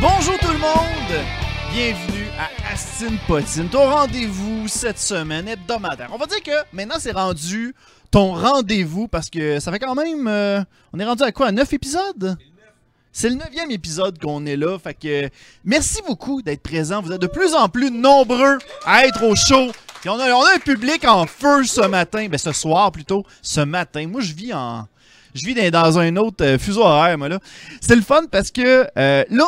Bonjour tout le monde! Bienvenue à Astine Potine, ton rendez-vous cette semaine hebdomadaire. On va dire que maintenant c'est rendu ton rendez-vous parce que ça fait quand même. euh, on est rendu à quoi? À 9 épisodes? C'est le neuvième épisode qu'on est là, fait que merci beaucoup d'être présents. Vous êtes de plus en plus nombreux à être au show. Puis on, a, on a un public en feu ce matin, ben ce soir plutôt, ce matin. Moi je vis en, je vis dans, dans un autre euh, fuseau horaire, moi là. C'est le fun parce que euh, là,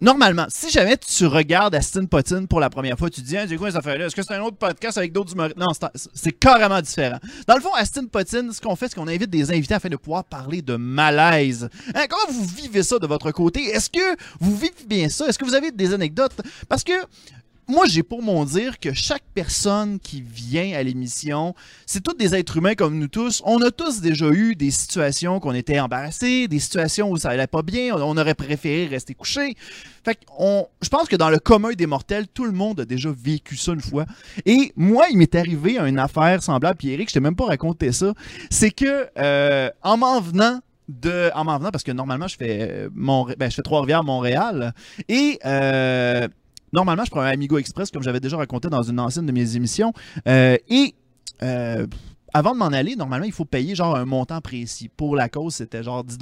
normalement, si jamais tu regardes Astin Potine pour la première fois, tu te dis, ah, c'est quoi ça fait là? Est-ce que c'est un autre podcast avec d'autres humoristes? Non, c'est- c'est carrément différent. Dans le fond, Astin Potine, ce qu'on fait, c'est qu'on invite des invités afin de pouvoir parler de malaise. Hein, comment vous vivez ça de votre côté? Est-ce que vous vivez bien ça? Est-ce que vous avez des anecdotes? Parce que. Moi, j'ai pour mon dire que chaque personne qui vient à l'émission, c'est tous des êtres humains comme nous tous. On a tous déjà eu des situations qu'on était embarrassés, des situations où ça allait pas bien, on aurait préféré rester couché. Fait qu'on, je pense que dans le commun des mortels, tout le monde a déjà vécu ça une fois. Et moi, il m'est arrivé une affaire semblable, puis Eric, je t'ai même pas raconté ça. C'est que euh, en m'en venant de, en m'en venant parce que normalement je fais euh, Monré- ben, je fais Trois-Rivières Montréal et euh, normalement je prends un Amigo Express comme j'avais déjà raconté dans une ancienne de mes émissions Euh, et euh, avant de m'en aller, normalement, il faut payer genre un montant précis. Pour la cause, c'était genre 10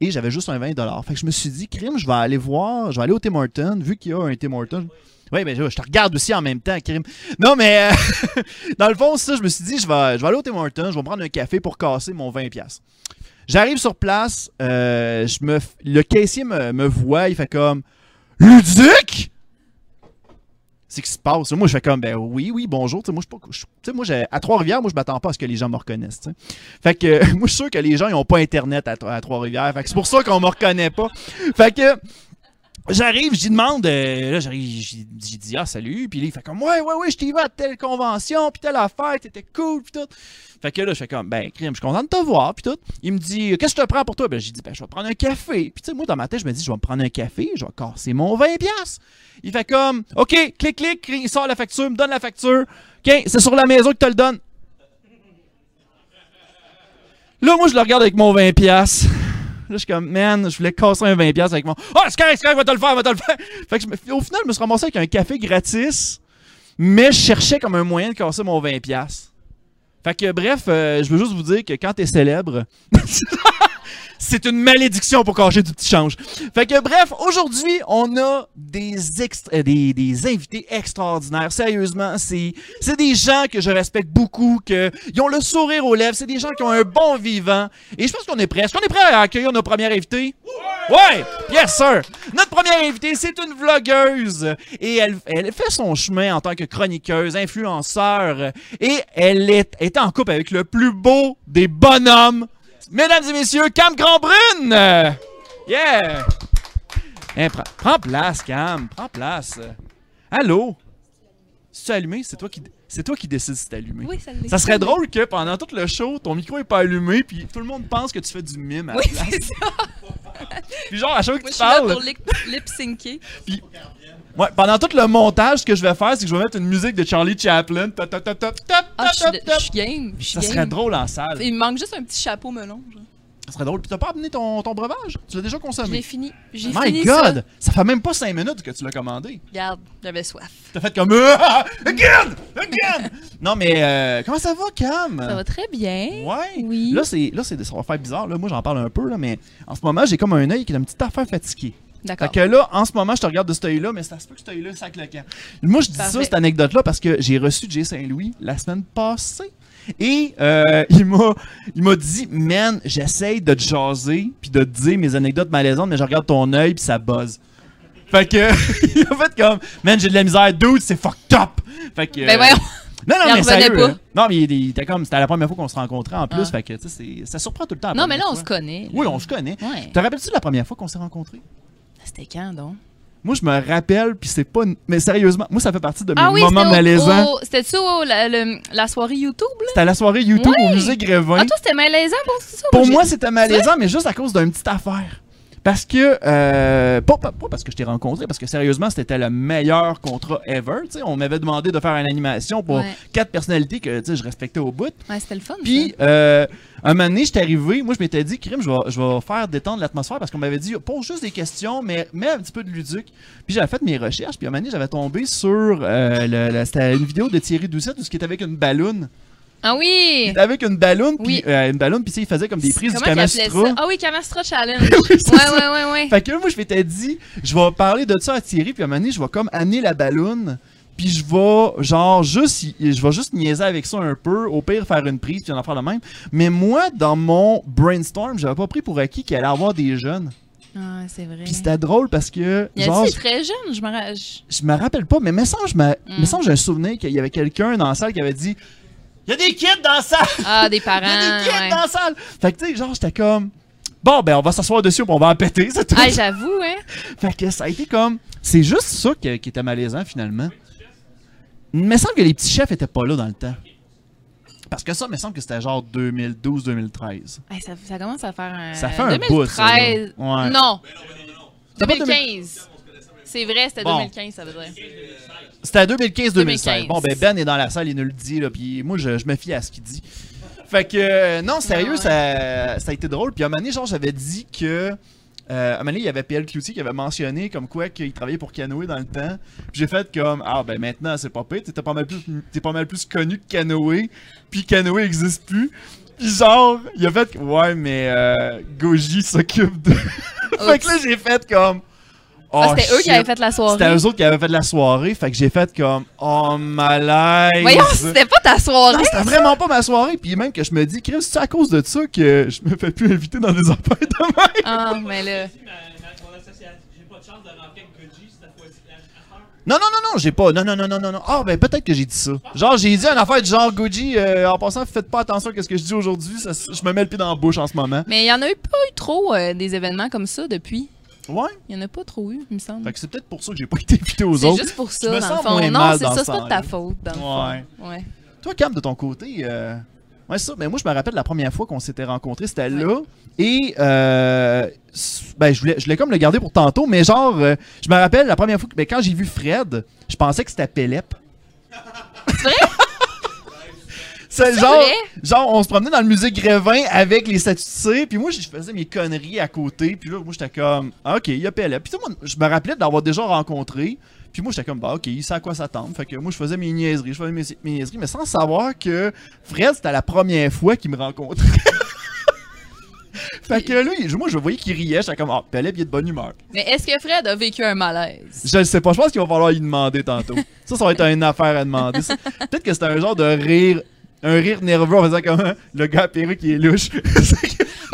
Et j'avais juste un 20 Fait que je me suis dit, crime, je vais aller voir, je vais aller au Tim Hortons, vu qu'il y a un Tim Hortons. Oui, mais je je te regarde aussi en même temps, crime. Non, mais euh, dans le fond, ça, je me suis dit, je vais, je vais aller au Tim Hortons, je vais me prendre un café pour casser mon 20 J'arrive sur place, euh, je me, f- le caissier me, me voit, il fait comme Luduc c'est qui se passe. Moi, je fais comme, ben oui, oui, bonjour. Tu sais, moi, je suis pas- je- tu sais, moi, j'ai- à Trois-Rivières, moi, je m'attends pas à ce que les gens me reconnaissent. tu sais. Fait que, euh, moi, je suis sûr que les gens, ils ont pas Internet à, à Trois-Rivières. Fait que c'est pour ça qu'on me reconnaît pas. Fait que, J'arrive, j'y demande, euh, là, j'arrive, j'y j'y dis, ah, salut, puis là, il fait comme, ouais, ouais, ouais, je t'y vais à telle convention, puis telle affaire, t'étais cool, puis tout. Fait que là, je fais comme, ben, crime, je suis content de te voir, puis tout. Il me dit, qu'est-ce que je te prends pour toi? Ben, j'ai dit, ben, je vais prendre un café. Puis, tu sais, moi, dans ma tête, je me dis, je vais me prendre un café, je vais casser mon 20$. Il fait comme, OK, clic, clic, clic, il sort la facture, me donne la facture. OK, c'est sur la maison que te le donne. Là, moi, je le regarde avec mon 20$. piastres. Là, je suis comme, man, je voulais casser un 20$ piastres avec mon. Ah, c'est correct, c'est correct, va te le faire, va te le faire. Fait que je me- au final, je me suis ramassé avec un café gratis, mais je cherchais comme un moyen de casser mon 20$. piastres. Fait que, bref, euh, je veux juste vous dire que quand t'es célèbre, c'est une malédiction pour cacher du petit change. Fait que bref, aujourd'hui, on a des, extra- euh, des, des invités extraordinaires. Sérieusement, c'est c'est des gens que je respecte beaucoup, que ils ont le sourire aux lèvres, c'est des gens qui ont un bon vivant. Et je pense qu'on est prêts. Est-ce qu'on est prêts à accueillir nos premiers invités? Ouais! Yes, sir! Notre première invitée, c'est une vlogueuse. Et elle, elle fait son chemin en tant que chroniqueuse, influenceur. Et elle est, est en couple avec le plus beau des bonhommes. Mesdames et messieurs, Cam Grandbrune! Euh, Yeah! Hein, prends, prends place, Cam. Prends place. Allô? C'est allumé? C'est toi qui, c'est toi qui décides si c'est allumé. Oui, ça l'est. Ça serait drôle que pendant tout le show, ton micro est pas allumé, puis tout le monde pense que tu fais du mime à la Oui, place. c'est ça. Puis genre, à chaque fois que Moi, tu je suis là parles, pour lip- lip-syncer. ouais, pendant tout le montage, ce que je vais faire, c'est que je vais mettre une musique de Charlie Chaplin. Ta, ta, ta, ta, ta, ta, Ah, je suis ta, de- ta. je suis game. je suis Ça game. serait drôle en salle. Il me manque juste un petit chapeau melon. genre. Ça serait drôle. Puis t'as pas amené ton, ton breuvage? Tu l'as déjà Je l'ai consommé? fini. J'ai Ah, My fini ça. God! Ça. fait même pas 5 minutes que tu l'as commandé. Regarde, j'avais soif. T'as fait comme... Ah! Again! Again! non, mais euh, comment ça va, Cam? Ça va très bien. Ah. Ouais. Oui. Là, c'est, là, c'est, ça va faire bizarre. Là. Moi, j'en parle un peu, là, mais en ce moment, j'ai comme un œil qui est une petite affaire fatigué. Fait D'accord. que là, en ce moment, je te regarde de cet œil-là, mais ça se peut que cet œil-là sac le camp. Moi, je dis ça, Parfait. cette anecdote-là, parce que j'ai reçu Jay Saint-Louis la semaine passée. Et euh, il m'a il m'a dit, man, j'essaye de te jaser, puis de te dire mes anecdotes malaisantes, mais je regarde ton œil, puis ça buzz. Fait que, il a fait comme, man, j'ai de la misère, dude, c'est fucked up. Fait que. Ben euh, voyons. non, non, Il en mais revenait sérieux, pas. là. Non, mais il- il était comme, c'était la première fois qu'on se rencontrait en plus, Ah. fait que, tu sais, c'est- ça surprend tout le temps. la Non, mais première là, on fois. se connaît. ah, Oui, on se connaît. Ouais. Te rappelles-tu de la première fois qu'on s'est rencontrés? C'était quand, donc? Moi, je me rappelle, puis c'est pas. une- Mais sérieusement, moi, ça fait partie de mes Ah oui, moments c'était au- malaisants. au- C'était-tu au- la, le- la soirée YouTube, là? C'était à la soirée YouTube Oui. au musée Grévin. Ah, toi, c'était malaisant pour ça? Pour j'ai- moi, c'était malaisant, mais juste à cause d'une petite affaire. Parce que, euh, pas, pas- pas parce que je t'ai rencontré, parce que sérieusement, c'était le meilleur contrat ever. tu sais. on m'avait demandé de faire une animation pour Ouais. quatre personnalités que tu sais, je respectais au bout. Ouais, c'était le fun. Puis, euh, un moment donné, j'étais arrivé. Moi, je m'étais dit, crime, je vais, je vais faire détendre l'atmosphère parce qu'on m'avait dit, pose juste des questions, mais mets un petit peu de luduc. Puis, j'avais fait mes recherches. Puis, un moment donné, j'avais tombé sur. euh, le- le- c'était une vidéo de Thierry Doucet où ce qui était avec une balloune. ça. Ah Il oui! était avec une balloune, puis Oui. euh, une balloune, puis tu sais, il faisait comme des prises du Comment qu'il appelait Camastra. ça? Ah oui, Camastra Challenge. Oui, c'est ouais, ça. ouais, ouais, ouais. Fait que là, moi, je m'étais dit, je vais parler de ça à Thierry, puis à un moment donné, je vais comme amener la balloune, puis je vais, genre, juste, y- je vais juste niaiser avec ça un peu, au pire, faire une prise, puis en faire le même. Mais moi, dans mon brainstorm, j'avais pas pris pour acquis qu'il allait avoir des jeunes. Ah, c'est vrai. Puis c'était drôle parce que, Il genre, a dit je, très jeune, je me ra- je- je me rappelle pas, mais me semble, je me Mm. me semble, j'ai un souvenir qu'il y avait quelqu'un dans la salle qui avait dit Il y a des kids dans la salle! Ah, des Il y a parents. des kids ouais. dans la salle! Fait que, tu sais, genre, j'étais comme. Bon, ben, on va s'asseoir dessus, puis on va en péter, c'est tout. Ah, j'avoue, hein. Fait que ça a été comme. C'est juste ça que- qui était malaisant finalement. Il me semble que les petits chefs étaient pas là dans le temps. Parce que ça, il me semble que c'était genre 2012-2013. Hey, ça, ça commence à faire un. Ça fait un bout, ça, là. 2013. Ouais. Non. C'était pas 2015. C'est vrai, c'était Bon. 2015, ça veut dire. C'était 2015-2016. 2015. Bon, ben Ben est dans la salle, il nous le dit, là, puis moi, je, je me fie à ce qu'il dit. Fait que, euh, non, sérieux, Ah, Ouais. ça, ça a été drôle. Puis à un moment donné, genre, j'avais dit que. Euh, à un moment donné, il y avait PLQT qui avait mentionné comme quoi qu'il travaillait pour Canoë dans le temps. Puis j'ai fait comme Ah, ben maintenant, c'est pas pire, t'es pas, mal plus- t'es pas mal plus connu que Canoë, puis Canoë existe plus. Puis genre, il a fait Ouais, mais euh, Goji s'occupe de. fait que là, j'ai fait comme. Oh, Ah, c'était eux qui shit. avaient fait la soirée. C'était eux autres qui avaient fait de la soirée, fait que j'ai fait comme Oh malaise! Voyons, c'était pas ta Non, soirée. c'était vraiment pas ma soirée, puis même que je me dis, Chris, c'est à cause de ça que je me fais plus inviter dans des affaires de même. Ah, mais là. Ma- ma- mon association. J'ai pas de chance de rentrer avec Koji cette fois-ci. À- à faire. Non, non, non, non, j'ai pas. Non, non, non, non, non, non. Ah, ben peut-être que j'ai dit ça. Genre, j'ai dit une affaire du genre Goji, euh, en passant, faites pas attention à ce que je dis aujourd'hui, ça- je me mets le pied dans la bouche en ce moment. Mais il y en a eu pas eu trop euh, des événements comme ça depuis. Ouais, Il y en a pas trop eu, il me semble. fait que c'est peut-être pour ça que j'ai pas été invité aux C'est autres. juste pour Je me ça, dans le sens fond. moins Non, mal c'est dans ça, ce c'est pas de ta sens-là. faute, dans le fond. Ouais. Toi, Cam, de ton côté, euh, ouais, c'est ça. Mais moi, je me rappelle la première fois qu'on s'était rencontrés, c'était Ouais. là. Et, euh, s- ben, je voulais, je voulais comme le garder pour tantôt, mais genre, euh, je me rappelle la première fois que, ben, quand j'ai vu Fred, je pensais que c'était Pélep. vrai? C'est genre, vrai? genre, on se promenait dans le musée Grévin avec les statues de cire, puis moi, je faisais mes conneries à côté, puis là, moi, j'étais comme, Ah, ok, il y a Pélep. Puis tu sais, moi, je me rappelais de l'avoir déjà rencontré, puis moi, j'étais comme, bah, ok, il sait à quoi s'attendre. Fait que moi, je faisais mes niaiseries, je faisais mes, mes niaiseries, mais sans savoir que Fred, c'était la première fois qu'il me rencontrait. fait que là, il- moi, je voyais qu'il riait, j'étais comme, ah, Pélep, il est de bonne humeur. Mais est-ce que Fred a vécu un malaise? Je le sais pas, je pense qu'il va falloir lui demander tantôt. Ça, ça va être une affaire à demander. ça. Peut-être que c'est un genre de rire, un rire nerveux en faisant comme Hein, le gars à perruque qui est louche. mais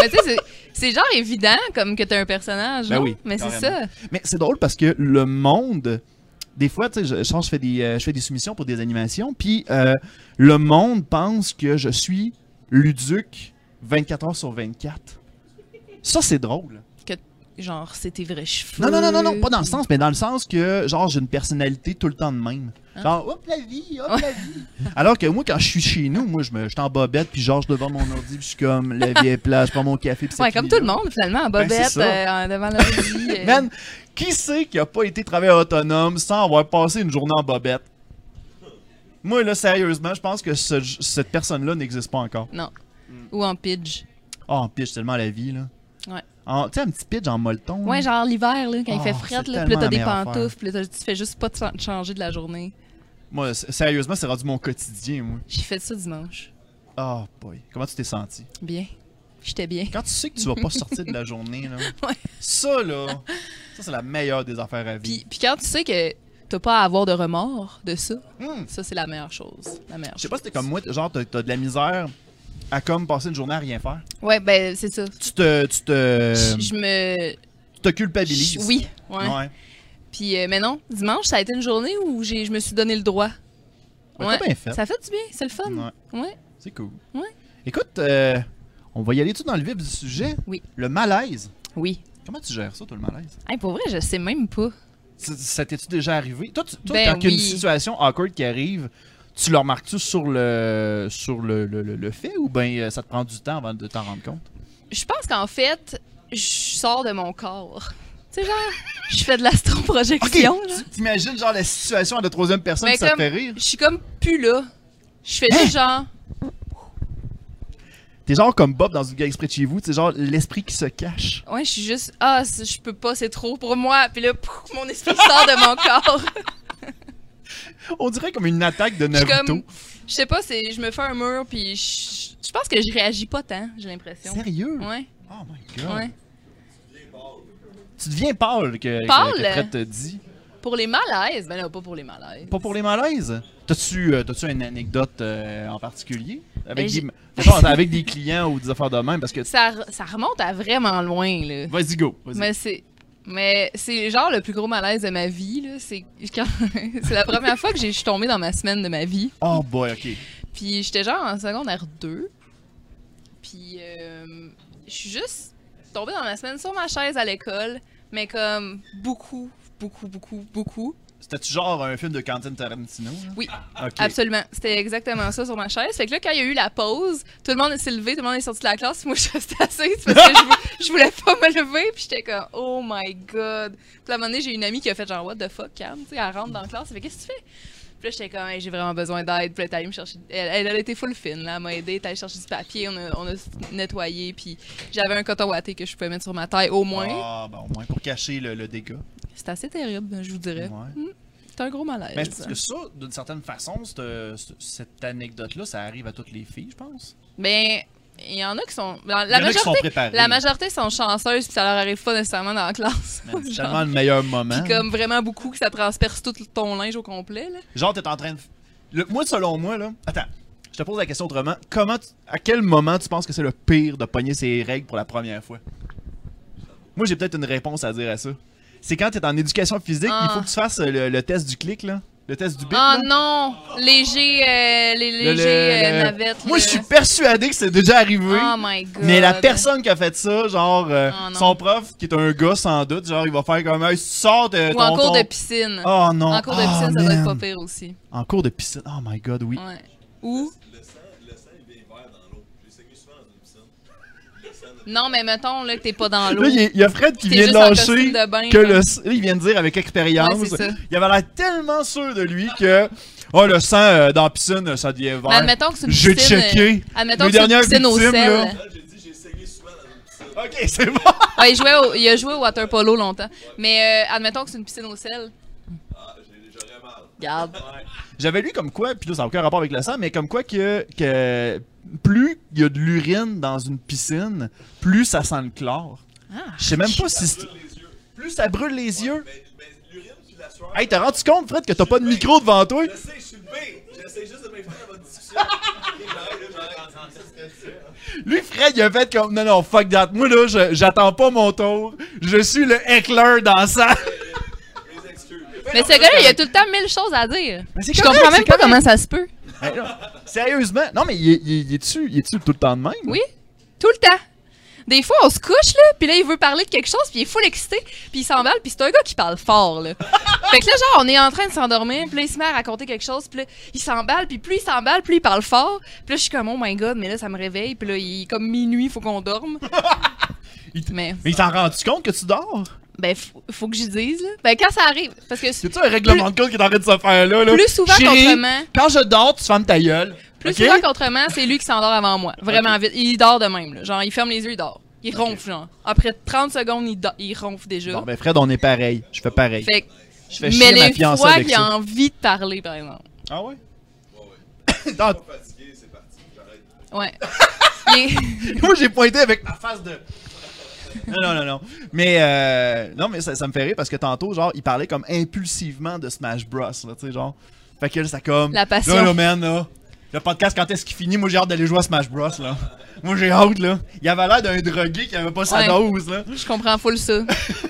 tu sais, c'est- c'est genre évident comme que t'es un personnage. Ben non? oui, Mais c'est ça. carrément. Mais c'est drôle parce que le monde, des fois, tu sais, je, je change, je fais des, euh, je fais des soumissions pour des animations, puis euh, le monde pense que je suis Luduc 24 heures sur 24. Ça, c'est drôle. Genre, c'est tes vrais cheveux. Non, non, non, non, non, pas dans le sens, mais dans le sens que, genre, j'ai une personnalité tout le temps de même. Ah. Genre, hop la vie, hop la vie. Alors que moi, quand je suis chez nous, moi, je me, je suis en bobette, puis genre, je suis devant mon ordi, puis je suis comme, la vie est plate, je prends mon café, puis c'est Ouais, comme fini, tout là. le monde, finalement, en Ben, c'est bobette, ça. euh, en- devant l'ordi. euh. Man, qui c'est qui a pas été travailleur autonome sans avoir passé une journée en bobette? Moi, là, sérieusement, je pense que ce- cette personne-là n'existe pas encore. Non. Ou en pidge. Oh, on pitch tellement la vie, là. Ouais. En- Tu sais, un petit pitch en molleton. là. Ouais, genre l'hiver, là, quand il Mm. Oh, fait frette, c'est là, puis là, tellement t'as la des meilleure affaire. pantoufles, puis là, t'as- tu fais juste pas te chan- changer de la journée. Moi, s- sérieusement, c'est rendu mon quotidien, moi. J'ai fait ça dimanche. Oh, boy. Comment tu t'es senti? Bien. J'étais bien. Quand tu sais que tu vas pas sortir de la journée, là. Ouais. Ça, là. Ça, c'est la meilleure des affaires à vie. Puis, puis quand tu sais que t'as pas à avoir de remords de ça, Hmm. ça, c'est la meilleure chose. La meilleure Je sais pas chose. si t'es comme moi, t- genre, t'as t'as de la misère à comme passer une journée à rien faire. Ouais, ben, c'est ça. Tu te. Tu te. Je- Je me. tu te culpabilises. je- Oui, ouais. Ouais. Puis, euh, mais non, dimanche, ça a été une journée où j'ai, je me suis donné le droit. Ben, t'as bien fait. Ça fait du bien, c'est le fun. Ouais. C'est cool. Ouais. Écoute, euh, on va y aller tout dans le vif du sujet. Oui. Le malaise. Oui. Comment tu gères ça, toi, le malaise? Hey, pour vrai, je sais même pas. Ça- Ça t'es-tu déjà arrivé? Toi, tu, toi, Ben quand il y a une oui. situation awkward qui arrive, tu le remarques-tu sur le ben, euh, sur le, le- le- le fait ou bien ça te prend du temps avant de t'en rendre compte? Je pense qu'en fait, je sors de mon corps. Tu sais, genre, je fais de l'astro-projection. là. tu- T'imagines genre la situation à la troisième personne Ben, qui ça te comme- fait rire? Je suis comme plus là. Je Hein? fais juste genre. T'es genre comme Bob dans une gare exprès de chez vous, t'es genre l'esprit qui se cache. Ouais, je suis juste. Ah, c'est- je peux pas, c'est trop pour moi. Puis là, pouf, mon esprit sort de mon corps. On dirait comme une attaque de Je suis Naruto. comme. Je sais pas, c'est, je me fais un mur, puis je, je pense que je réagis pas tant, j'ai l'impression. Sérieux? Ouais, Oh my god. ouais. Tu deviens pâle que, Pâle? que, que Fred te dit. Pour les malaises, ben non, pas pour les malaises. Pas pour les malaises. T'as-tu euh, t'as-tu une anecdote euh, en particulier? Avec, Ben, j'ai- des, mettons, avec des clients ou des affaires de même? Parce que. Ça, re- ça remonte à vraiment loin, là. Vas-y, go. Vas-y. Mais c'est. Mais c'est genre le plus gros malaise de ma vie, là. C'est quand... c'est la première fois que j'ai- je suis tombée dans ma semaine de ma vie. Oh boy, ok. Puis j'étais genre en secondaire 2. Puis euh, je suis juste tombée dans ma semaine sur ma chaise à l'école, mais comme beaucoup, beaucoup, beaucoup, beaucoup. C'était-tu genre un film de Quentin Tarantino? là? Oui. Ok. Absolument. C'était exactement ça sur ma chaise. Fait que là, quand il y a eu la pause, tout le monde s'est levé, tout le monde est sorti de la classe. puis Moi, je suis restée assise parce que je, vou- je voulais pas me lever. Puis j'étais comme, oh my god. Puis à un moment donné, j'ai une amie qui a fait genre, what the fuck, Cam? Tu sais, elle rentre dans la classe. Elle fait, qu'est-ce que tu fais? Puis là, j'étais comme, Hey, j'ai vraiment besoin d'aide. Puis là, t'es allée me chercher. Elle, elle, elle était full fine, là. Elle m'a aidée. T'es allée chercher du papier. On a, on a nettoyé. Puis j'avais un coton watté que je pouvais mettre sur ma taille, au moins. Ah, ben au moins, pour cacher le, le dégât. C'est assez terrible, je vous dirais. Ouais. C'est un gros malaise. Mais est-ce que ça, d'une certaine façon, cette, cette- cette anecdote-là, ça arrive à toutes les filles, je pense? Ben, il y en a qui sont. ben, La, la Il y en a qui majorité. sont préparées. La majorité sont chanceuses, puis ça leur arrive pas nécessairement dans la classe. Man, C'est Genre, tellement le meilleur moment. puis comme vraiment beaucoup que ça transperce tout ton linge au complet. Là. Genre, t'es en train de. le- moi, selon moi, là. Attends, je te pose la question autrement. Comment tu- À quel moment tu penses que c'est le pire de pogner ses règles pour la première fois? Moi, j'ai peut-être une réponse à dire à ça. C'est quand t'es en éducation physique, Ah. il faut que tu fasses euh, le, le test du clic, là. Le test du bip. Ah là. non! Léger, euh, les Le- légers le- euh, le- navettes. Moi, là. je suis persuadé que c'est déjà arrivé. Oh my god. Mais la personne qui a fait ça, genre, euh, Ah, non. son prof, qui est un gars sans doute, genre, il va faire comme, hey, sors de Ou ton. en cours ton- de piscine. Oh non. en cours de Ah, piscine, ça doit être pas man. pire aussi. En cours de piscine. Oh my god, oui. Ouais. Ou. Le sang, le sang, il vient vert dans l'eau. J'ai saigné souvent dans une piscine. Le sang, de- Non, mais mettons là, que t'es pas dans l'eau. Là, il y a- il y, a Fred qui T'es vient de juste en lâcher costume de bain, que là. le. s- Il vient de dire avec expérience. Ouais, c'est ça. il avait l'air tellement sûr de lui que. Oh, le sang euh, dans la piscine, ça devient Mais vert. admettons que c'est une J'ai piscine. euh, checké. Admettons Mes que c'est une dernières piscine au victimes, là. sel. Là, j'ai dit, j'ai saigné souvent dans une piscine. Ok, c'est bon. Ouais, Ah, il, jouait au- il a joué au water polo longtemps. Mais euh, admettons que c'est une piscine au sel. Ah, j'ai- j'aurais mal. Garde. J'avais lu comme quoi, puis là, ça n'a aucun rapport avec le sang, mais comme quoi que, que plus il y a de l'urine dans une piscine, plus ça sent le chlore. Ah. Je sais même pas si. c'est- Brûle les yeux. Plus ça brûle les yeux. Mais, mais l'urine puis la sueur. Hey, t'as rendu compte, Fred, que t'as pas de micro devant toi? Je sais, je suis le B. J'essaie juste de m'inviter à votre discussion. Ok, j'arrête, là, j'arrête. C'est ce que tu fais. Lui, Fred, il a fait comme. Non, non, fuck that. Moi, là, je- j'attends pas mon tour. Je suis le heckler dans ça. Mes excuses. Mais ce gars-là, il a tout le temps mille choses à dire. Mais c'est Je correct, comprends c'est même pas correct. comment ça se peut. Hey, là, Sérieusement? Non, mais il est- il est- il est-tu il est-tu tout le temps de même? Oui, tout le temps. Des fois, on se couche, là, puis là, il veut parler de quelque chose, puis il est full excité, puis il s'emballe, puis c'est un gars qui parle fort, là. fait que là, genre, on est en train de s'endormir, puis là, il se met à raconter quelque chose, puis là, il s'emballe, puis plus il s'emballe, plus il parle fort. Puis là, je suis comme, oh my god, mais là, ça me réveille, puis là, il est comme minuit, faut qu'on dorme. Il t- mais, Mais il t'en rend tu compte que tu dors? ben, faut, faut que j'y dise, là. Ben, quand ça arrive, parce que C'est-tu un règlement de compte qui est en train de se faire là? là? Plus souvent Chérie, qu'autrement. Quand je dors, tu fermes ta gueule. Plus ok? souvent qu'autrement, c'est lui qui s'endort avant moi. Vraiment vite. Il dort de même. là. Genre, il ferme les yeux, il dort. Il ronfle, genre. Après 30 secondes, il, do- il ronfle déjà. Bon, ben Fred, on est pareil. Je fais pareil. fait que- Je fais mais chier ma les fiancée fois avec qu'il a ça. envie de parler, par exemple. Ah ouais? Ouais, ouais. Dans- Pas fatigué, c'est parti. J'arrête. Ouais. Il- Moi, j'ai pointé avec ma face de. Non, non, non, non. Mais, euh, non, mais ça, ça me fait rire parce que tantôt, genre, il parlait comme impulsivement de Smash Bros. Là, tu sais, genre. Fait que là, ça comme. La passion. Là, là, man, là. Le podcast, quand est-ce qu'il finit? Moi, j'ai hâte d'aller jouer à Smash Bros. là. Moi, j'ai hâte, là. Il avait l'air d'un drogué qui avait pas sa Ouais. dose, là. Je comprends full ça.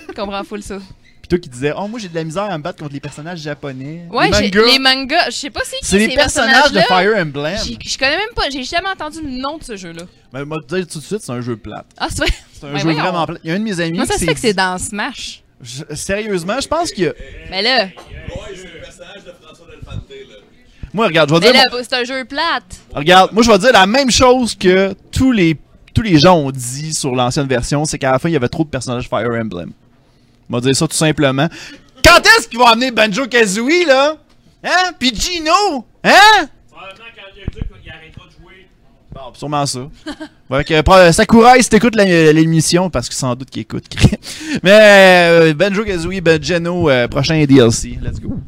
Je comprends full ça. Puis toi qui disais, oh, moi, j'ai de la misère à me battre contre les personnages japonais. Ouais, les j'ai- mangas. les mangas. Je sais pas si C'est les personnages de Fire Emblem. Je connais même pas. J'ai jamais entendu le nom de ce jeu-là. Mais moi, te dire tout de suite, c'est un jeu plate. Ah, c'est vrai. C'est un Ben jeu voyons. vraiment plate. Il y a un de mes amis Moi, ça qui se s'est fait que c'est dit- dans Smash. Je- Sérieusement, je pense qu'il y a. Mais là, Ouais, c'est le personnage de François Delphante, là. Moi, regarde, je vais mais dire. là c'est un jeu plate. Regarde, moi je vais dire la même chose que tous les tous les gens ont dit sur l'ancienne version, c'est qu'à la fin, il y avait trop de personnages Fire Emblem. On va dire ça tout simplement. Quand est-ce qu'ils vont amener Banjo Kazooie, là? Hein? Puis Gino? Hein? Probablement quand il y a un truc, il arrêtera de jouer. Bon, sûrement ça. Ouais, que, pro- euh, Sakurai, si t'écoutes la- l'émission, parce que sans doute qu'il écoute. Mais euh, Banjo Kazooie, ben, Geno, euh, prochain DLC. Let's go.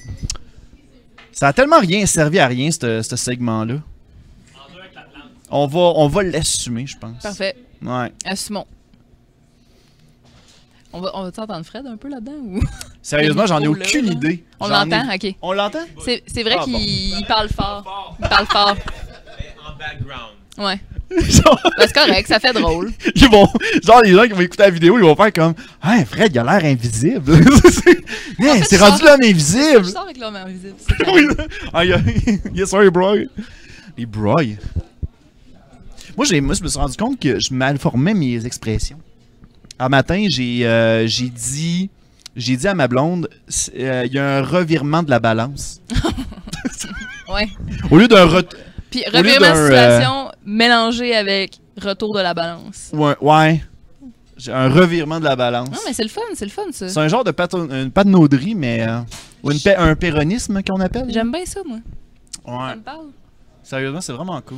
Ça a tellement rien servi à rien, ce ce segment-là. En deux avec la plante. On va, on va l'assumer, je pense. Parfait. Ouais. Assumons. On va, on va t'entendre Fred un peu là-dedans ou Sérieusement, j'en ai Oh là aucune là. idée. On J'en ai- l'entend, ok. On l'entend? C'est c'est vrai Ah, qu'il bon. il parle fort. Fort, Il parle fort. mais en background. Ouais. Ben, c'est correct, ça fait drôle. Ils vont- genre, les gens qui vont écouter la vidéo, ils vont faire comme Hey, Fred, il a l'air invisible. C'est- Hey, c'est rendu l'homme Je invisible. sors avec l'homme invisible. Oui, là. Ah, il y a- yes, sir, bro. Les bro. Moi, j'ai- moi, je me suis rendu compte que je malformais mes expressions. Un matin, j'ai euh, j'ai dit, j'ai dit à ma blonde, c'est- euh, il y a un revirement de la balance. Ouais. Au lieu d'un ret- Puis lieu revirement de d'un, situation mélangé avec retour de la balance. ou un- ouais, j'ai un revirement de la balance. Non, mais c'est le fun, c'est le fun ça. C'est un genre de pato- une patenauderie, mais. euh, ou une pa- un péronisme qu'on appelle. J'aime bien ça, moi. Ouais. Ça me parle. Sérieusement, c'est vraiment cool.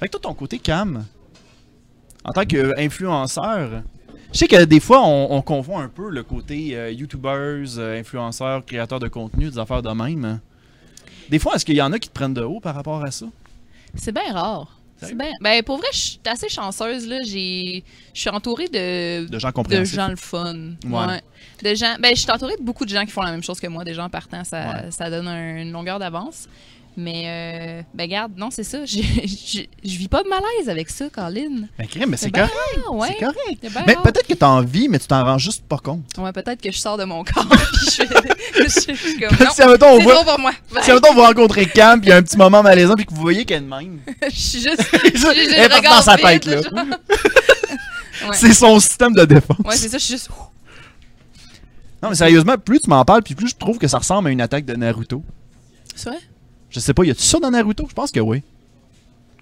Fait que toi, ton côté cam, en tant qu'influenceur, je sais que des fois, on, on confond un peu le côté euh, youtubeurs, euh, influenceurs, créateurs de contenu, des affaires de même. Des fois, est-ce qu'il y en a qui te prennent de haut par rapport à ça? C'est bien rare. C'est Sérieux? bien. Ben pour vrai, je suis assez chanceuse là. J'ai, je suis entourée de De gens de compréhensifs? gens le fun. Ouais. Ouais. De gens. Ben je suis entourée de beaucoup de gens qui font la même chose que moi. Des gens partant, ça, ça donne un- une longueur d'avance. Mais euh, ben garde, non c'est ça. J'ai- j'ai- Je vis pas de malaise avec ça, Colin. Ben, crème, mais c'est ben correct. Ah ouais. C'est correct. C'est bien Mais rare. peut-être que t'as envie, mais tu t'en rends juste pas compte. Ouais, peut-être que je sors de mon corps. puis je, je- je- je suis comme Ah non. si, admettons, on C'est voit, trop pour moi. Bye. si, admettons, vous rencontrez Cam, puis il y a un petit moment malaisant, puis que vous voyez qu'elle est de même. je suis juste. Elle j'ai- j'ai le est partie dans regard sa vide, tête, là. genre. Ouais. C'est son système de défense. Ouais, c'est ça, je suis juste. Non, mais sérieusement, plus tu m'en parles, puis plus je trouve que ça ressemble à une attaque de Naruto. C'est vrai? Je sais pas, y a-tu ça dans Naruto? Je pense que oui.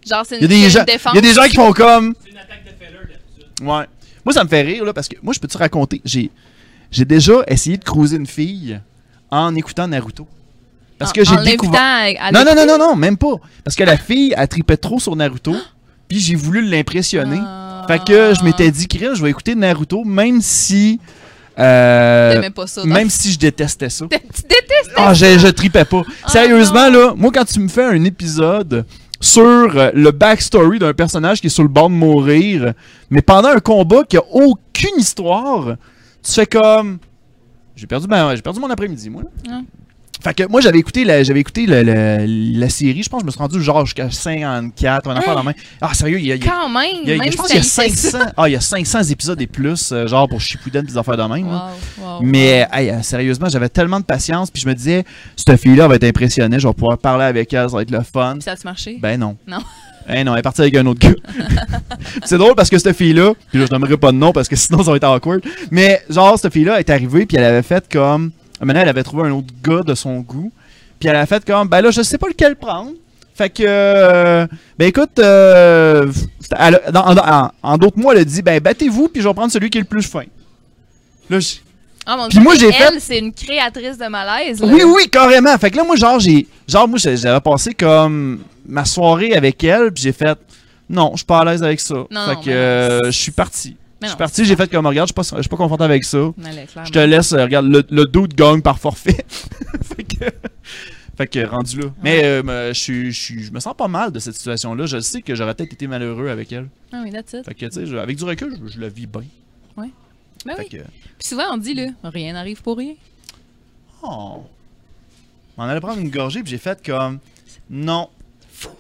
Genre, c'est Y a une, des, une gens, défense. y a des gens qui font comme. C'est une attaque de feller d'habitude. Ouais. Moi, ça me fait rire, là, parce que moi, je peux te raconter. J'ai, j'ai déjà essayé de cruiser une fille en écoutant Naruto. Parce En- que j'ai en découvert. l'invitant à- à Non, non, non, l'écouter. non, non, même pas. Parce que la fille, elle tripait trop sur Naruto, puis j'ai voulu l'impressionner. Ah. Fait que je m'étais dit, Chris, je vais écouter Naruto, même si. euh, T'aimais pas ça. dans- même si je détestais ça. Tu détestes. Ah, je, je tripais pas. Ah, Sérieusement, là, moi, quand tu me fais un épisode sur euh, le backstory d'un personnage qui est sur le bord de mourir, mais pendant un combat qui a aucune histoire, tu fais comme. J'ai perdu, ma- j'ai perdu mon après-midi, moi. là. Ouais. Fait que moi, j'avais écouté, la, j'avais écouté le- le- la série, je pense que je me suis rendu genre jusqu'à 54, on a fait la main. Ah, sérieux, il y a. il y a- Quand même. il y a- même je pense si qu'il y a ça existe. 500, ah, il y a 500 épisodes et plus, euh, genre pour Shippuden et des affaires de même. là. Wow, wow. Mais hey, euh, sérieusement, j'avais tellement de patience, puis je me disais, cette fille-là va être impressionnée, je vais pouvoir parler avec elle, ça va être le fun. Puis ça a-tu marché? Ben non. Non. Eh non, elle est partie avec un autre gars. c'est drôle parce que cette fille-là, puis là, je nommerai pas de nom parce que sinon ça va être awkward, mais genre, cette fille-là est arrivée, puis elle avait fait comme. Maintenant, elle avait trouvé un autre gars de son goût, puis elle a fait comme, ben là, je sais pas lequel prendre. Fait que, euh, ben écoute, euh, elle a- dans- en, en- en d'autres mots, elle a dit, ben battez-vous, puis je vais prendre celui qui est le plus fin. Là, je- Ah, mon Puis Dieu, moi, j'ai elle, c'est une créatrice de malaise. là. oui, oui, carrément. Fait que là, moi, genre, j'ai. Genre, moi, j'ai- j'avais passé comme ma soirée avec elle, puis j'ai fait. Non, je suis pas à l'aise avec ça. non, fait mais que euh, non. je suis parti. Je Mais suis non. parti, j'ai fait comme, regarde, je suis pas- je suis pas confortable avec ça. Elle est claire. Je te laisse, euh, regarde, le, le dude gagne par forfait. fait, que, fait que, rendu là. Mais euh, me- je, suis- je, suis- je me sens pas mal de cette situation-là. Je sais que j'aurais peut-être été malheureux avec elle. Ah oui, that's it. Fait que, tu sais, je- avec du recul, je, je la vis bien. Ben Fait oui. que. Puis souvent, on dit, là, rien n'arrive pour rien. Oh. On allait prendre une gorgée, puis j'ai fait comme. Non.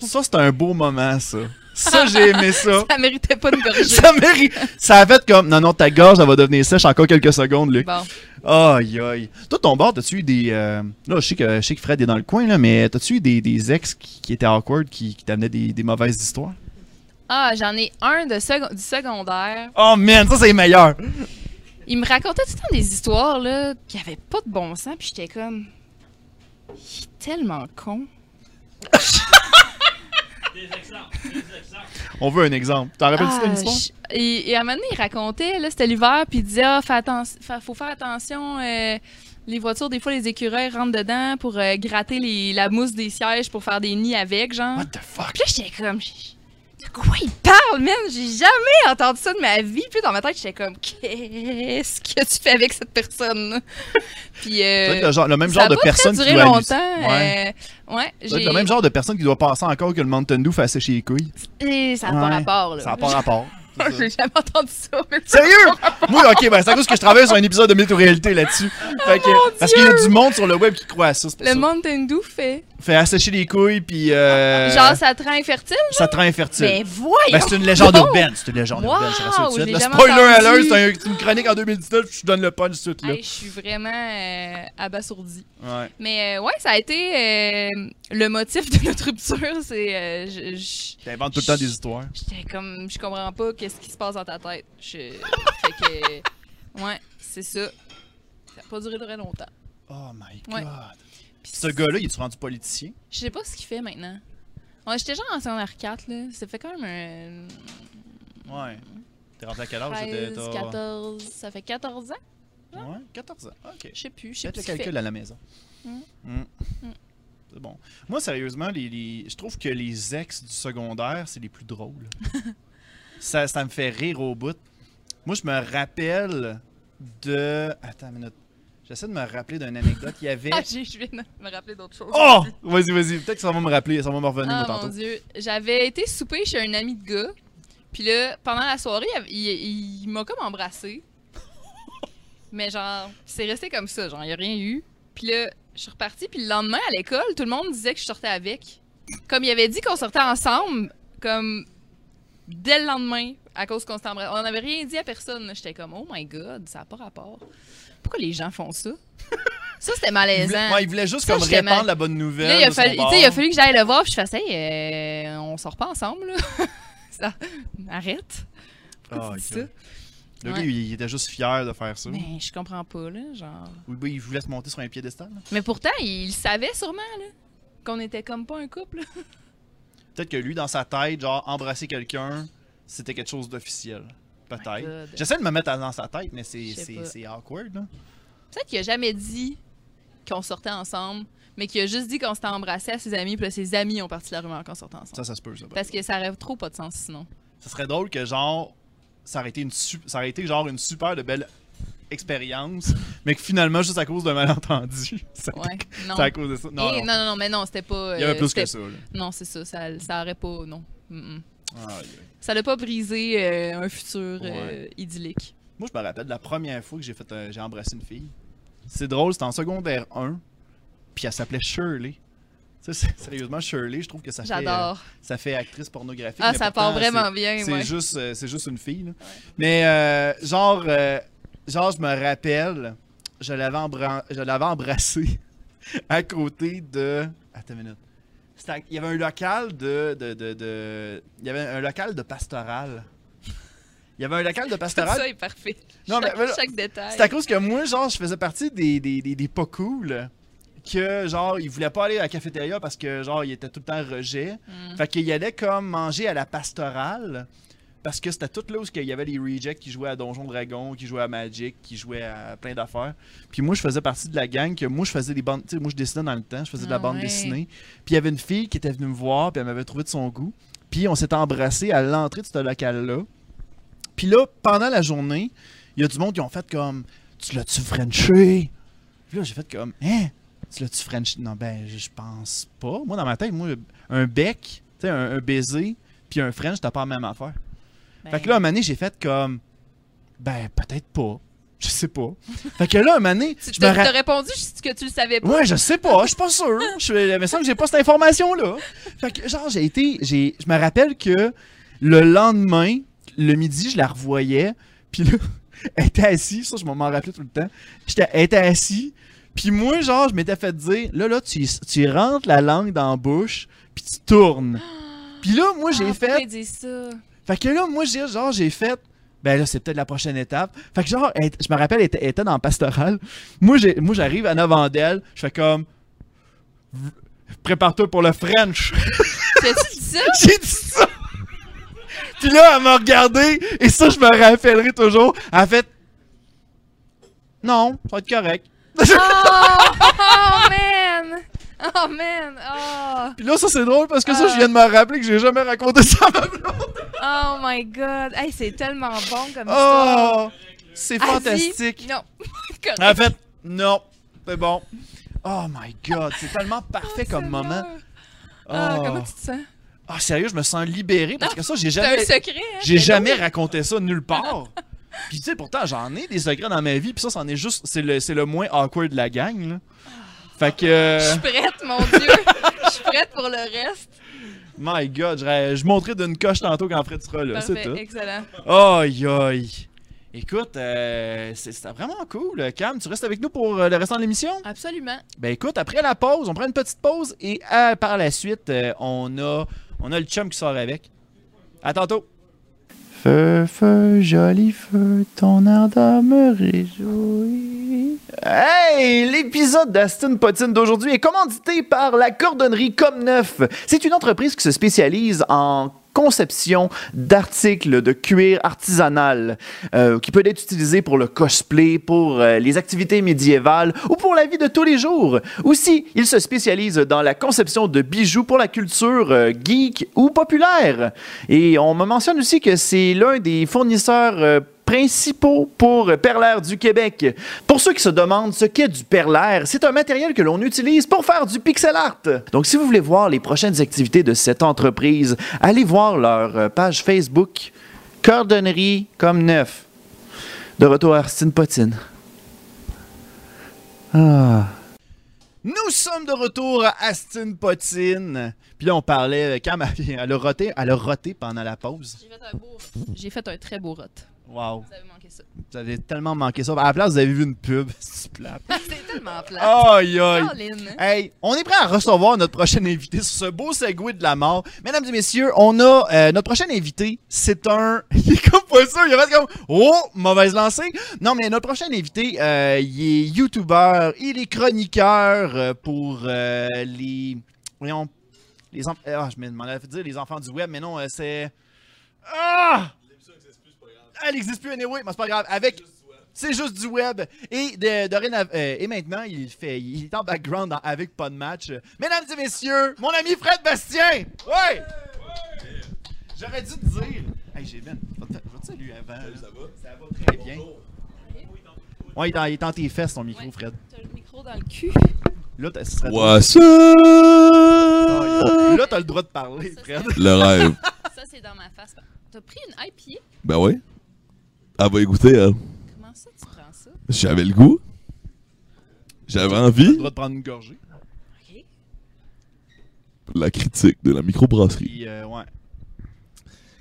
Ça, c'est un beau moment, ça. Ça, j'ai aimé ça. Ça méritait pas de gorgée. ça mérite. Ça a fait comme. Non, non, ta gorge, elle va devenir sèche encore quelques secondes, Luc. Bon. Aïe, aïe. Toi, ton bord, t'as-tu eu des. euh, Là, je sais, que, je sais que Fred est dans le coin, là, mais t'as-tu eu des, des ex qui, qui étaient awkward, qui, qui t'amenaient des, des mauvaises histoires? Ah, j'en ai un de seco- du secondaire. Oh, man, ça, c'est meilleur. Il me racontait tout le temps des histoires là, qui avaient pas de bon sens, puis j'étais comme. Il est tellement con. Des exemples, des exemples. On veut un exemple. T'en rappelles-tu Ah, d'une histoire? je- et, et à un moment donné, il racontait, là, c'était l'hiver, puis il disait, ah, fais atten- fa- faut faire attention, euh, les voitures, des fois, les écureuils rentrent dedans pour euh, gratter les- la mousse des sièges pour faire des nids avec, genre. What the fuck? Puis là, j'étais comme, J- de quoi il parle, man? J'ai jamais entendu ça de ma vie. Puis dans ma tête, j'étais comme, qu'est-ce que tu fais avec cette personne? puis, C'est euh, vrai que le, genre- le même ça genre a de pas très personne qui duré doit halluc- longtemps. Ouais. Ça euh, ouais, doit être j'ai. le même genre de personne qui doit passer encore que le Mountain Dew fait sécher les couilles. Et ça n'a Ouais. pas rapport, là. Ça n'a pas rapport. C'est ça. J'ai jamais entendu ça. mais- Sérieux? Moi, ok, ben c'est à cause que je travaille sur un épisode de Mythe ou Réalité là-dessus. Fait que- parce qu'il y a du monde sur le web qui croit à ça. c'est pour Le ça. Mountain Dew fait. Fait assécher les couilles, puis euh, Genre, ça te rend infertile? ça te rend infertile. Mais voyons! Ben, c'est une légende donc! urbaine, c'est une légende Wow, urbaine, je te rassure tout de je suite. l'ai Le jamais spoiler entendu. alert, c'est un- c'est une chronique en 2019, puis je te donne le punch tout de suite Hey, je suis vraiment euh, abasourdie. là. Ouais. Mais euh, ouais, ça a été euh, le motif de notre rupture. C'est. euh, je- je- T'inventes tout le temps des histoires. J'étais comme. Je comprends pas qu'est-ce qui se passe dans ta tête. Je, fait que. Ouais, c'est ça. Ça a pas duré très longtemps. Oh my god. Ouais. Puis ce gars-là, il est rendu politicien. Je sais pas ce qu'il fait maintenant. Ouais, j'étais genre en secondaire 4, là. Ça fait quand même Mm-hmm. Ouais. T'es rendu à quel un. âge? T'étais- 13, t'as- 14. Ça fait 14 ans? Ouais, 14 ans. Ok. Je sais plus. Je sais Faites plus. le ce qu'il fait. calcul à la maison. Mm. Mm. Mm. C'est bon. Moi, sérieusement, les, les- je trouve que les ex du secondaire, c'est les plus drôles. ça, ça me fait rire au bout. Moi, je me rappelle de. Attends une minute. J'essaie de me rappeler d'une anecdote. Il y avait. Ah, j'ai- je viens de me rappeler d'autres choses. Oh Vas-y, vas-y. Peut-être que ça va me rappeler. Ça va me revenir, Ah moi, mon tantôt. dieu, j'avais été souper chez un ami de gars. Puis là, pendant la soirée, il, il- il m'a comme embrassé. Mais genre, c'est resté comme ça, genre, il n'y a rien eu. Puis là, je suis repartie. Puis le lendemain, à l'école, tout le monde disait que je sortais avec. Comme il avait dit qu'on sortait ensemble, comme dès le lendemain, à cause qu'on s'était embrassé. On n'avait rien dit à personne. là. J'étais comme, oh my god, ça n'a pas rapport. Pourquoi les gens font ça? ça, c'était Il malaisant. voulait, ouais, il voulait juste Ça, comme j'étais mal- répandre la bonne nouvelle. Là, il a, de son fallu, tu bord. sais, il a fallu que j'aille le voir, puis je fasse, hey, euh, on sort pas ensemble, là. Ça- arrête. Ah, Pourquoi tu dis ok. ça? Le gars, Ouais. il, il était juste fier de faire ça. Mais je comprends pas, là, genre. Oui, oui, il voulait se monter sur un piédestal. là. Mais pourtant, il le savait sûrement, là, qu'on était comme pas un couple. Peut-être que lui, dans sa tête, genre, embrasser quelqu'un, c'était quelque chose d'officiel. Oh My Peut-être. God. J'essaie de me mettre dans sa tête, mais c'est, Je sais c'est, pas. c'est awkward. Là. Peut-être qu'il a jamais dit qu'on sortait ensemble, mais qu'il a juste dit qu'on s'était embrassé à ses amis, puis là, ses amis ont parti la rumeur qu'on sortait ensemble. Ça, ça se peut, ça. par Parce exemple. que ça aurait trop pas de sens sinon. Ça serait drôle que, genre, ça aurait été, une su- ça aurait été genre une super de belle expérience, mais que finalement, juste à cause d'un malentendu, ça- Ouais, non. c'est à cause de ça. Non, Eh, non. non, non, non, mais non, c'était pas. Il y avait euh, plus que c'était- ça. là. Non, c'est ça, ça, ça aurait pas, non. Mm, mm. Aïe, aïe. Ça l'a pas brisé euh, un futur euh, Ouais. idyllique. Moi, je me rappelle de la première fois que j'ai fait, un- j'ai embrassé une fille. C'est drôle, c'était en secondaire 1, puis elle s'appelait Shirley. Tu sais, c'est- sérieusement, Shirley, je trouve que ça fait, euh, J'adore. ça fait actrice pornographique. Ah, mais ça pourtant, part vraiment bien, C'est ouais. juste, euh, c'est juste une fille. là. Mais euh, genre, euh, genre, je me rappelle, je l'avais embra- je l'avais embrassée à côté de. Attends une minute. C'était à- Il y avait un local de, de, de, de- Il y avait un local de pastoral. Il y avait un local de Tout pastoral. ça est parfait. Non, chaque, mais- mais- chaque détail. C'est à cause que moi, genre, je faisais partie des, des, des, des pas cool que, genre, ils voulaient pas aller à la cafétéria parce que, genre, il était tout le temps rejet. Mm. Fait qu'il allait comme manger à la pastorale parce que c'était tout là où il y avait les rejects qui jouaient à Donjon Dragon, qui jouaient à Magic, qui jouaient à plein d'affaires. Puis moi, je faisais partie de la gang que moi, je faisais des bandes. Tu sais, moi, je dessinais dans le temps, je faisais de la Ah bande ouais. dessinée. Puis il y avait une fille qui était venue me voir, puis elle m'avait trouvé de son goût. Puis on s'est embrassé à l'entrée de ce local-là. Puis là, pendant la journée, il y a du monde qui ont fait comme Tu l'as-tu Frenché Puis là, j'ai fait comme Hein Tu l'as-tu Frenché Non, ben, je je pense pas. Moi, dans ma tête, moi, un bec, tu sais, un, un baiser, puis un French, t'as pas la même affaire. Ben, Fait que là, un moment donné, j'ai fait comme Ben, peut-être pas. Je sais pas. fait que là, un moment donné, tu je me t'as ra- t'as répondu juste que tu le savais pas. Ouais, je sais pas, je suis pas sûr. Je il me semble que j'ai pas cette information là. Fait que genre j'ai été j'ai je me rappelle que le lendemain, le midi, je la revoyais, puis là elle était assise, ça je m'en rappelais tout le temps. J'étais elle était assise, puis moi genre je m'étais fait dire là là tu tu rentres la langue dans la bouche, puis tu tournes. Puis là moi j'ai Ah, pourquoi fait il dit ça. fait que là, moi, j'ai, genre, j'ai fait. Ben là, c'est peut-être la prochaine étape. Fait que genre, elle- je me rappelle, elle était, elle était dans le pastoral. Moi, j'ai, moi, j'arrive en avant d'elle. Je fais comme. Prépare-toi pour le French. T'as-tu dit ça? j'ai dit ça. Puis là, elle m'a regardé, et ça, je me rappellerai toujours. Elle a fait Non, ça va être correct. Oh, oh man! Oh man! Oh! Puis là, ça, c'est drôle parce que ça, Ah. je viens de me rappeler que j'ai jamais raconté ça à ma blonde. Oh my god! Hey, c'est tellement bon comme histoire. Oh, c'est Ah, si. fantastique. Non. Correct. En fait, non, c'est bon. Oh my god, c'est tellement parfait comme Seigneur. moment. Oh, Ah, Oh. comment tu te sens? Ah, sérieux, je me sens libéré parce que ça, j'ai T'as un jamais, secret, hein? j'ai Mais non. jamais raconté ça nulle part. Puis tu sais, pourtant, j'en ai des secrets dans ma vie, puis ça, c'en est juste, c'est le, c'est le moins awkward de la gang, là. Fait que, Je euh, suis prête, mon Dieu! Je suis prête pour le reste. my god, je, je montrerai d'une coche tantôt quand Fred sera là, c'est tout. Parfait, excellent. Aïe, aïe. Écoute, euh, c'est- c'était vraiment cool. Cam, tu restes avec nous pour euh, le restant de l'émission? Absolument. Ben écoute, après la pause, on prend une petite pause et euh, par la suite, euh, on, a, on a le chum qui sort avec. À tantôt! Feu, feu, joli feu, ton ardeur me réjouit. Hey! L'épisode d'Aston Potine d'aujourd'hui est commandité par la cordonnerie Comme Neuf. C'est une entreprise qui se spécialise en conception d'articles de cuir artisanal euh, qui peut être utilisé pour le cosplay, pour euh, les activités médiévales ou pour la vie de tous les jours. Aussi, il se spécialise dans la conception de bijoux pour la culture euh, geek ou populaire. Et on me mentionne aussi que c'est l'un des fournisseurs euh, principaux pour Perlaire du Québec. Pour ceux qui se demandent ce qu'est du Perlaire, c'est un matériel que l'on utilise pour faire du pixel art. Donc si vous voulez voir les prochaines activités de cette entreprise, allez voir leur euh, page Facebook Cordonnerie comme neuf. De retour à Arstine Potine. Ah. Nous sommes de retour à Astin Potine. Puis là, on parlait, euh, quand elle a roté, elle a roté pendant la pause. J'ai fait un beau... J'ai fait un très beau rot. Wow. Vous avez manqué ça. Vous avez tellement manqué ça. À la place, vous avez vu une pub. C'est plate. C'est tellement Ah, plat. Aïe, aïe. Caroline. Hey, on est prêt à recevoir notre prochain invité sur ce beau segway de la mort. Mesdames et messieurs, on a euh, notre prochain invité, c'est un. Il est comme pas sûr, il reste comme. Oh, mauvaise lancée. Non, mais notre prochain invité, euh, il est youtubeur, il est chroniqueur euh, pour euh, les. Voyons. Les enfants. Ah, je me demandais de dire les enfants du web, mais non, euh, c'est. Ah! L'émission n'existe plus, c'est pas grave. Elle existe plus anyway, mais c'est pas grave. Avec Juste du web. c'est juste du web. Et, de, dorénav- euh, et maintenant, il, fait, il est en background dans- avec pas de match. Mesdames et messieurs, mon ami Fred Bastien! Ouais! J'aurais dû te dire. Hey, j'ai Ben, je vais te- je vais te saluer avant. Salut, ça là. va? Ça va très bien. Bonjour. Ouais, il est dans- il est dans tes fesses, ton micro, Fred. T'as le micro dans le cul. Là, t'as ce serait- What's Ah, Là, t'as le droit de parler, Ça, Fred. c'est- Le rêve. Ça, c'est dans ma face. T'as pris une IPA? Ben oui. Elle va écouter, elle. Comment ça tu prends ça? J'avais le goût. J'avais T'as le envie. droit de prendre une gorgée. OK. La critique de la microbrasserie. Puis, euh, ouais.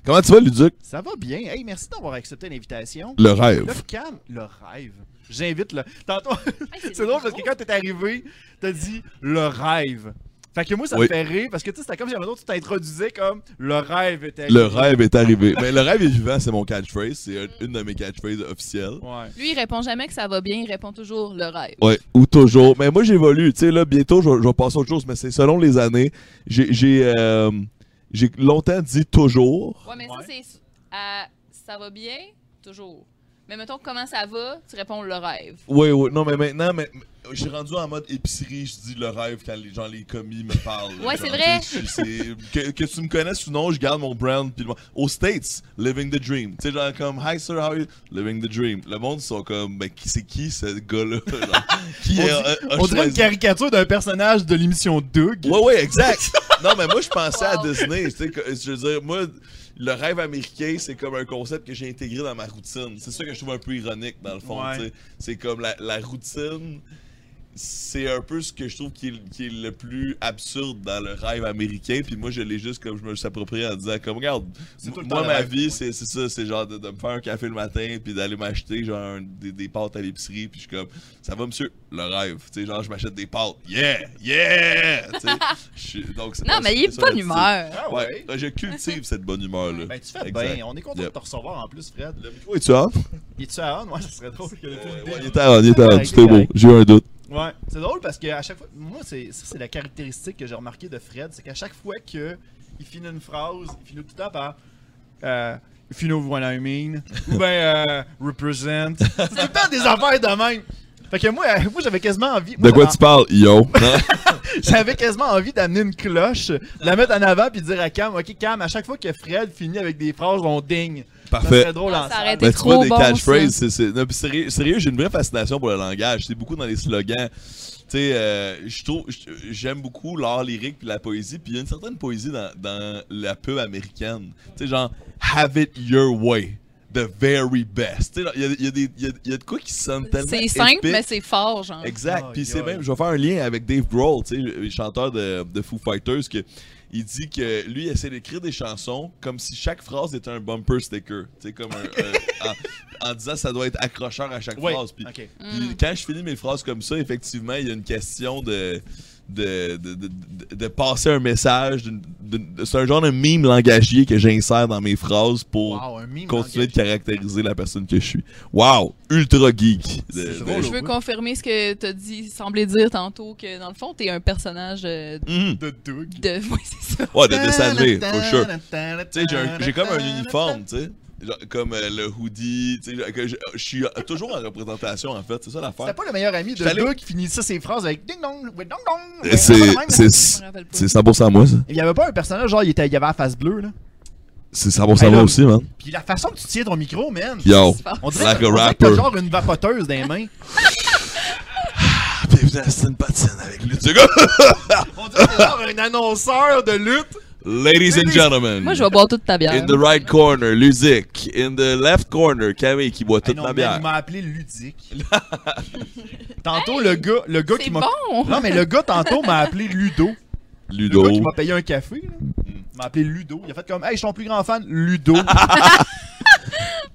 Comment tu vas, Luduc? Ça va bien. Hey, merci d'avoir accepté l'invitation. Le Là, rêve. Cam, le rêve. J'invite le. Tantôt, Hey, c'est drôle parce que drôle. quand t'es arrivé, t'as dit le rêve. Fait que moi, ça Oui. me fait rire parce que tu sais, c'était comme si l'autre, tu t'introduisais comme le rêve était. Le rêve est arrivé. Mais le rêve est vivant, c'est mon catchphrase. C'est un- une de mes catchphrases officielles. Ouais. Lui, il répond jamais que ça va bien, il répond toujours le rêve. Ouais, ou toujours. Mais moi, j'évolue. Tu sais, là, bientôt, je vais- je vais passer à autre chose, mais c'est selon les années. J'ai j'ai, euh, j'ai longtemps dit toujours. Ouais, mais Ouais. ça, c'est à ça va bien, toujours. Mais mettons, comment ça va, tu réponds le rêve. Ouais, ouais. Non, mais maintenant, mais, mais- je suis rendu en mode épicerie. Je dis le rêve quand les gens, les commis me parlent. Ouais, Genre, c'est vrai. tu sais, c'est- Que, que tu me connaisses ou non, je garde mon brand. Puis le- Aux States, living the dream. Tu sais, genre comme, hi sir, how are you? Living the dream. Le monde, ils sont comme, ben, qui- c'est qui ce gars-là? Genre, qui On est. euh, dit- a- a On dirait une choisi- caricature d'un personnage de l'émission Doug. Ah, Ouais, ouais, exact. non, mais moi, je pensais à Wow. Disney. Tu sais, que- je veux dire, moi, le rêve américain, c'est comme un concept que j'ai intégré dans ma routine. C'est ça que je trouve un peu ironique, dans le fond. Ouais. tu sais. C'est comme la, la routine, c'est un peu ce que je trouve qui est, qui est le plus absurde dans le rêve américain. Puis moi, je l'ai juste comme je me suis approprié en disant, comme, regarde, C'est tout le temps moi, le ma rêve, ouais. vie, c'est c'est ça. C'est genre de, de me faire un café le matin, puis d'aller m'acheter, genre, un- des, des pâtes à l'épicerie. Puis je suis comme, ça va, monsieur, le rêve. Tu sais, genre, je m'achète des pâtes. Yeah! Yeah! Tu sais, je suis- donc, c'est- Non, mais il c'est est ça, pas le titre. d'humeur. Ah Ouais, ben, je cultive cette bonne humeur-là. Ben, tu fais Exact. bien. On est content Yep. de te recevoir en plus, Fred. Le micro est-tu off? Il tu à on? Ouais, ça serait drôle. que le Euh, tout le ouais, il dé- est à on, il est à on, Correct, C'était beau. correct. J'ai eu un doute. Ouais, c'est drôle parce que à chaque fois, moi c'est ça c'est la caractéristique que j'ai remarqué de Fred, c'est qu'à chaque fois que il finit une phrase, il finit tout le temps par euh, if you know what I mean, ou ben euh, represent. C'est tout le temps des affaires de même. Fait que moi, euh, moi j'avais quasiment envie. moi, De quoi j'avais- tu parles, yo? Hein? J'avais quasiment envie d'amener une cloche, de la mettre en avant puis dire à Cam, ok Cam, à chaque fois que Fred finit avec des phrases, on digne. Ça Parfait. serait drôle Ah, en ça salle. aurait été- Mais T'es Ben, tu vois, trop des bon, catchphrases, c'est- c'est. non, puis sérieux, sérieux, j'ai une vraie fascination pour le langage. C'est beaucoup dans les slogans. Tu sais, euh, je trouve- je- j'aime beaucoup l'art lyrique puis la poésie. Puis il y a une certaine poésie dans, dans la peu américaine. Tu sais, genre, have it your way. The very best. Tu sais, il y a, il y a des- il y a- il y a de quoi qui sonne tellement. C'est simple, épique. mais c'est fort, genre. Exact. Oh, Puis c'est God. même, je vais faire un lien avec Dave Grohl, tu sais, le chanteur de, de Foo Fighters, que il dit que lui il essaie d'écrire des chansons comme si chaque phrase était un bumper sticker, tu sais, comme un- un- en, en disant ça doit être accrocheur à chaque Ouais. phrase. Puis, Ok. puis quand je finis mes phrases comme ça, effectivement, il y a une question de de, de, de- de- de passer un message. d'une- d'une- C'est un genre de mime langagier que j'insère dans mes phrases pour Wow, un mime continuer de engagé. caractériser la personne que je suis. Wow, ultra geek. de- C'est de- drôle. Je veux confirmer ce que t'as dit, semblé dire tantôt, que dans le fond, t'es un personnage euh, Mhm. de Doug. de. Oui, c'est ça. Ouais, de dessaler, for sure. Tu sais, j'ai un- j'ai comme un uniforme, tu sais. Genre, Comme euh, le hoodie, tu sais, que je je suis toujours en représentation, en fait. C'est C'était ça l'affaire. pas le meilleur ami de J'étais allé- Doug qui finit ça ses phrases avec ding dong, ouais, dong dong. Euh, Ouais, c'est- pas de même, là. Je C'est me rappelle pas. c'est 100% moi, ça. Il y avait pas un personnage genre il était il avait la face bleue là. C'est 100% Hey, moi là, aussi, man. Puis la façon que tu tiens ton micro, man. Yo. C'est fort. On dirait, Like que- a on dirait que t'as rapper. genre une vapoteuse dans les mains. Bienvenue à Aston Patine avec lui. Tu gars. On dirait que t'es genre un annonceur de lutte. Ladies and gentlemen. Moi, je vais boire toute ta bière. In the right corner, Luzik. In the left corner, Camille qui boit Hey, toute non, ma man, bière. Il m'a appelé ludique. tantôt le gars, le gars C'est qui m'a bon! Non mais le gars tantôt m'a appelé Ludo. Le Ludo. Mm. gars qui m'a payé un café là. Il m'a appelé Ludo. Il a fait comme Hey, je suis ton plus grand fan, Ludo.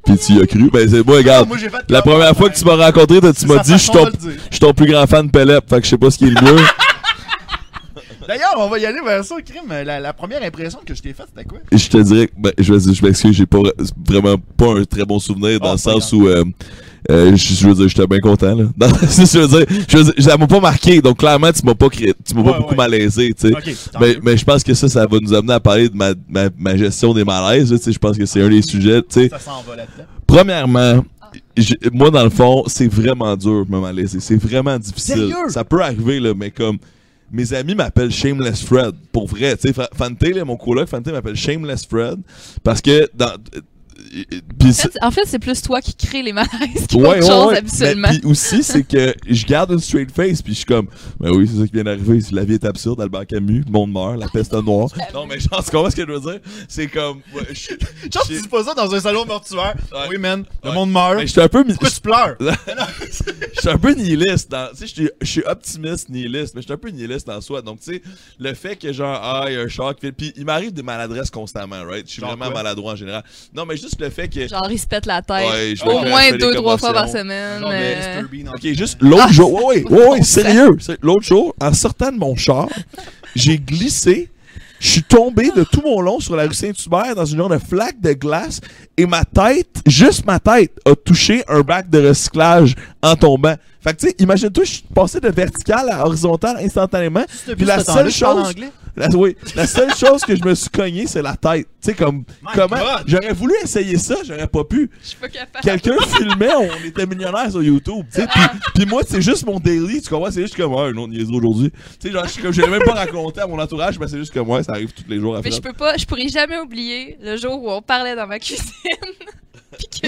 Puis tu y as cru. Ben, c'est moi, regarde. Moi j'ai fait La comme, première fois que tu m'as rencontré, t'as- tu C'est m'as sa dit, je suis façon de ton- le dire. je suis ton plus grand fan de Pelep. Fait que je sais pas ce qui est le mieux. D'ailleurs, on va y aller vers ça, Crime. La, la première impression que je t'ai faite, c'était quoi? je te dirais, que- ben, je, vais- je m'excuse, j'ai pas vraiment pas un très bon souvenir dans Ah, le pas sens où euh, euh, je, je veux dire, j'étais bien content là. Dans- je veux dire, je veux dire, ça m'a pas marqué, donc clairement tu m'as pas créé, tu m'as Ouais, pas beaucoup ouais. malaisé, tu sais. Ok, tant mais mieux. mais je pense que ça, ça va nous amener à parler de ma, ma, ma gestion des malaises, là, tu sais. Je pense que c'est un des sujets, tu sais. Ça s'en va là-dedans. Premièrement, j'ai- moi dans le fond, c'est vraiment dur de me malaiser. C'est vraiment difficile. Sérieux? Ça peut arriver là, mais comme mes amis m'appellent Shameless Fred pour vrai. Tu sais, Fa- Fante, là, mon coloc Fante m'appelle Shameless Fred parce que dans euh, euh, puis En c'est- fait, en fait, c'est plus toi qui crée les malaises qu'autre chose, absolument. Mais puis aussi, c'est que je garde une straight face, puis je suis comme, ben oui, c'est ça qui vient d'arriver. La vie est absurde, Albert Camus, le monde meurt, la peste noire. non, mais genre, tu comprends ce que je veux dire? C'est comme, ouais, je Genre, je- tu dis pas ça dans un salon mortuaire. Ouais. Oui, man, le Ouais. monde meurt. mais je suis un peu mis- Pourquoi tu pleures? je suis un peu nihiliste dans. Tu sais, je suis- je suis optimiste, nihiliste, mais je suis un peu nihiliste en soi. Donc, tu sais, le fait que genre, ah, il y a un char qui fait. Puis, il m'arrive des maladresses constamment, right? Je suis Genre vraiment quoi? maladroit en général. Non, mais juste le fait que. Genre, il se pète la tête. Ouais, je me Au fais- moins je fais deux, des trois fois par commotions. semaine. Non, Ah, mais euh, Mr. Bean, en Ok, fait. juste l'autre jour. Ouais, ouais, ouais, ouais, sérieux. C'est- L'autre jour, en sortant de mon char, j'ai glissé. Je suis tombé de tout mon long sur la rue Saint-Hubert dans une genre de flaque de glace et ma tête, juste ma tête, a touché un bac de recyclage en tombant. Fait que tu sais, imagine-toi, je suis passé de vertical à horizontal instantanément. Puis la Depuis ce temps-là, seule tu parles chose, anglais? la, oui, la seule chose que je me suis cogné, c'est la tête. Tu sais, comme, My comment, God! j'aurais voulu essayer ça, j'aurais pas pu Je suis pas capable. quelqu'un filmait, on était millionnaire sur YouTube, tu sais. Puis, puis moi, c'est juste mon daily, tu comprends? C'est juste comme, ouais, un autre niaiseux aujourd'hui. Tu sais, genre, je suis comme, je l'ai même pas raconté à mon entourage, mais c'est juste comme, ouais, ça arrive tous les jours à Mais faire. je peux pas, je pourrais jamais oublier le jour où on parlait dans ma cuisine. Puis que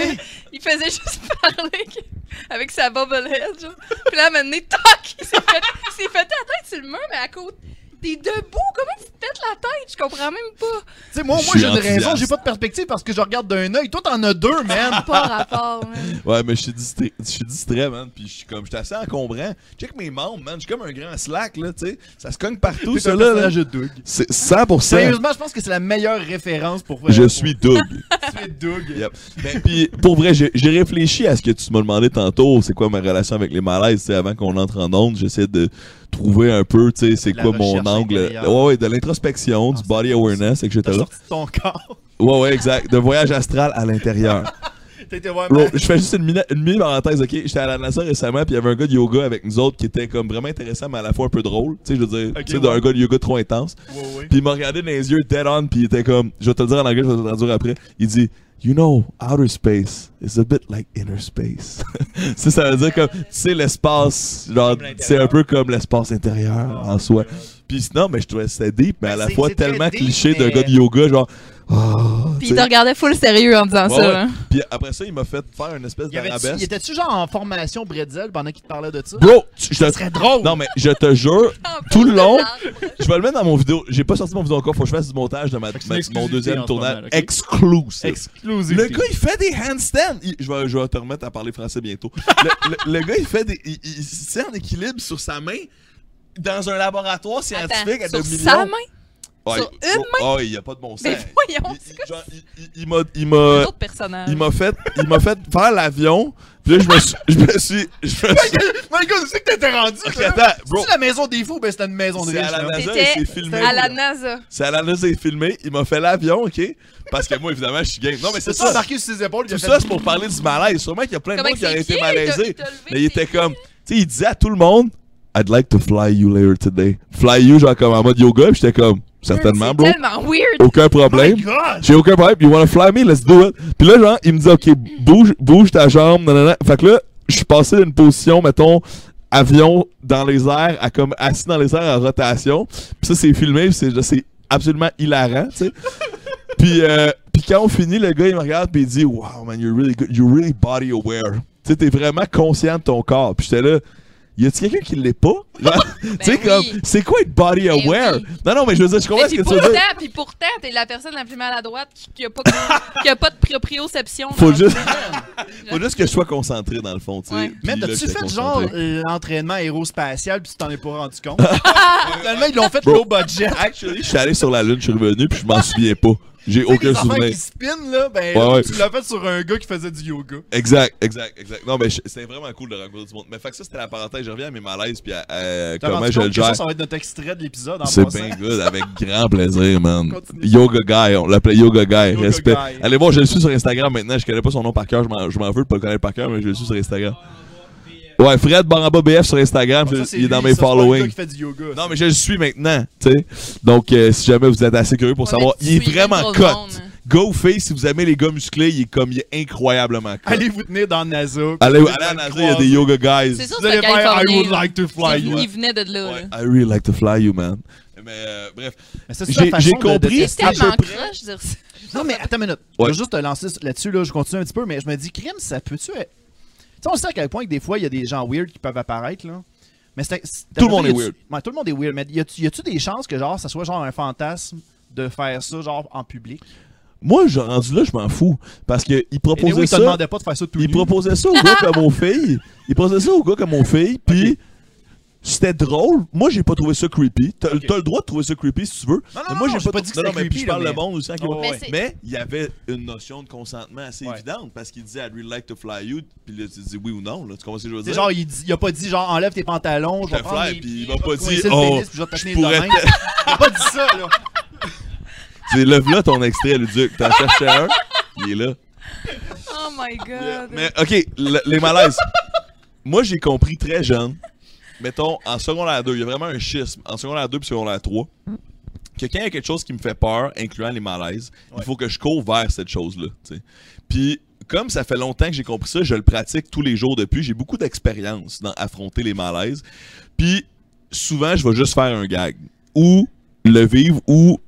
il faisait juste parler que- avec sa bobblehead, genre. Puis là, à un moment donné, toc! Il s'est fait, il s'est fait la tête sur le mur, mais à cause. T'es debout, comment tu te pètes la tête? Je comprends même pas. Tu sais, moi, Je moi suis j'ai une raison, enthousiaste. j'ai pas de perspective parce que je regarde d'un œil. Toi, t'en as deux, man. Pas rapport, hein. man. Ouais, mais je suis distrait, je suis distrait, man. Puis je suis comme, j'étais assez encombrant. Check mes membres, man. Je suis comme un grand slack, là, tu sais. Ça se cogne partout, T'es ça, un là. là. personnage de Doug. C'est 100%. Sérieusement, je pense que c'est la meilleure référence pour Je suis Doug. pour tuer Doug. Yep. Ben, puis, pour vrai, j'ai j'ai réfléchi à ce que tu m'as demandé tantôt, c'est quoi ma relation avec les malaises, tu sais, avant qu'on entre en onde, j'essaie de trouver un peu, tu sais, c'est la quoi mon recherche angle. intérieure. Ah, Ouais, ouais, de l'introspection, du c'est body awareness, T'as etc. sorti de ton corps. Ouais, ouais, exact. De voyage astral à l'intérieur. T'as été voir Bro, ma- je fais juste une mini, une mini parenthèse, ok? J'étais à la NASA récemment, puis il y avait un gars de yoga avec nous autres qui était comme vraiment intéressant, mais à la fois un peu drôle. Tu sais, je veux dire, Ok, tu sais, ouais. d'un gars de yoga trop intense. Ouais, ouais. Puis il m'a regardé dans les yeux dead on, puis il était comme, je vais te le dire en anglais, je vais te le traduire après. Il dit, You know, outer space is a bit like inner space. ça, ça veut dire comme, tu sais, l'espace, genre, Comme l'intérieur. Ah, c'est un peu comme l'espace intérieur en soi. Puis non, mais je trouvais ça deep, mais Ben, à la c'est- fois c'est très tellement deep, cliché d'un mais- gars de yoga, genre, Ah, tu Puis sais. il te regardait full sérieux en disant Ouais, ça. hein. ouais. là. Puis après ça, il m'a fait faire une espèce Y avait-tu- d'arabesque. y était-tu genre en formation Bretzel pendant qu'il te parlait de ça? Bro, tu- je Ça te... serait drôle! Non, mais je te jure, En plus Tout le de long, l'arbre. je vais le mettre dans mon vidéo. J'ai pas sorti mon vidéo encore, faut que je fasse du montage de ma, Fait que c'est ma- une exclusivité mon en deuxième ce moment, tournage. ok? Exclusif. Exclusif. le gars, il fait des handstands. Il- Je, vais, je vais te remettre à parler français bientôt. Le, le- le gars, il fait des. Il, il se tient en équilibre sur sa main dans un laboratoire scientifique à Attends, sur deux millions. sa main? Ouais, sur il- une oh, il y a pas de bon sens. Mais voyons, Il- c'est il- quoi genre, il- il- il m'a- il m'a. un autre personnage? Il m'a fait, il m'a fait faire l'avion. Puis là, je me suis, je me suis, je me suis. My God, où c'est que t'étais rendu? Ok, là? attends, bro. C'est la maison des fous, ben c'était une maison de C'est riches. à la là. NASA, C'était il s'est filmé. À la NASA. C'est à la NASA, il s'est filmé. Il m'a fait l'avion, ok? Parce que moi, évidemment, je suis game. Non, mais c'est C'est ça ça. embarqué sur ses épaules. il a Tout fait- ça, c'est pour parler du malaise. Sûrement qu'il y a plein de Comment monde qui aurait c'est été qui? malaisé. T'as- t'as levé Mais il tes- était comme. Tu sais, il disait à tout le monde, I'd like to fly you later today. Fly you, genre comme en mode yoga. Puis j'étais comme, certainement, bro. C'est tellement weird. Aucun My problème. God! J'ai aucun problème. You wanna fly me? Let's do it. Puis là, genre, il me dit, OK, bouge, bouge ta jambe. Nanana. Fait que là, je suis passé d'une position, mettons, avion dans les airs, à comme assis dans les airs en rotation. Puis ça, c'est filmé, puis c'est c'est absolument hilarant, tu sais. puis, euh, puis quand on finit, le gars, il me regarde, puis il dit, Wow, man, you're really good. You're really body aware. Tu sais, t'es vraiment conscient de ton corps. Puis j'étais là, y a-tu quelqu'un qui l'est pas? Genre, tu sais, Ben oui. comme, c'est quoi être body Ben aware? oui. Non, non, mais je veux dire, je Mais comprends ce puis que tu veux pourtant, dire. puis pourtant, t'es la personne la plus maladroite qui, qui a pas qui a pas de proprioception. dans Faut la juste. vie. Faut juste que je sois concentré dans le fond, tu sais. Ouais. Puis Même, là, t'as-tu j'étais fait genre concentré. euh, l'entraînement aérospatial puis tu t'en es pas rendu compte? Finalement, ils l'ont fait Bro. low budget. Actually, je suis allé sur la lune, je suis revenu, puis je m'en souviens pas. J'ai Tu sais, les aucun affaires souvenir. qui spinent, là, ben, Ouais, ouais. tu l'as fait sur un gars qui faisait du yoga. Exact, exact, exact. Non, mais je- c'était vraiment cool de rencontrer du monde. Mais fait que ça, c'était la parenthèse. Je reviens à mes malaises, puis à, à T'as comment rendu je compte le que ça, gère. ça va être notre extrait de l'épisode en C'est passant. bien good, avec grand plaisir, man. Continue. Yoga Guy, on l'appelait Yoga Guy, Yoga respect. Guy. Allez voir, je le suis sur Instagram maintenant. Je connais pas son nom par cœur, je m'en- je m'en veux de pas le connaître par cœur, mais je le suis sur Instagram. Ouais, Fred Baramba BF sur Instagram, Bon, Ah ça, je- c'est il est dans lui, mes ça, c'est pas le gars followings. qui fait du yoga. Non, mais je le suis maintenant, tu sais. Donc, euh, si jamais vous êtes assez curieux pour Ouais, savoir, mais tu il est suis vraiment trop de cut. monde, hein. Go face, si vous aimez les gars musclés, il est comme, il est incroyablement cut. Allez vous tenir dans NASA. allez, allez à NASA, il y a des yoga guys. C'est sûr, Vous c'est allez un faire I Californien, would là. like to fly Il, you. il venait de là. Ouais, là. I really like to fly you, man. Mais euh, bref, Mais ça, J'ai- façon j'ai de- de compris. tester à C'est peu tellement près. croche, dire ça. Non, mais attends une minute. Ouais. Je vais juste te lancer là-dessus, là, je continue un petit peu, mais je me dis, crime, ça peut-tu être. Tu sais, on sait à quel point que des fois, il y a des gens weird qui peuvent apparaître, là. Mais c'est. c'est- Tout le monde y a-tu- est weird. Ouais, tout le monde est weird, mais y a-tu y a-tu des chances que, genre, ça soit genre un fantasme de faire ça, genre, en public moi, je rendu là, je m'en fous. Parce que il Et oui, proposait ils te ça. demandaient pas de faire ça tout Il nu. proposait ça aux gars comme aux filles. Il proposait ça aux gars comme aux filles, puis. C'était drôle. Moi, j'ai pas trouvé ça creepy. T'as Ok. t'as le droit de trouver ça creepy si tu veux. non, Mais non, moi, non, j'ai pas, dit que non, c'était non, mais puis creepy, je parle là, le monde aussi. hein, en Oh, Québec. ouais. c'est- Mais il y avait une notion de consentement assez Ouais. évidente parce qu'il disait I'd really like to fly you. Puis là, tu dis oui ou non. Là, tu comprends ce que je veux C'est dire? genre, il, dit- il a pas dit, genre, enlève tes pantalons, je Je vais te prendre fly, mes puis il pieds, m'a je pas vais te dit, coincer le oh, pénis, puis je vais te tenir pourrais de même. Il a pas dit ça, là. C'est lève là ton extrait, Luduc. T'en cherchais un. Il est là. Oh my god. Mais ok, le- les malaises. Moi, j'ai compris très jeune. Mettons, en secondaire 2, il y a vraiment un schisme. En secondaire 2 puis secondaire 3. Que quand il y a quelque chose qui me fait peur, incluant les malaises, il faut que je cours vers cette chose-là. tu sais. Puis, comme ça fait longtemps que j'ai compris ça, je le pratique tous les jours depuis. J'ai beaucoup d'expérience dans affronter les malaises. Puis, souvent, je vais juste faire un gag. Ou le vivre, ou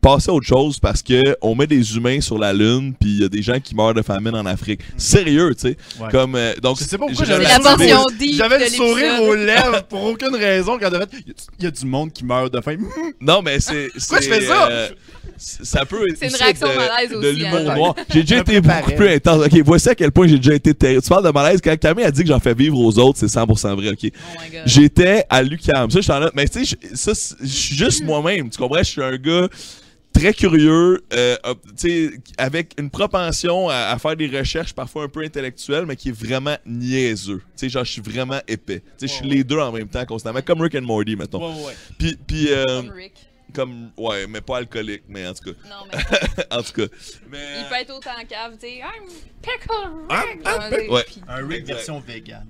passer à autre chose parce que on met des humains sur la lune puis il y a des gens qui meurent de famine en Afrique. Sérieux, tu sais. Mhm. Ouais. Comme euh, donc Je sais pas pourquoi j'ai j'avais la le relativisé. portion sourire- deep J'avais de le sourire l'épisode. aux lèvres pour aucune raison quand de fait, il y a- il y a du monde qui meurt de faim. Non mais c'est Pourquoi c'est, je fais ça? c- ça peut C'est une aussi réaction être de, malaise de aussi, l'humour hein. noir. J'ai déjà Un peu été beaucoup pareil. plus intense. OK, voici à quel point j'ai déjà été terrible. Tu parles de malaise quand Camille a dit que j'en fais vivre aux autres, c'est 100% vrai, OK. Oh my god. J'étais à Lucam. Ça, je t'en ai- Mais tu sais, je- ça, c'est- je suis Mm. juste moi-même. Tu comprends? Je suis un gars très curieux, euh, hop, tu sais, avec une propension à, à faire des recherches parfois un peu intellectuelles, mais qui est vraiment niaiseux. Tu sais, genre, je suis vraiment épais. Tu sais, je suis les deux en même temps, constamment, comme Rick and Morty, mettons. Puis, puis, euh, Comme Rick. Comme, ouais, mais pas alcoolique, mais en tout Non, mais cas. en tout cas. Mais, il peut être autant en cave, tu sais, I'm pickle Ah, Rick! ah, Comment dire, ouais. puis- Un rig Exact. version vegan.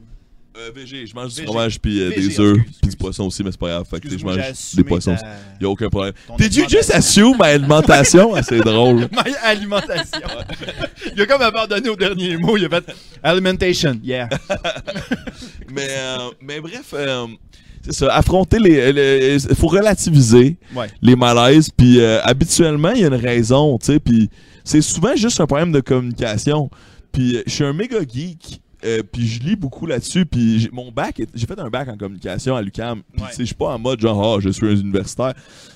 euh, VG, je mange du VG. fromage, puis euh, VG, des œufs, excuse, puis du excuse. poisson aussi, mais c'est pas grave. Fait que tu sais, je Excuse-moi, mange j'ai des assumé poissons. ta- Y'a aucun problème. ton Did you just alimentation. assume my alimentation? Ah, c'est drôle. My alimentation. il a comme abandonné au dernier mot. Il a fait alimentation. Yeah. Mais, euh, mais bref, euh, c'est ça. Affronter les. les- faut relativiser. Ouais. les malaises. Puis euh, habituellement, il y a une raison, tu sais. Puis c'est souvent juste un problème de communication. Puis euh, je suis un méga geek. euh, puis je lis beaucoup là-dessus. Puis j'ai- mon bac, est- j'ai fait un bac en communication à l'UCAM. Puis Ouais. tu sais, je suis pas en mode genre, ah, je suis un universitaire.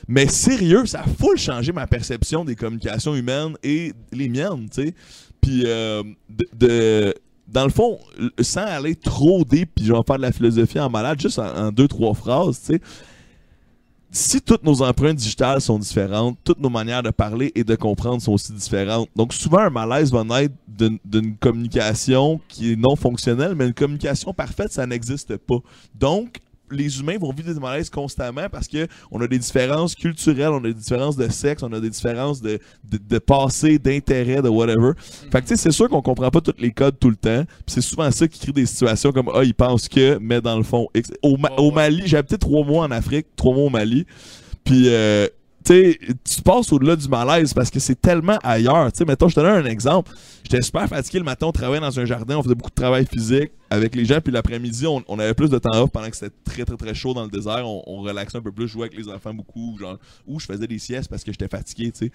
Mais sérieux, ça a full changé ma perception des communications humaines et les miennes, tu sais. Puis euh, de, de- dans le fond, l- sans aller trop deep, puis genre faire de la philosophie en malade, juste en, en deux, trois phrases, tu sais si toutes nos empreintes digitales sont différentes, toutes nos manières de parler et de comprendre sont aussi différentes. Donc souvent, un malaise va naître d'une- d'une communication qui est non fonctionnelle, mais une communication parfaite, ça n'existe pas. Donc, les humains vont vivre des malaises constamment parce que on a des différences culturelles, on a des différences de sexe, on a des différences de, de, de passé, d'intérêt, de whatever. Fait que tu sais, c'est sûr qu'on comprend pas tous les codes tout le temps. Puis c'est souvent ça qui crée des situations comme ah ils pensent que, mais dans le fond, ex- au, Ma- Ouais, au ouais. Mali, j'ai habité trois mois en Afrique, trois mois au Mali. Puis euh, tu sais, tu passes au-delà du malaise parce que c'est tellement ailleurs. Tu sais, mettons, je te donne un exemple. J'étais super fatigué le matin, on travaillait dans un jardin, on faisait beaucoup de travail physique avec les gens, puis l'après-midi, on, on avait plus de temps off pendant que c'était très très très chaud dans le désert, on, on relaxait un peu plus, je jouais avec les enfants beaucoup, genre, ou je faisais des siestes parce que j'étais fatigué, tu sais.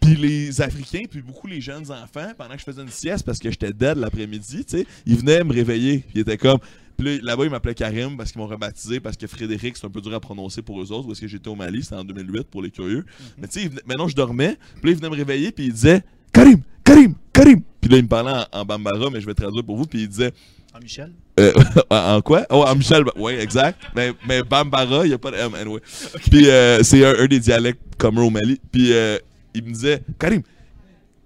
Puis les Africains, puis beaucoup les jeunes enfants, pendant que je faisais une sieste parce que j'étais dead l'après-midi, tu sais, ils venaient me réveiller, puis ils étaient comme. Puis là, là-bas, ils m'appelaient Karim parce qu'ils m'ont rebaptisé, parce que Frédéric, c'est un peu dur à prononcer pour eux autres, parce que j'étais au Mali, c'était en 2008 pour les curieux. Mais tu sais, ils venaient- maintenant je dormais, puis là, ils venaient me réveiller, puis ils disaient Karim, Karim, Karim. Puis là, ils me parlaient en, en bambara, mais je vais traduire pour vous, puis ils disaient Ah, Michel? euh, en quoi? Oh, en Michel. Oui, exact. Mais, mais Bambara, il n'y a pas de M. Anyway. Puis euh, c'est un, un des dialectes communs au Mali. Puis euh, il me disait, Karim,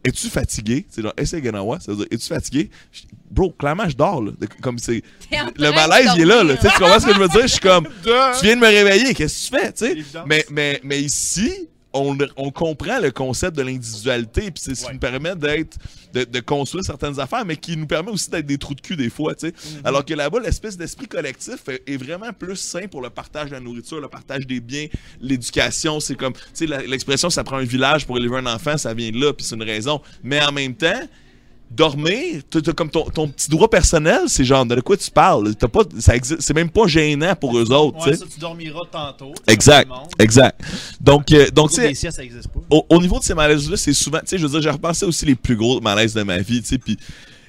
es-tu fatigué? C'est genre, essaye Ganawa. Ça veut dire, es-tu fatigué? Je- Bro, clairement, je dors. Là. De- Comme c'est. T'es en train Le de malaise, il est là. là. dormir. Tu sais, tu comprends ce que je veux dire? Je suis comme, Hein? tu viens de me réveiller, qu'est-ce que tu fais? tu sais? Évidence. Mais, mais, mais ici, on, on comprend le concept de l'individualité, puis c'est ce qui Ouais. nous permet d'être, de, de construire certaines affaires, mais qui nous permet aussi d'être des trous de cul des fois. tu sais. Mhm. Alors que là-bas, l'espèce d'esprit collectif est, est vraiment plus sain pour le partage de la nourriture, le partage des biens, l'éducation. C'est comme, tu sais, la- l'expression ça prend un village pour élever un enfant, ça vient de là, puis c'est une raison. Mais en même temps, dormir, t'as- t'as comme ton, ton petit droit personnel, c'est genre de quoi tu parles. T'as pas, ça existe, c'est même pas gênant pour eux autres. tu Ouais, sais. ça, tu dormiras tantôt. Exact, exact. Donc, euh, donc tu sais, Les siestes, ça existe pas. au, au niveau de ces malaises-là, c'est souvent, tu sais, je veux dire, j'ai repensé aussi les plus gros malaises de ma vie, tu sais, puis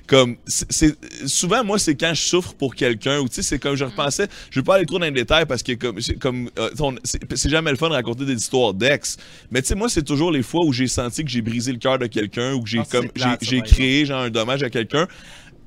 comme, c'est- c'est souvent, moi, c'est quand je souffre pour quelqu'un, ou tu sais, c'est comme Mm. je repensais, je vais pas aller trop dans les détails parce que comme, c'est comme, euh, on- c'est c'est jamais le fun de raconter des histoires d'ex, mais tu sais, moi, c'est toujours les fois où j'ai senti que j'ai brisé le cœur de quelqu'un ou que j'ai Ah, c'est comme, j'ai plate, ça, j'ai par exemple. créé genre un dommage à quelqu'un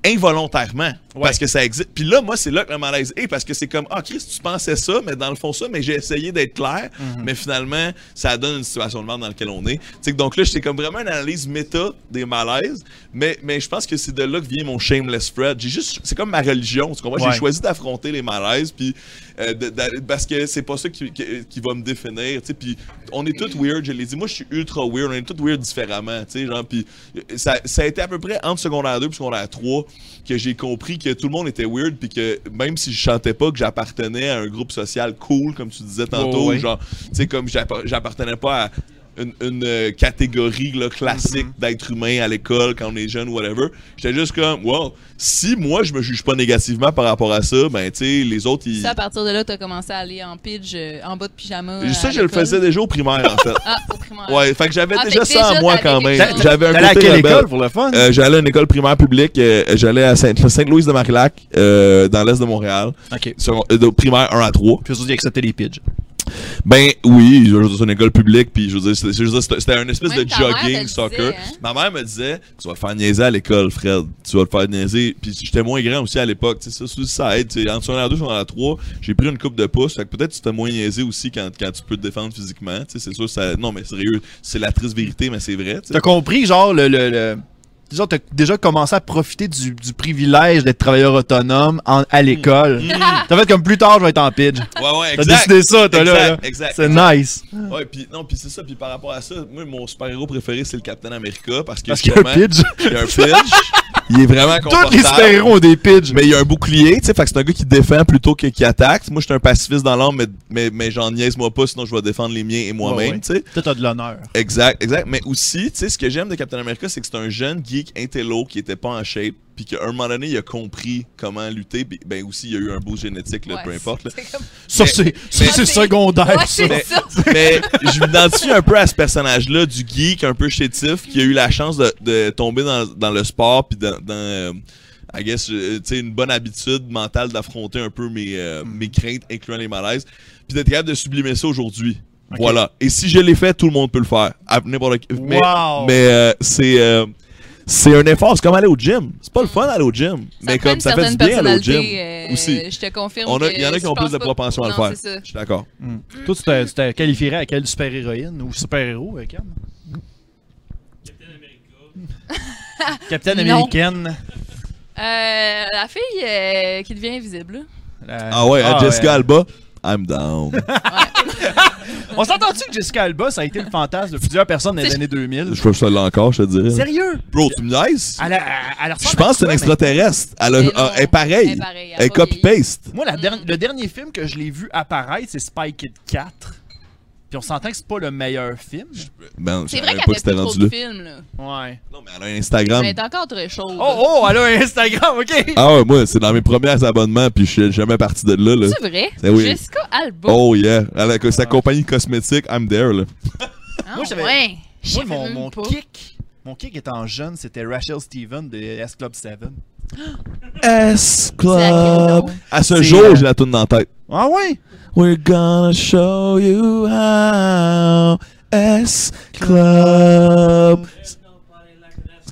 involontairement parce que ça existe. Puis là, moi, c'est là que le malaise est parce que c'est comme, ah, Chris, tu pensais ça, mais dans le fond, ça, mais j'ai essayé d'être clair, mais finalement, ça donne une situation de merde dans laquelle on est. Tu sais, que donc là, j'étais comme vraiment une analyse méta des malaises, mais, mais je pense que c'est de là que vient mon shameless spread. J'ai juste, c'est comme ma religion, tu comprends? Ouais. J'ai choisi d'affronter les malaises, puis euh, de- d'a- parce que c'est pas ça qui, qui- qui va me définir, tu sais, puis on est tous weird, je l'ai dit, moi, je suis ultra weird, on est tous weird différemment, tu sais, genre, puis euh, ça, ça a été à peu près entre secondaire 2 et secondaire 3 que j'ai compris que tout le monde était weird, puis que même si je chantais pas, que j'appartenais à un groupe social cool, comme tu disais tantôt, Oh, ouais. genre, tu sais, comme j'appar- j'appartenais pas à une, une, euh, catégorie là, classique Mm-hmm. d'être humain à l'école quand on est jeune, whatever. J'étais juste comme, wow, si moi je me juge pas négativement par rapport à ça, ben, tu sais, les autres, ils. Ça, à partir de là, t'as commencé à aller en pitch, euh, en bas de pyjama. à ça, je le l'école. faisais déjà au primaire, en fait. Ah, au primaire. Ouais, fait que j'avais Ah, déjà fait que ça en déjà, moi t'avais quand même. quelque chose. J'avais un T'allais à côté quelle rebelle. école pour le fun? Euh, j'allais à une école primaire publique, euh, j'allais à Saint- Sainte-Louise de Marillac, euh, dans l'est de Montréal, ok. second- euh, de primaire 1 à 3. Puis aujourd'hui, accepter les piges. Ben oui, je veux dire, c'est une école publique, puis je veux dire, c'est- je veux dire, c'était c'était un espèce Même de ta mère te jogging le soccer. disait, hein? Ma mère me disait, tu vas te faire niaiser à l'école, Fred. Tu vas te faire niaiser. Puis j'étais moins grand aussi à l'époque, tu sais, ça, ça, ça aide. tu sais. Entre secondaire 2 et secondaire 3, j'ai pris une coupe de pouce, fait que peut-être tu te fais moins niaiser aussi quand, quand tu peux te défendre physiquement, tu sais, c'est sûr, ça, non mais sérieux, c'est la triste vérité, mais c'est vrai, tu sais. T'as compris, genre, le, le, le- Disons, t'as déjà commencé à profiter du, du privilège d'être travailleur autonome en- à l'école. T'as fait comme plus tard, je vais être en pidge. Mmh. Ouais, ouais, T'as exact. décidé ça, toi, là. là. Exact, exact. C'est nice. Ouais, puis non, puis c'est ça. Puis par rapport à ça, moi, mon super-héros préféré, c'est le Capitaine America parce que Parce qu'il y a un justement, pidge. il y a un pitch. il est vraiment Tous les confortable. super-héros ont des pidges. Mais il y a un bouclier, tu sais, fait que c'est un gars qui défend plutôt que qui attaque. Moi, je suis un pacifiste dans l'âme, mais, mais, mais j'en niaise moi pas, sinon je vais défendre les miens et moi-même, Ouais, ouais. tu sais. Toi, t'as de l'honneur. Exact, exact. Mais aussi, tu sais, ce que j'aime de Captain America, c'est que c'est un jeune geek intello qui était pas en shape, puis qu'à un moment donné, il a compris comment lutter. puis ben aussi, il y a eu un beau génétique, là, peu importe. là. C'est comme- Ça, Mais- c'est ça, mais- c'est Ouais, secondaire, ça. c'est ça. Mais je m'identifie un peu à ce personnage-là du geek un peu chétif qui a eu la chance de, de tomber dans, dans le sport puis dans, dans, euh, I guess, euh, tu sais, une bonne habitude mentale d'affronter un peu mes, euh, Hmm. mes craintes, incluant les malaises, puis d'être capable de sublimer ça aujourd'hui. Ok. Voilà. Et si je l'ai fait, tout le monde peut le faire. À n'importe qui- Mais, Wow. mais euh, c'est euh, c'est un effort. C'est comme aller au gym. C'est pas le fun d'aller au gym, mais prend comme une ça fait du certaine bien aller au gym personnalité, euh, aussi. Je te confirme. On a- Il y en a que qui si ont tu plus de penses pas- propension à le Non, faire. c'est ça. Je suis d'accord. Hmm. Toi, tu t'es- tu t'es qualifié à quelle super-héroïne ou super-héros, euh, Cam? Captain America. Capitaine Non. américaine. Euh, la fille euh, qui devient invisible. là. La- Ah ouais, à Jessica ouais. Alba, I'm down. On s'entend-tu que Jessica Alba, ça a été le fantasme de plusieurs personnes dans les C'est- années 2000? Je peux ça là encore, je te dirais. Sérieux? Bro, tu me niaises? Elle a- elle- elle ressemble à Je pense que c'est toi, une mais- extraterrestre. Elle, a- Mais non, elle est pareille. elle est pareille, elle Elle est a pas copy-paste. Moi, la derni- le dernier film que je l'ai vu apparaître, c'est Spy Kid 4. Puis on s'entend que c'est pas le meilleur film. Ben, je C'est vrai qu'elle savais pas fait que c'était plus trop rendu là. de films, là. Ouais. Non, mais elle a un Instagram. Mais elle est encore très chaude. Oh, oh, elle a un Instagram, OK? Ah ouais, moi, c'est dans mes premiers abonnements, puis je suis jamais parti de là, là. C'est vrai? Eh oui. Jessica Alba. Oh yeah. Elle a sa Ouais. compagnie cosmétique, I'm there, là. Ah, Moi, j'avais- ouais. Je Moi, savais mon, même mon pas. kick, mon kick étant jeune, c'était Rachel Steven de S Club 7. S-Club. Club. À ce C'est, jour, euh, j'ai la toune dans la tête. Ah ouais? We're gonna show you how S-Club.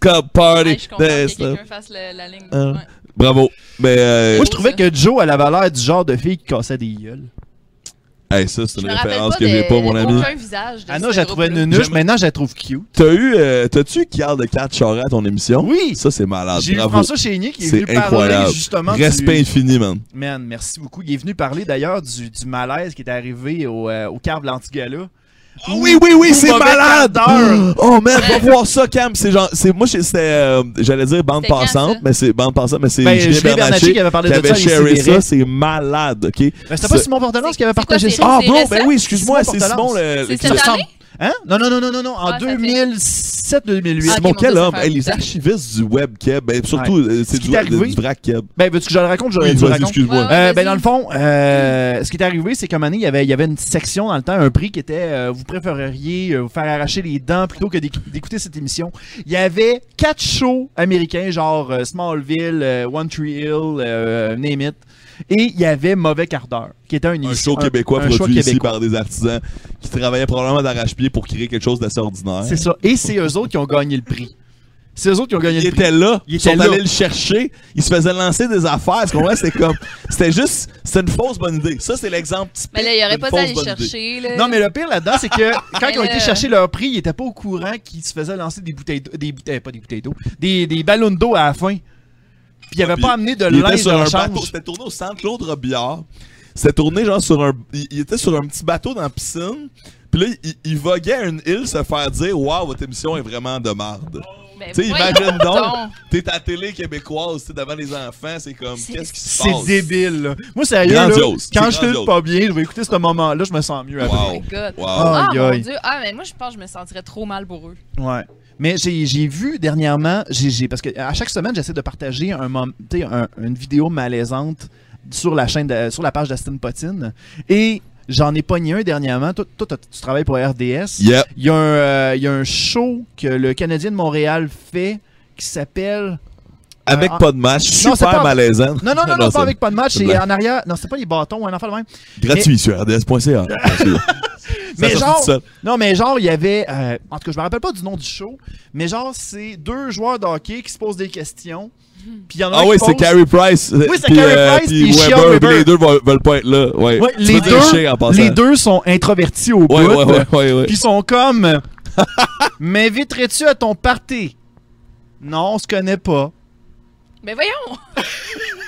Club Ouais, party. je comprends que That's the- quelqu'un fasse le- la ligne. Euh. Ouais. Bravo. Mais, euh, Moi, je trouvais que Joe, elle avait l'air du genre de fille qui cassait des gueules. hey, ça, c'est Je une me rappelle référence pas que j'ai de- pas, mon ami. Aucun visage de Anna, ce Ah je la trouvais groupe-là. nunuche, J'aime- maintenant, je la trouve cute. T'as eu, euh, t'as-tu Kiard de 4 Charest à ton émission? Oui! Ça, c'est malade. J'ai eu Ah, Bravo. François Chénier qui est, C'est venu incroyable. parler justement Respect du... infini, man. Man, merci beaucoup. Il est venu parler d'ailleurs du, du malaise qui est arrivé au, euh, au Carve Lantigala. Ah oui, oui, oui, Ou c'est mauvais malade! quart d'heure. Oh, man, va voir ça, Cam. C'est genre, c'est, moi, c'était, euh, j'allais dire bande C'était quand, passante, ça? mais c'est, bande passante, mais c'est Ben, Julien Julien Bernatchez qui avait parlé de avait ça, il sharé s'est ça, viré. c'est malade, ok? Ben, c'était pas Ça- Simon Portelance C'est- qui avait c'est quoi, partagé c'est- ça. Ah, c'est bon, récent? ben oui, excuse-moi, Simon c'est Simon Portelance. le. C'est qui- cette ça. année? Hein? Non, non, non, non, non, non, en Ah, ça fait- 2007-2008. Ah, Simon, ok, mon quel Dieu, homme! ça fait hein. Hey, les longtemps. archivistes du web Keb, ben, surtout, euh, c'est Ce qui du, t'est web- arrivé? du vrac Keb. Ben, veux-tu que je le raconte? Je, Oui, je le vas-y, raconte. excuse-moi. Ouais, Euh, vas-y. ben, dans le fond, euh, ce qui est arrivé, c'est qu'à un moment donné, il y avait, il y avait une section dans le temps, un prix qui était euh, vous préféreriez euh, vous faire arracher les dents plutôt que d'éc- d'écouter cette émission. Il y avait quatre shows américains, genre euh, Smallville, euh, One Tree Hill, euh, Name It. Et il y avait Mauvais Quart d'heure, qui était un, Un émission- show québécois un show produit ici québécois. par des artisans qui travaillaient probablement d'arrache-pied pour créer quelque chose d'assez ordinaire. C'est ça. Et c'est eux autres qui ont gagné le prix. C'est eux autres qui ont gagné Il le prix. était là. Il Ils était sont là. allés le chercher. Il se faisait lancer des affaires. Tu comprends? C'était comme. C'était juste. C'était une fausse bonne idée. Ça, c'est l'exemple typique. Mais là, il y aurait d'une pas fausse d'aller bonne idée. chercher, là. Non, mais le pire là-dedans, c'est que quand ils ont Mais été là- chercher leur prix, ils étaient pas au courant qu'ils se faisaient lancer des bouteilles d'eau. Des bouteilles, pas des bouteilles d'eau. Des, des ballons d'eau à la fin. Puis ils avaient Ah, puis pas amené de Il était linge sur de un rechange. bateau. C'était tourné au centre Claude Robillard. C'était tourné genre sur un. Il, il était sur un petit bateau dans la piscine. Puis là, il, il voguait à une île se faire dire Waouh, votre émission est vraiment de marde. Ben, Tu sais, voyons imagine donc. donc. T'es à la télé québécoise, tu sais, devant les enfants. C'est comme. Qu'est-ce qui se passe? C'est débile, là. Moi, sérieux, là, Grandiose. quand C'est je suis grandiose. pas bien, je vais écouter ce moment-là, je me sens mieux après. Oh my Wow. God. Wow. Ah, Aïe, mon aïe. Dieu. Ah, mais moi, je pense que je me sentirais trop mal pour eux. Ouais. Mais j'ai j'ai vu dernièrement, j'ai j'ai- parce que à chaque semaine, j'essaie de partager un, mom- tu sais, un- une vidéo malaisante sur la chaîne, de- sur la page d'Aston Potine. Et j'en ai pogné un dernièrement. Toi, toi, t'as- tu travailles pour RDS. Yep. Il y, a un, euh, il y a un show que le Canadien de Montréal fait qui s'appelle. Avec Euh, pas de match, non, c'est super pas- malaisant. Non, non, non, non, ça- pas avec pas de match, c'est c'est bien. en arrière. Non, c'est pas les bâtons, un enfant le même. Gratuit sur rds.ca. Mais Ça sort genre- tout seul. Non, mais genre, il y avait. euh, en tout cas, je me rappelle pas du nom du show, mais genre, c'est deux joueurs de hockey qui se posent des questions. Mhm. Puis il y en a un Ah qui oui, c'est pose- Carey Price. Oui, c'est Carey Price, puis puis Shea Weber, puis Weber. les deux veulent, veulent pas être là. Ouais. Ouais, Tu les, peux dire deux, Shea en passant. les deux sont introvertis au bout. Ouais, ouais, ouais, ouais, ouais. Puis ils sont comme. M'inviterais-tu à ton party? Non, on se connaît pas. Mais voyons!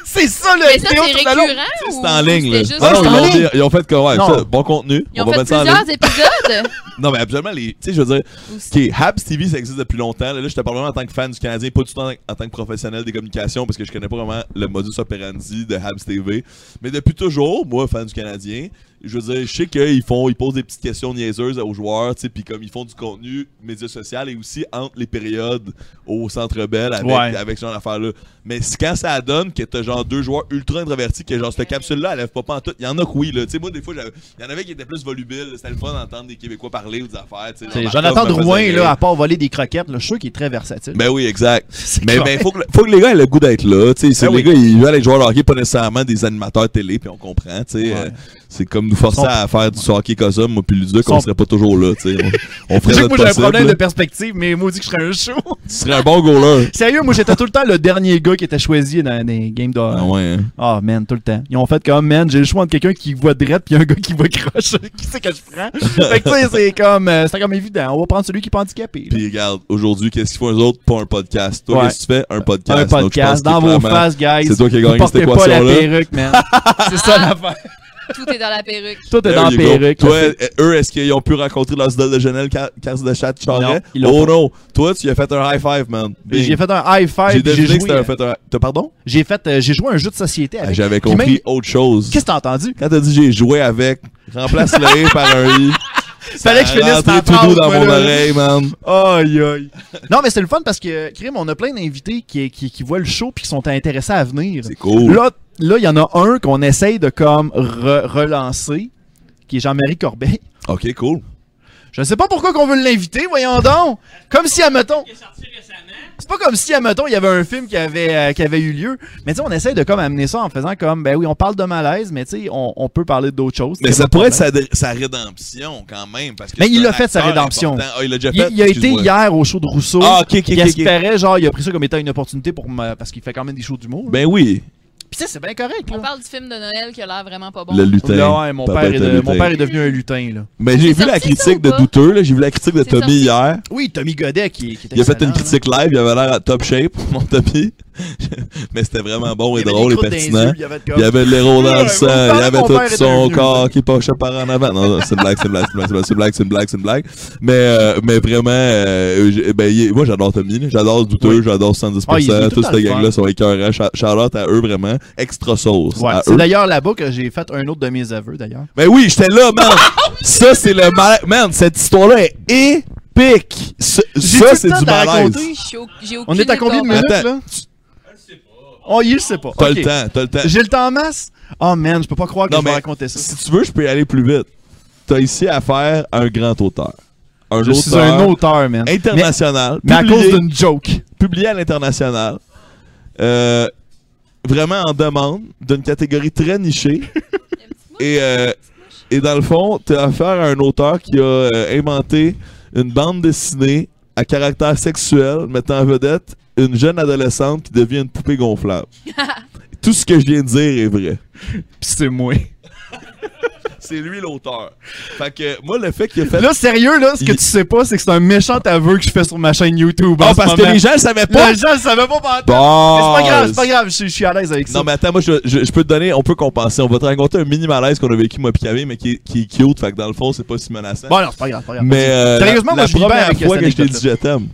C'est ça le Mais ça, c'est vidéo tout à l'heure. récurrent? ou- C'est en ligne, ou là. c'était juste- Ah non, c'est ils en l'ont ligne. dit- ils ont fait que, ouais, Non. ça, bon contenu. Ils on ont va fait mettre ça en ligne. plusieurs épisodes? Non, mais absolument, les, tu sais, je veux dire, Ou c'est- OK, Habs TV, ça existe depuis longtemps. Là, là, je te parle vraiment en tant que fan du Canadien, pas du tout en, en tant que professionnel des communications, parce que je connais pas vraiment le modus operandi de Habs TV. Mais depuis toujours, moi, fan du Canadien, je veux dire, je sais qu'ils font, ils posent des petites questions niaiseuses aux joueurs, tu sais, puis comme ils font du contenu médias sociaux et aussi entre les périodes au Centre Bell avec, Ouais. avec ce genre d'affaires-là. Mais c'est quand ça donne que t'as genre deux joueurs ultra introvertis, que genre cette capsule-là, elle lève pas en tout. Il y en a que oui, là. Tu sais, moi, des fois, j'avais- il y en avait qui étaient plus volubiles. C'était le fun d'entendre des Québécois parler ou des affaires, tu sais. C'est genre, Jonathan Marcotte me faisait Drouin, rire. là, à part voler des croquettes, là, je suis sûr qu'il est très versatile. euh, Ben oui, exact. C'est Mais, ben, clair. mais faut, que, faut que les gars aient le goût d'être là. tu sais. C'est- Ben les oui. gars, ils veulent être joueurs de hockey, pas nécessairement des animateurs télé, puis on comprend. tu sais. Ouais. Euh, c'est comme nous forcer Sont- à faire du hockey cosum, moi, puis Luduc, on Sont- serait pas toujours là. tu sais. On, on Je sais ferait que notre moi j'ai un possible. problème là. de perspective, mais maudit que je serais un show. Tu serais un bon goaler. Sérieux, moi j'étais tout le temps le dernier gars qui était choisi dans les games de. Ah ouais, hein. Ah, man, tout le temps. Ils ont fait comme, man, j'ai le choix entre quelqu'un qui voit drette puis un gars qui voit croche. qui c'est que je prends? fait que tu sais, c'est comme, euh, c'était comme évident. On va prendre celui qui est pas handicapé. là. Puis regarde, aujourd'hui, qu'est-ce qu'ils font eux autres? Pas un podcast. Toi, Ouais. qu'est-ce que tu fais? Un podcast. un Donc, je pense podcast que dans vos clairement, faces, guys. C'est toi qui as Vous gagné cette portez pas la équation-là. perruque, man. c'est ça l'affaire. Tout est dans la perruque. Tout est There dans you la go. perruque. Toi, là, euh, eux, est-ce qu'ils ont pu rencontrer leurs idoles de Genève, Car- Cars de Chat, Charret? ils l'ont Oh pas. non! Toi, tu as fait un high five, man. c'est- J'ai Bing. fait un high five. J'ai puis J'ai deviné que joué, t'avais fait un. T'as pardon? j'ai fait, euh, j'ai joué à un jeu de société Ah, avec. J'avais Puis même- compris autre chose. Qu'est-ce que t'as entendu? Quand t'as dit j'ai joué avec, remplace le i par un i. Fallait que je finisse Rentrez ma tout doux phrase, dans moi, mon là. oreille, man. Aïe, aïe. Non, mais c'est le fun parce que, Crime, on a plein d'invités qui, qui, qui voient le show puis qui sont intéressés à venir. C'est cool. Là, là, il y en a un qu'on essaye de comme re- relancer, qui est Jean-Marie Corbeil. Ok, cool. Je sais pas pourquoi qu'on veut l'inviter, voyons donc. Comme si, admettons, qui est sorti récemment. c'est pas comme si, admettons, il y avait un film qui avait, euh, qui avait eu lieu. Mais tu sais, on essaye de comme amener ça en faisant comme, ben oui, on parle de malaise, mais tu sais, on, on peut parler d'autres choses. Mais C'est ça pas pourrait de être sa, sa rédemption quand même. Parce que Mais c'est il un l'a fait, sa acteur rédemption. important. Ah, il l'a déjà problème. fait. il, il a été Excuse-moi. hier au show de Rousseau. Ah, ok, ok, Il ok, ok. espérait, genre, il a pris ça comme étant une opportunité pour me- parce qu'il fait quand même des shows d'humour. Ben oui, Puis ça, c'est bien correct. On Là. parle du film de Noël qui a l'air vraiment pas bon. Ah. le lutin. Là, ouais, mon, Papa père est était de- lutin. mon père est devenu un lutin. Là. Mais j'ai C'est vu la sorti, ça, critique ou de pas? douteux, là. J'ai vu la critique de C'est Tommy sorti. hier. Oui, Tommy Godet qui, qui est Il a fait excellent, une là. critique live, il avait l'air à top shape, mon Tommy. Mais c'était vraiment bon et Il y avait drôle des et croûtes dans les pertinent. yeux, Il y avait de Il y avait de l'héros dans le Ouais, sang, mon père, il y avait mon tout père est son devenu corps qui penchait par en avant. Non, non, c'est une blague, c'est une blague, c'est une blague, c'est une blague, c'est une blague, c'est une blague. Mais, euh, mais vraiment, euh, j'ai- ben, il est- moi j'adore Tommy, là. j'adore Douteux, Oui. j'adore 110%, Ah, ils sont tout tous à ces le gangs-là faire. sont écœurants. Cha- Charlotte à eux vraiment, extra sauce Ouais, à c'est eux. d'ailleurs là-bas que j'ai fait un autre de mes aveux d'ailleurs. Ben oui, j'étais là, man! ça c'est le malaise, man, cette histoire-là est épique! Ce- J'ai ça tout c'est le temps du de la malaise! raconter. Je suis au- J'ai aucune On est à combien de idée minutes Attends, là Oh, il le sait pas. T'as Ok. le temps, t'as le temps. J'ai le temps en masse. Oh man, je peux pas croire que Non, je vais mais- raconter ça. Si tu veux, je peux y aller plus vite. T'as ici à faire un grand auteur. Un Je auteur suis un auteur, man. international. Mais à publié, cause d'une joke. publié à l'international. Euh, vraiment en demande d'une catégorie très nichée. et, euh, et dans le fond, t'as affaire à un auteur qui a euh, inventé une bande dessinée à caractère sexuel mettant en vedette une jeune adolescente qui devient une poupée gonflable. Tout ce que je viens de dire est vrai. Pis c'est moi. C'est lui l'auteur. Fait que moi, le fait qu'il a fait. Là, sérieux, là, ce que Il- tu sais pas, c'est que c'est un méchant aveu que je fais sur ma chaîne YouTube. Ah, en ce parce que moment. les gens le savaient pas. Les gens le savaient pas pendant Mais c'est pas grave, c'est pas grave, je suis- je suis à l'aise avec ça. Non, mais attends, moi, je, je- je peux te donner, on peut compenser. On va te raconter un mini malaise qu'on a vécu, moi, Picavé, mais qui, est- qui est cute. Fait que dans le fond, c'est pas si menaçant. Bon, non, c'est pas grave, c'est pas grave. mais euh, Sérieusement, la, moi, la je suis bien première avec fois cette que je t'ai dit je t'aime.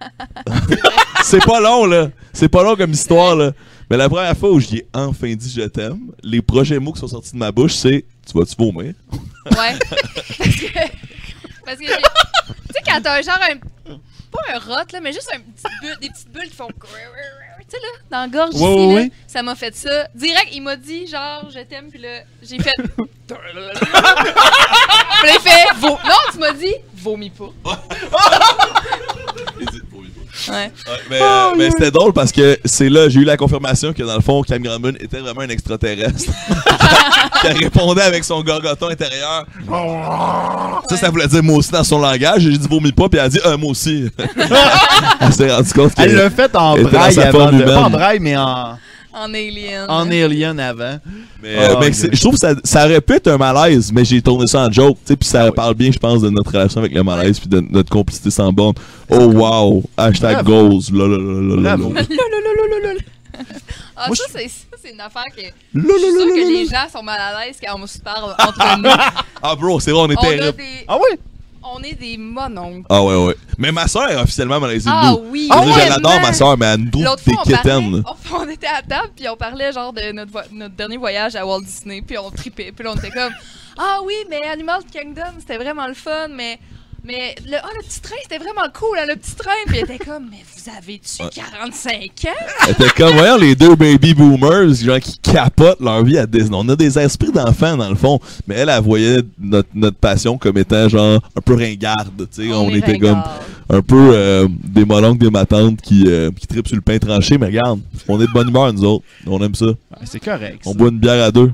c'est pas long, là. C'est pas long comme histoire, là. Mais la première fois où j'ai enfin dit je t'aime, les projets mots qui sont sortis de ma bouche, c'est Tu vas-tu vomir? de temps. Ouais. Parce que. j'ai- Tu sais, quand t'as un genre un. Pas un rot, là, mais juste un petit bulle, des petites bulles qui font. Tu sais, là, dans la gorge. Ouais, ici, ouais, là, ouais. Ça m'a fait ça. Direct, il m'a dit, genre, je t'aime, puis là, j'ai fait. Puis là, il fait. Vo... Non, tu m'as dit, vomis pas. Et dit, Oui. Ouais. Ouais, Oh, mais euh, mais c'était drôle parce que c'est là, j'ai eu la confirmation que dans le fond, Cam Grambun était vraiment un extraterrestre. qui répondait avec son gorgoton intérieur. Ça, ça voulait dire moi aussi dans son langage. J'ai dit vomis pas, puis elle a dit euh, moi aussi. elle s'est rendue compte Elle qu'elle l'a fait en Elle était dans braille sa avant forme de... Pas en humaine. braille, mais en... En alien. hein. en alien avant. Oh, Mais, mais God. Euh, ben, c'est- je trouve que ça, ça répète un malaise, mais j'ai tourné ça en joke, tu sais, puis Ah ça parle bien, je pense, de notre relation avec le malaise, puis de notre complicité sans borne. Oh wow, hashtag Bravo. goals, là, là, là, là, là, là. Bravo. Lol, lol, lol, lol, lol. Ah, Moi, ça, c'est- ça, c'est une affaire que. Là, Je suis là, sûre là, là, que les là. gens sont mal à l'aise quand on se parle entre nous. Ah bro, c'est vrai, on est On, a terrible. des, Ah ouais? on est des mononcles. Ah ouais, ouais. Mais ma soeur est officiellement malaisée de Ah nous. oui! Je veux dire, ouais, je l'adore, ma soeur, mais elle nous trouve L'autre des fois, on, quétaines. parlait- on- on était à table, puis on parlait genre de notre, vo- notre dernier voyage à Walt Disney, puis on tripait, puis là, on était comme « Ah oui, mais Animal Kingdom, c'était vraiment le fun, mais... » Mais le, ah, le petit train, c'était vraiment cool, hein, le petit train. Puis elle était comme, mais vous avez-tu Ouais. 45 ans? Elle était comme, voyons, les deux baby boomers, genre, qui capotent leur vie à Disney. On a des esprits d'enfants, dans le fond. Mais elle, elle voyait notre, notre passion comme étant, genre, un peu ringarde, tu sais. On, est était comme ringards. un peu euh, des molonques, des matantes qui, euh, qui tripent sur le pain tranché. Mais regarde, on est de bonne humeur, nous autres. On aime ça. Ouais, Ben, c'est correct. On ça. boit une bière à deux.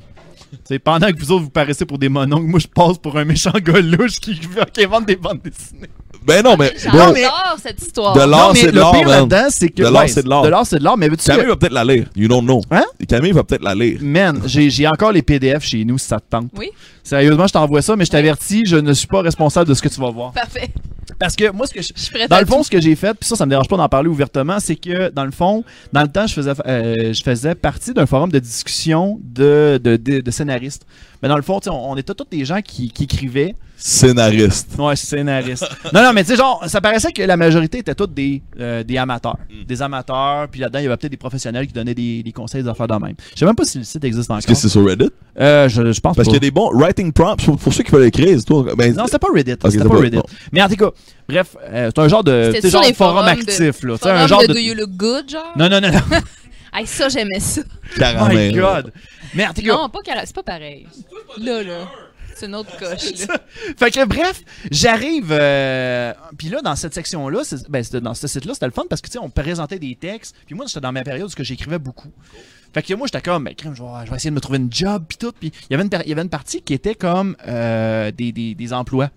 T'sais, pendant que vous autres vous paraissez pour des mononcles, moi je passe pour un méchant gars louche qui, qui invente des bandes dessinées. Ben non, mais J'adore bon, mais- cette histoire. de l'art, Non, mais c'est de le l'art, pire man. là-dedans, c'est que. De l'art, c'est de l'art. De l'art, c'est de l'art, mais veux-tu Camille que- va peut-être la lire. You don't know. Hein? Camille va peut-être la lire. Man, j'ai j'ai encore les PDF chez nous si ça te tente. Oui, Sérieusement, je t'envoie ça, mais je t'avertis, je ne suis pas responsable de ce que tu vas voir. parfait. Parce que moi, ce que je. Je suis prête Dans à le fond, tout. ce que j'ai fait, puis ça, ça me dérange pas d'en parler ouvertement, c'est que dans le fond, dans le temps, je faisais, euh, je faisais partie d'un forum de discussion de, de, de- de scénaristes. Mais dans le fond, tu sais, on, on était tous des gens qui, qui écrivaient, Scénariste. Ouais, scénariste. non, non, mais tu sais, genre, ça paraissait que la majorité étaient tous des, euh, des amateurs. Mm. Des amateurs, puis là-dedans, il y avait peut-être des professionnels qui donnaient des, des conseils d'affaires dans même. Je sais même pas si le site existe encore. Est-ce que c'est sur Reddit? Euh, je, je pense Parce pas. qu'il y a des bons writing prompts pour, pour ceux qui veulent écrire. c'est Toi, ben, Non, c'était pas Reddit. Ok, c'était c'est pas pas- Reddit. bon. Mais en tout cas, bref, euh, c'est un genre de. C'était C'est sur genre les forum forums de- actif, là. Tu sais, Forum un genre de de. Do You Look Good, genre? Non, non, non, non. Hey, ça, j'aimais ça. Oh my caramel. god. Mais en tout cas, Non, pas cara- c'est pas pareil. Là, là. C'est une autre coche, là. Fait que bref, j'arrive. euh, puis là, dans cette section-là, c'est- ben, c'était dans ce site-là, c'était le fun parce que tu sais, on présentait des textes. Puis moi, j'étais dans ma période où ce que j'écrivais beaucoup. Fait que moi, j'étais comme, ben, crème, je vais, je vais essayer de me trouver une job, puis tout. Puis il y avait une per- il y avait une partie qui était comme euh, des, des, des emplois.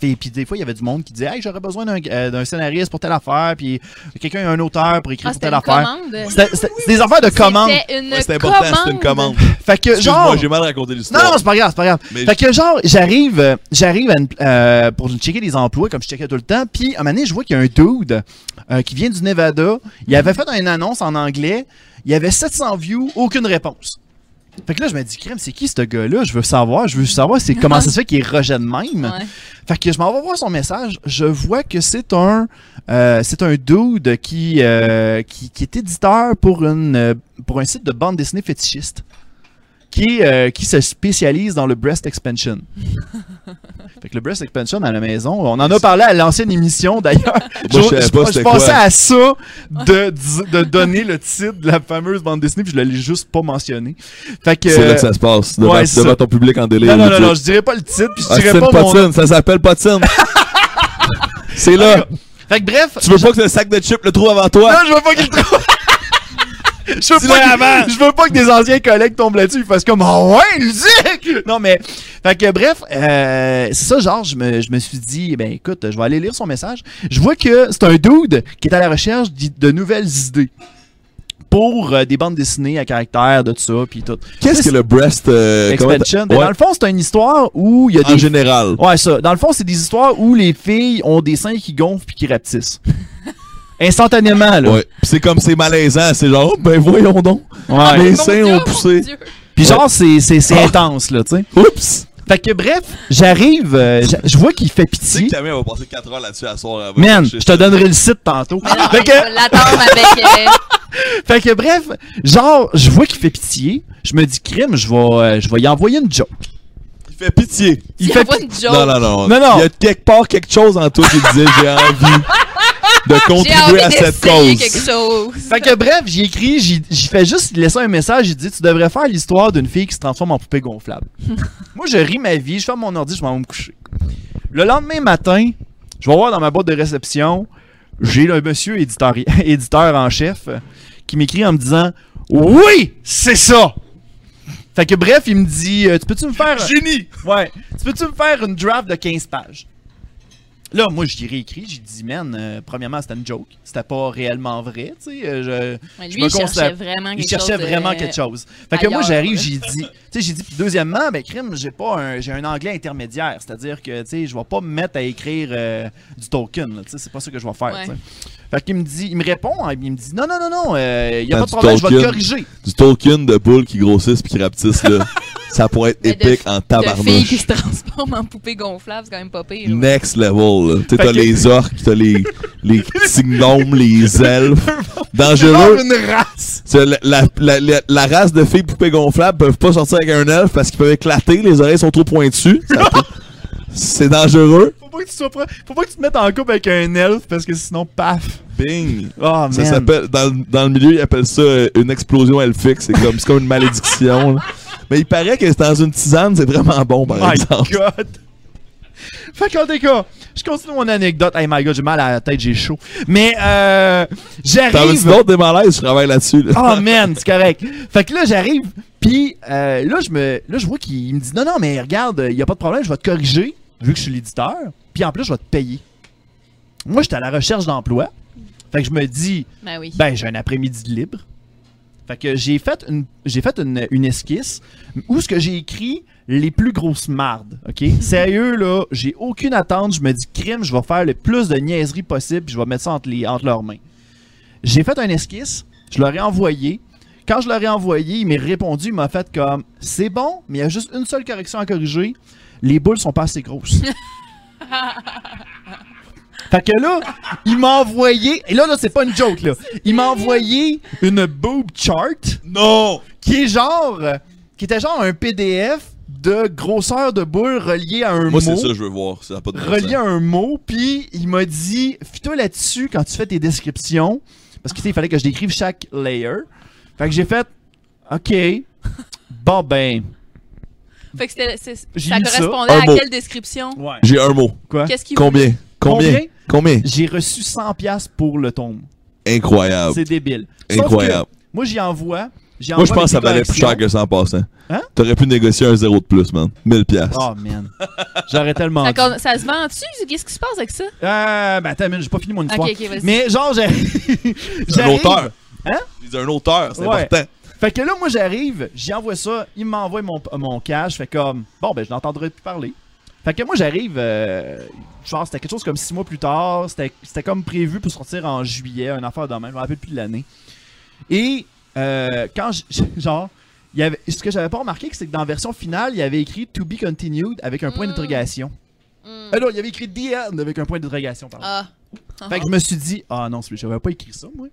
Et puis des fois, il y avait du monde qui disait, hey, j'aurais besoin d'un euh, d'un scénariste pour telle affaire, puis quelqu'un, un auteur pour écrire Ah, pour c'était telle une affaire. commande. C'était c'était- c'était des affaires de commande. C'était une Ouais, c'est important, c'est une commande. Fait que Excuse-moi, Euh, genre. j'ai mal raconté Non, l'histoire. non, c'est pas grave, c'est pas grave. Mais- Fait que genre, j'arrive, euh, j'arrive à une- euh, pour checker les emplois comme je checkais tout le temps. Puis à un moment donné, je vois qu'il y a un dude euh, qui vient du Nevada. Il avait fait une annonce en anglais. Il y avait 700 views, aucune réponse. Fait que là, je me dis, crème, c'est qui ce gars-là? Je veux savoir, je veux savoir c'est comment ça se fait qu'il est rejet de même. Ouais. Fait que je m'en vais voir son message. Je vois que c'est un, euh, c'est un dude qui, euh, qui, qui est éditeur pour, une, euh, pour un site de bande dessinée fétichiste. Qui, euh, qui se spécialise dans le breast expansion. fait que le breast expansion à la maison, on en a parlé à l'ancienne émission d'ailleurs. Moi, je savais pas je pensais c'était quoi. à ça de, di- de donner le titre de la fameuse bande dessinée, puis je l'ai juste pas mentionné. Fait que. C'est là que ça se passe. Devant, Ouais, c'est devant ça. ton public en délire. non, non, non, legit. non, je dirais pas le titre, puis je Ah, c'est dirais une pas mon. potine, ça s'appelle potine. c'est là. Fait que bref, Tu veux pas que le sac de chips le trouve avant toi? Non, je veux pas qu'il trouve. Je veux, Dis-le pas qu'il- avant. je veux pas que des anciens collègues tombent là-dessus. Ils fassent comme, oh ouais, musique! Non, mais. Fait que, bref, euh, c'est ça, genre, je me, je me suis dit, ben écoute, je vais aller lire son message. Je vois que c'est un dude qui est à la recherche d'i- de nouvelles idées pour euh, des bandes dessinées à caractère, de tout ça, puis tout. Qu'est-ce que le breast euh, comment Expansion. t'as- Dans Ouais, le fond, c'est une histoire où il y a en des général. Ouais, ça. Dans le fond, c'est des histoires où les filles ont des seins qui gonflent puis qui rapetissent. Instantanément, là. Ouais. Pis c'est comme c'est malaisant, c'est genre oh, ben voyons donc. Ouais. Les Mon seins Dieu, ont mon poussé. Dieu. Puis genre, c'est, c'est, c'est Ah. intense, là, tu sais. Oups. Fait que bref, j'arrive, euh, j'a- je vois qu'il fait Tu sais pitié. que Camille va passer 4 heures là-dessus à soir avant. Man, je te donnerai le site tantôt. Mais Ah, non, Fait on va que, l'attendre avec... euh, fait que bref, genre, je vois qu'il fait pitié. Je me dis, crime, je vais, euh, je vais y envoyer une joke. Il fait pitié. Il si fait on voit pi- une joke. Non, non, non. Non, non. Il y a quelque part quelque chose en toi qui disait j'ai envie J'ai de envie contribuer à cette d'essayer cause. quelque chose. Fait que bref, j'y écris, j'y j'y fais juste laisser un message, j'ai dit tu devrais faire l'histoire d'une fille qui se transforme en poupée gonflable. Moi je ris ma vie, je ferme mon ordi, je m'en vais me coucher. Le lendemain matin, je vais voir dans ma boîte de réception, j'ai le monsieur éditeur, éditeur en chef euh, qui m'écrit en me disant "Oui, c'est ça." Fait que bref, il me dit euh, "Tu peux-tu me faire Génie. Ouais, tu peux-tu me faire une draft de 15 pages Là, moi, j'y réécrit, j'ai dit, man, euh, premièrement, c'était une joke. C'était pas réellement vrai, tu sais. euh, je- Ouais, je lui, me il cherchait considère- vraiment quelque il cherchait chose de- vraiment quelque chose. Fait que moi, ailleurs, j'arrive, là. j'ai dit, tu sais, j'ai dit, puis deuxièmement, ben, crime, j'ai pas un, j'ai un anglais intermédiaire. C'est-à-dire que, tu sais, je vais pas me mettre à écrire euh, du token, là, tu sais, c'est pas ça que je vais faire, Ouais. tu sais. Fait qu'il me dit, il me répond, hein, puis il me dit, non, non, non, non, euh, y a Ah, pas de du problème, je vais te token. corriger. Du Tolkien de boules qui grossissent puis qui rapetissent, là. ça pourrait être Mais de- épique en De filles qui tabarnouche. se transforment en poupées gonflables, c'est quand même pas pire. là. Next level, là. Tu sais, t'as Fait que- les orques, t'as les, les petits gnomes, les elfes. Dangereux. Genre une race! C'est La, la, la, la, la race de filles poupées gonflables peuvent pas sortir avec un elfe parce qu'ils peuvent éclater, les oreilles sont trop pointues. Ça peut- C'est dangereux. Faut pas que tu sois pro- Faut pas que tu te mettes en couple avec un elfe parce que sinon, paf! Bing. Oh, Ça man. s'appelle, dans, le- dans le milieu, ils appellent ça euh, une explosion elfique. C'est comme, c'est comme une malédiction. là. Mais il paraît que c'est dans une tisane, c'est vraiment bon, par My exemple. God! Fait qu'en tout cas, je continue mon anecdote. Hey my God, j'ai mal à la tête, j'ai chaud. Mais euh, T'en veux-tu j'arrive... d'autres des malaises? Je travaille là-dessus. là. Oh man, c'est correct. Fait que là, j'arrive, puis euh, là, je me, là, je vois qu'il me dit non, non, mais regarde, il y a pas de problème, je vais te corriger, vu que je suis l'éditeur, puis en plus, je vais te payer. Moi, j'étais à la recherche d'emploi. Fait que je me dis, Ben oui. ben, j'ai un après-midi de libre. Fait que j'ai fait une, j'ai fait une, une esquisse où ce que j'ai écrit les plus grosses mardes, ok? Sérieux, là, j'ai aucune attente. Je me dis, crime, je vais faire le plus de niaiseries possible puis je vais mettre ça entre, les, entre leurs mains. J'ai fait un esquisse, je l'aurais envoyé. Quand je l'aurais envoyé, il m'a répondu, il m'a fait comme, c'est bon, mais il y a juste une seule correction à corriger. Les boules sont pas assez grosses. Fait que là, il m'a envoyé, et là, là, c'est pas une joke, là. Il m'a envoyé une boob chart Non! qui est genre, euh, qui était genre un PDF de grosseur de boule relié à un Moi, mot. c'est ça que je veux voir. Ça a pas de bon relié sens. à un mot, puis il m'a dit, fais-toi là-dessus quand tu fais tes descriptions, parce que tu sais, il fallait que je décrive chaque layer. Fait que j'ai fait, ok, bon ben, Fait que c'était- c'est- J'ai ça lu ça, correspondait un à mot. quelle description? ouais. J'ai un mot. quoi? Qu'est-ce qu'il voulait? Combien? Combien? Combien? Combien? J'ai reçu 100 pièces pour le tome. Incroyable. C'est débile. Sauf Incroyable. que Moi, j'y envoie. j'y Moi, je envoie pense que ça mes valait plus cher corrections. que 100 passants. Hein? T'aurais pu négocier un zéro de plus, man. 1000 piastres. Oh man, j'aurais tellement. Ça, dû. con- ça se vend-tu? Qu'est-ce qui se passe avec ça? Euh, ben attends, une minute, j'ai pas fini mon histoire. Ok, ok, vas-y. Mais genre, j'ai. C'est un j'arrive- auteur. Hein? Je dis un auteur, c'est Ouais. important. Fait que là, moi, j'arrive, j'y envoie ça, il m'envoie mon, mon cash, fait comme, bon, ben, je n'entendrai plus parler. Fait que moi, j'arrive, euh, genre, c'était quelque chose comme six mois plus tard, c'était c'était comme prévu pour sortir en juillet, un affaire de même, je me rappelle plus de l'année. Et, euh, quand, j- genre, il y avait, ce que j'avais pas remarqué, c'est que dans la version finale, il y avait écrit To be continued avec un point Mm. d'interrogation. Hmm. Ah non, il y avait écrit The End avec un point d'interrogation, pardon. Ah. Fait que je me suis dit, ah non, c'est- j'avais pas écrit ça, moi.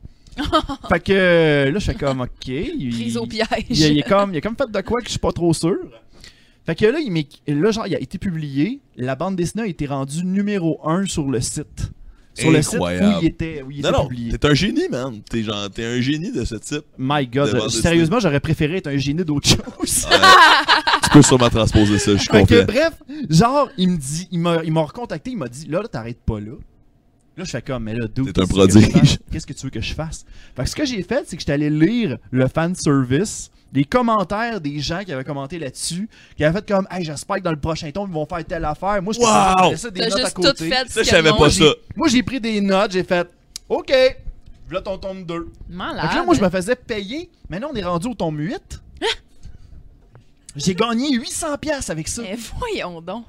fait que euh, là, je fais comme, ok. il- Prise au il, a- il piège. est comme, il a comme fait de quoi que je suis pas trop sûr. Fait que là, il m'é- là, genre, il a été publié. La bande dessinée a été rendue numéro 1 sur le site. Sur le Incroyable. site où il était, où il Non, était non, publié. t'es un génie, man. T'es genre, t'es un génie de ce type. My God, de bande dessinée. sérieusement, j'aurais préféré être un génie d'autre chose. Ouais. tu peux sûrement transposer ça, je suis Fait que confiant. bref, genre, il me dit, il m'a il m'a recontacté, il m'a dit, là, là, t'arrêtes pas là. Là, je fais comme, mais là, d'où T'es un qu'est-ce que je prodige. fasse? Qu'est-ce que tu veux que je fasse? Fait que ce que j'ai fait, c'est que j'étais allé lire le fan service, les commentaires des gens qui avaient commenté là-dessus, qui avaient fait comme, hey, j'espère que dans le prochain tome, ils vont faire telle affaire. Moi, je Wow! j'avais laissé des T'as notes à juste tout côté. fait. Ça, je savais Moi, pas j'ai- ça. Moi, j'ai pris des notes, j'ai fait, OK, voilà ton tome 2. Fait Malade. que là, moi, je me faisais payer. Maintenant, on est rendu au tome 8. Ah! J'ai gagné 800$ piastres avec ça. Mais Eh, voyons donc.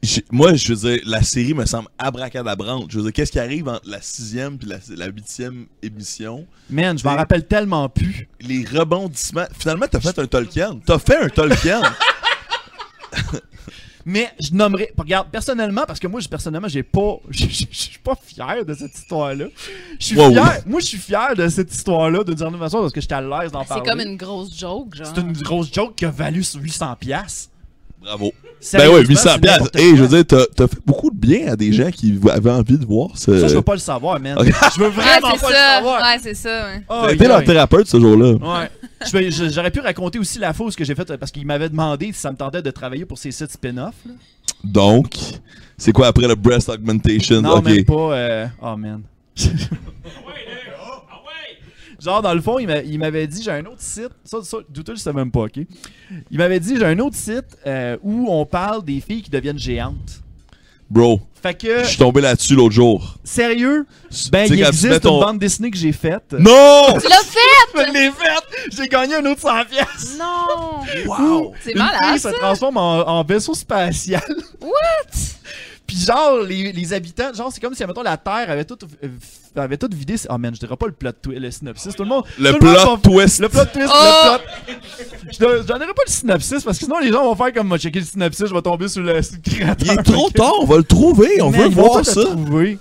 J'ai- Moi, je veux dire, la série me semble abracadabrante. Je veux dire, qu'est-ce qui arrive entre la sixième puis la, la huitième émission? Man, je m'en Et- rappelle tellement plus. Les rebondissements. Finalement, t'as fait un Tolkien. T'as fait un Tolkien. Mais je nommerai. Regarde, personnellement, parce que moi, je- personnellement, j'ai pas. Je je- je suis pas fier de cette histoire-là. Je suis Wow. fier. Moi, je suis fier de cette histoire-là de dire façon parce que j'étais à l'aise d'en C'est parler. comme une grosse joke, genre. C'est une grosse joke qui a valu 800$. piastres. Bravo. Ben Sérieusement, ouais, c'est 800 piastres. n'importe Et je quoi. veux dire, t'as- t'as fait beaucoup de bien à des gens qui avaient envie de voir ce. Ça, je veux pas le savoir, man. euh, Ok. Je veux Ouais, vraiment c'est pas le ça. savoir. Ouais, c'est ça. ouais. Oh, T'as été yeah. leur thérapeute ce jour-là. Ouais. Je vais- je- J'aurais pu raconter aussi la fausse que j'ai faite euh, parce qu'il m'avait demandé si ça me tentait de travailler pour ces sites spin-off. là. Donc, c'est quoi après le breast augmentation? Non, ok. même pas. euh, Oh man. Ah ouais, là! Ah ouais! Genre, dans le fond, il m'a- il m'avait dit j'ai un autre site. Ça, ça douteux, je sais même pas, ok? Il m'avait dit j'ai un autre site euh, où on parle des filles qui deviennent géantes. Bro, Fait que, je suis tombé là-dessus l'autre jour. sérieux, ben, il Tu sais, quand tu mets existe une ton- bande dessinée que j'ai faite. Non! Tu l'as fait! Je l'ai faite! J'ai gagné un autre 100 piastres! Non! Wow! C'est Une malade, fille se ça! transforme en, en vaisseau spatial. What? Puis genre, les, les habitants, genre, c'est comme si, mettons, la Terre avait tout, euh, avait tout vidé. Oh man, je dirais pas le plot twist, le synopsis. Tout le monde. Le tout le monde plot va- twist. Le plot twist, Oh! le plot. Je don- Je donnerai pas le synopsis parce que sinon les gens vont faire comme moi, checker le synopsis, je vais tomber sur le, sur le créateur. Il est trop tard, on va le trouver, on Mais veut ils vont voir tout ça. le trouver.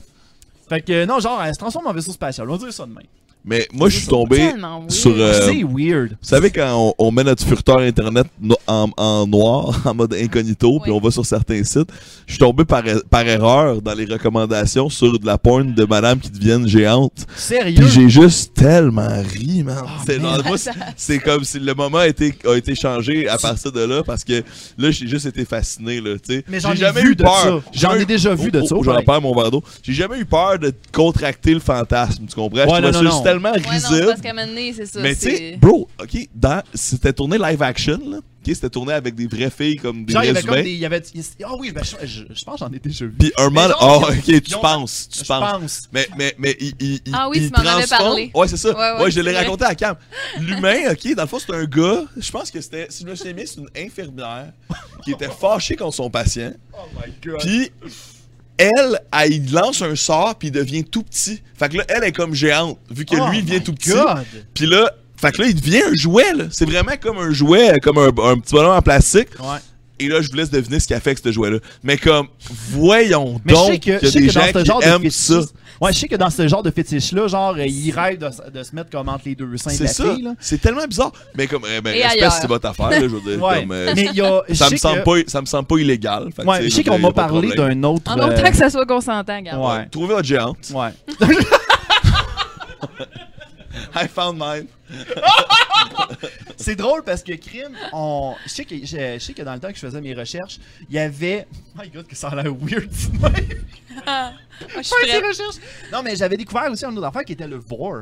Fait que non, genre, elle se transforme en vaisseau spatial. On va dire ça demain. Mais moi, je suis tombé Tellement weird. sur. euh, C'est weird. Vous savez, quand on, on met notre furteur internet no- en, en noir, en mode incognito, puis Oui. on va sur certains sites, je suis tombé par, er- par erreur dans les recommandations sur de la porn de madame qui deviennent géante. Sérieux. Puis j'ai juste tellement ri, man. Oh, C'est man. genre, moi, c'est- c'est comme si le moment a été, a été changé à partir de là, parce que là, j'ai juste été fasciné, là, tu sais. Mais j'en J'ai ai vu eu de peur. ça. J'en jamais ai eu- déjà vu Oh, de oh, ça, J'en pareil. perds mon bardeau. J'ai jamais eu peur de contracter le fantasme, tu comprends? Ouais, je non, trouvais non, ça juste non. tellement Ouais, non, risible. c'est parce qu'à un moment donné, c'est ça. Mais tu sais, c'est- bro, ok, dans- c'était tourné live action, là. Ok, c'était tourné avec des vraies filles comme des Genre, il y vrais avait comme humains. des. il y avait- Ah oui, ben, je, je- je pense que j'en ai déjà vu. Puis un moment, genre, oh, ok, ils ont- tu ils ont- penses, tu Je penses. pense. Mais, mais, mais, il, il, il- Ah oui, il tu m'en avais transforme- parlé. Ouais, c'est ça. Ouais, Ouais, ouais, je l'ai c'est vrai. raconté à Cam. L'humain, ok, dans le fond, c'est un gars, je pense que c'était, si je me souviens bien, c'est une infirmière qui était fâchée contre son patient. Oh my god. Puis elle, elle, il lance un sort, puis il devient tout petit. Fait que là, elle est comme géante, vu que Oh lui, il devient tout petit. Puis là, fait que là, il devient un jouet, là. C'est vraiment comme un jouet, comme un, un petit bonhomme en plastique. Ouais. Et là, je vous laisse deviner ce qu'il a fait avec ce jouet-là. Mais comme, voyons Mais je sais donc que, qu'il je y a sais des que dans gens ce qui genre de aiment fétiche, ça. ouais, je sais que dans ce genre de fétiche là, genre euh, ils rêvent de, s- de se mettre comme entre les deux seins de C'est la ça. fille là. C'est tellement bizarre. Mais comme, eh ben, Et espèce, ailleurs. c'est votre affaire, là, je veux dire. Ouais. Comme, euh, Mais il y a je ça, sais me semble que- pas, ça me semble pas illégal. Fait que, tu Ouais, je sais qu'on veux dire, y a m'a pas de parlé problème. d'un autre En euh, autant que ça soit consentant, gars. Ouais. Trouvez votre géante. Ouais. I found mine. C'est drôle parce que crime, on. Je sais, que, je, je sais que dans le temps que je faisais mes recherches, il y avait. Oh my god, que ça a l'air weird. dis de même. Ah, je suis Ouais, prête. tes recherches. Non, mais j'avais découvert aussi un autre affaire qui était le vor.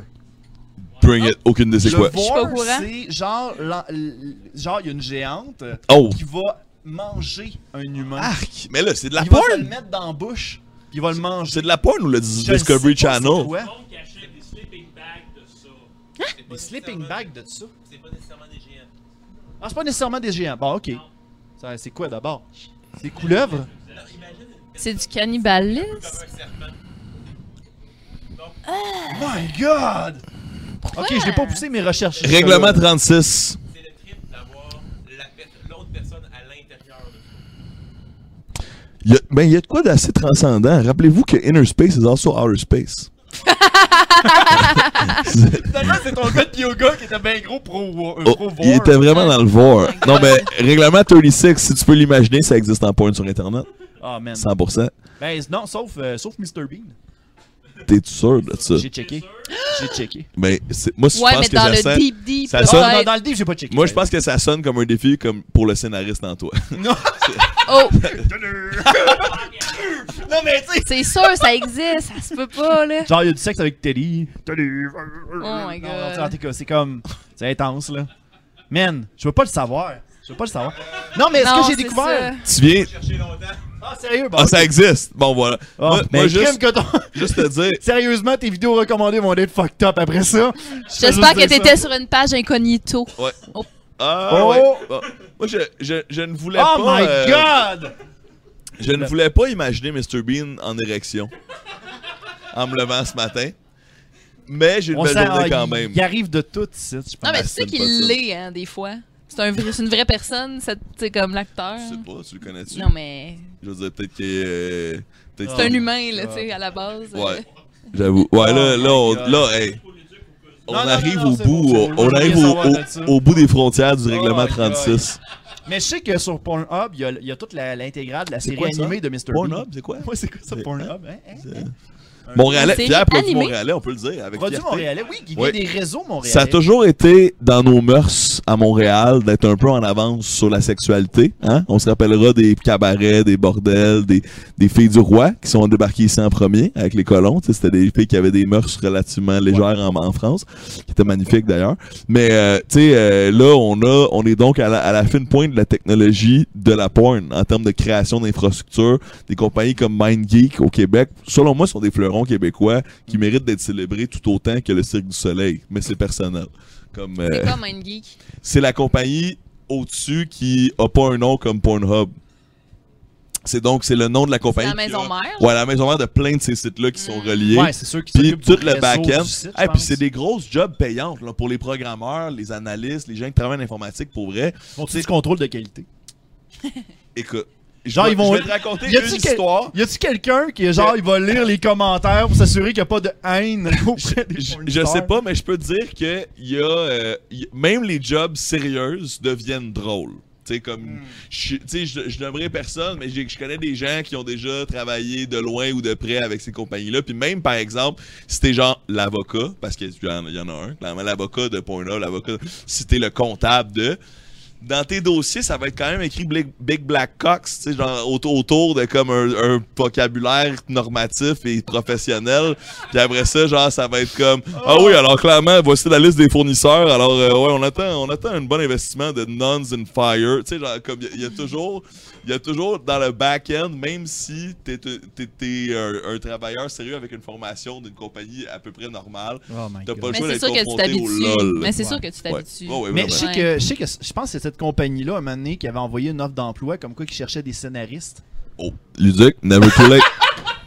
Bring it. Aucune idée c'est le quoi. suis pas au vor, courant. c'est genre, l'en- l- genre il y a une géante Oh. qui va manger un humain. Arc. Mais là, c'est de la il va se le porn. mettre dans la bouche, puis il va le manger. C'est de la porn ou le Je Discovery sais pas c'est Channel? quoi. monde cachait des sleeping bags de ça. Des sleeping bags de ça. C'est pas nécessairement des géants. Ah, c'est pas nécessairement des géants. Bon, ok. Ça, C'est quoi d'abord C'est couleuvre C'est du cannibalisme. Un serpent. My god Ok, je n'ai pas poussé mes recherches. Règlement Euh, 36. C'est le trip d'avoir la per- l'autre personne à l'intérieur de ça. Il y a, ben, il y a de quoi d'assez transcendant. Rappelez-vous que Inner Space is also Outer Space. Finalement, c'est ton gars de yoga qui était bien gros hein. pro, euh, Oh, pro il était vraiment dans le vor. Non, mais règlement 36, si tu peux l'imaginer, ça existe en porn sur Internet. Oh man. 100%. Ben non, sauf, euh, sauf Mr. Bean. T'es sûr de ça? J'ai checké. J'ai checké. Mais c'est- moi, si Ouais, je pense mais que dans ça le sonne- deep deep. ça peut-être. sonne- Non, dans le livre, j'ai pas checké. Moi, je pense que ça sonne comme un défi comme pour le scénariste en toi. Non, Oh, non mais tu sais. c'est sûr, ça existe. Ça se peut pas, là. Genre, il y a du sexe avec Teddy. Oh my Non, non, tu sais, en god. tout cas, c'est comme. C'est intense, là. Man, je veux pas le savoir. Je veux pas le savoir. Non, mais est-ce Non, que j'ai c'est découvert ça. tu viens. Chercher longtemps. Ah, sérieux, bon. Ah, ça existe! Bon, voilà. Ah, moi, ben, moi, crime juste, que ton- juste te dire. Sérieusement, tes vidéos recommandées vont être fucked up après ça. Je fais J'espère juste que dire ça. t'étais sur une page incognito. Ouais. Oh. Ah, Oh. ouais. Bon. Moi, je, je, je ne voulais Oh pas. my euh, god! Je ne voulais pas imaginer Mr. Bean en érection en me levant ce matin. Mais j'ai une belle sent- journée ah, quand il- même. Il arrive de tout, ici, je pense. Non, mais tu c'est sais une qu'il personne. l'est, hein, des fois. C'est un vrai- c'est une vraie personne, cette- tu sais, comme l'acteur. Je sais pas, tu le connais-tu? Non, mais Je veux dire, peut-être que. euh, peut-être Ah. c'est un qu'il- humain, là, tu sais, à la base. Ouais. J'avoue. Ouais, là, Oh là, on, my God. là, hey, on non, non, arrive non, au c'est bout, bon, c'est on- bon, on je arrive voulais au, savoir de ça. Oh au- au bout des frontières du règlement my God. 36. Mais je sais que sur Pornhub, il y a, il y a toute la- l'intégrale de la série quoi, ça? animée de Mr. Bean. Pornhub, c'est quoi? Ouais, c'est quoi ça, C'est- Pornhub? Hein? Hein? C'est- Montréalais, Une série Pierre, produit animée. Montréalais, on peut le dire. Avec Produit fierté. montréalais, oui, qui Oui. vient des réseaux montréalais. Ça a toujours été dans nos mœurs à Montréal d'être un peu en avance sur la sexualité. Hein? On se rappellera des cabarets, des bordels, des, des filles du roi qui sont débarquées ici en premier avec les colons. Tu sais, C'était des filles qui avaient des mœurs relativement légères en, en France, qui étaient magnifiques d'ailleurs. Mais euh, tu sais, euh, là, on a, on est donc à la, à la fine pointe de la technologie de la porn en termes de création d'infrastructures. Des compagnies comme MindGeek au Québec, selon moi, sont des fleurons québécois qui méritent d'être célébrés tout autant que le Cirque du Soleil. Mais c'est personnel. Comme euh, C'est quoi MindGeek? c'est la compagnie au-dessus qui a pas un nom comme Pornhub. C'est donc c'est le nom de la C'est compagnie. la qui maison a- mère? Mm. Ouais, la maison mère de plein de ces sites-là qui sont reliés. Ouais, c'est sûr qu'ils Puis s'occupent tout du le réseau back-end. du site, je Hey, puis pense. c'est des grosses jobs payantes là, pour les programmeurs, les analystes, les gens qui travaillent en informatique pour vrai. Bon, tu sais, du contrôle de qualité. Écoute, je Genre, vais- ils vont- je vais te raconter Y a-t-il une quel- histoire. Y a-tu quelqu'un qui, genre, il va lire les commentaires pour s'assurer qu'il n'y a pas de haine auprès des Je, je fournisseurs? sais pas, mais je peux te dire que y a, euh, y- même les jobs sérieuses deviennent drôles. Tu sais, comme, Hmm. je, suis- tu sais, je, je nommerai personne, mais j'ai- je connais des gens qui ont déjà travaillé de loin ou de près avec ces compagnies-là. Puis même, par exemple, si t'es genre l'avocat, parce qu'il y, en- il y en a un, clairement, l'avocat de Pornhub, l'avocat, si t'es le comptable de, dans tes dossiers, ça va être quand même écrit Big, Big Black Cox, tu sais, genre auto- autour de comme un, un vocabulaire normatif et professionnel. Puis après ça, genre, ça va être comme Ah oui, alors clairement, voici la liste des fournisseurs. Alors, euh, ouais, on attend, on attend un bon investissement de Nuns and Fire. Tu sais, genre, comme il y, a toujours, il y a toujours dans le back-end, même si t'es, t'es, t'es- t'es un, un travailleur sérieux avec une formation d'une compagnie à peu près normale, Oh my t'as God. pas le Mais choix c'est d'être sûr que tu confronté au LOL. t'habitues. Mais c'est Ouais. sûr que tu t'habitues. Ouais, ouais, Mais vraiment. je sais que, je sais que, je pense que c'est cette compagnie-là, un moment donné, qui avait envoyé une offre d'emploi comme quoi qui cherchait des scénaristes. Oh, Luduc, never too late.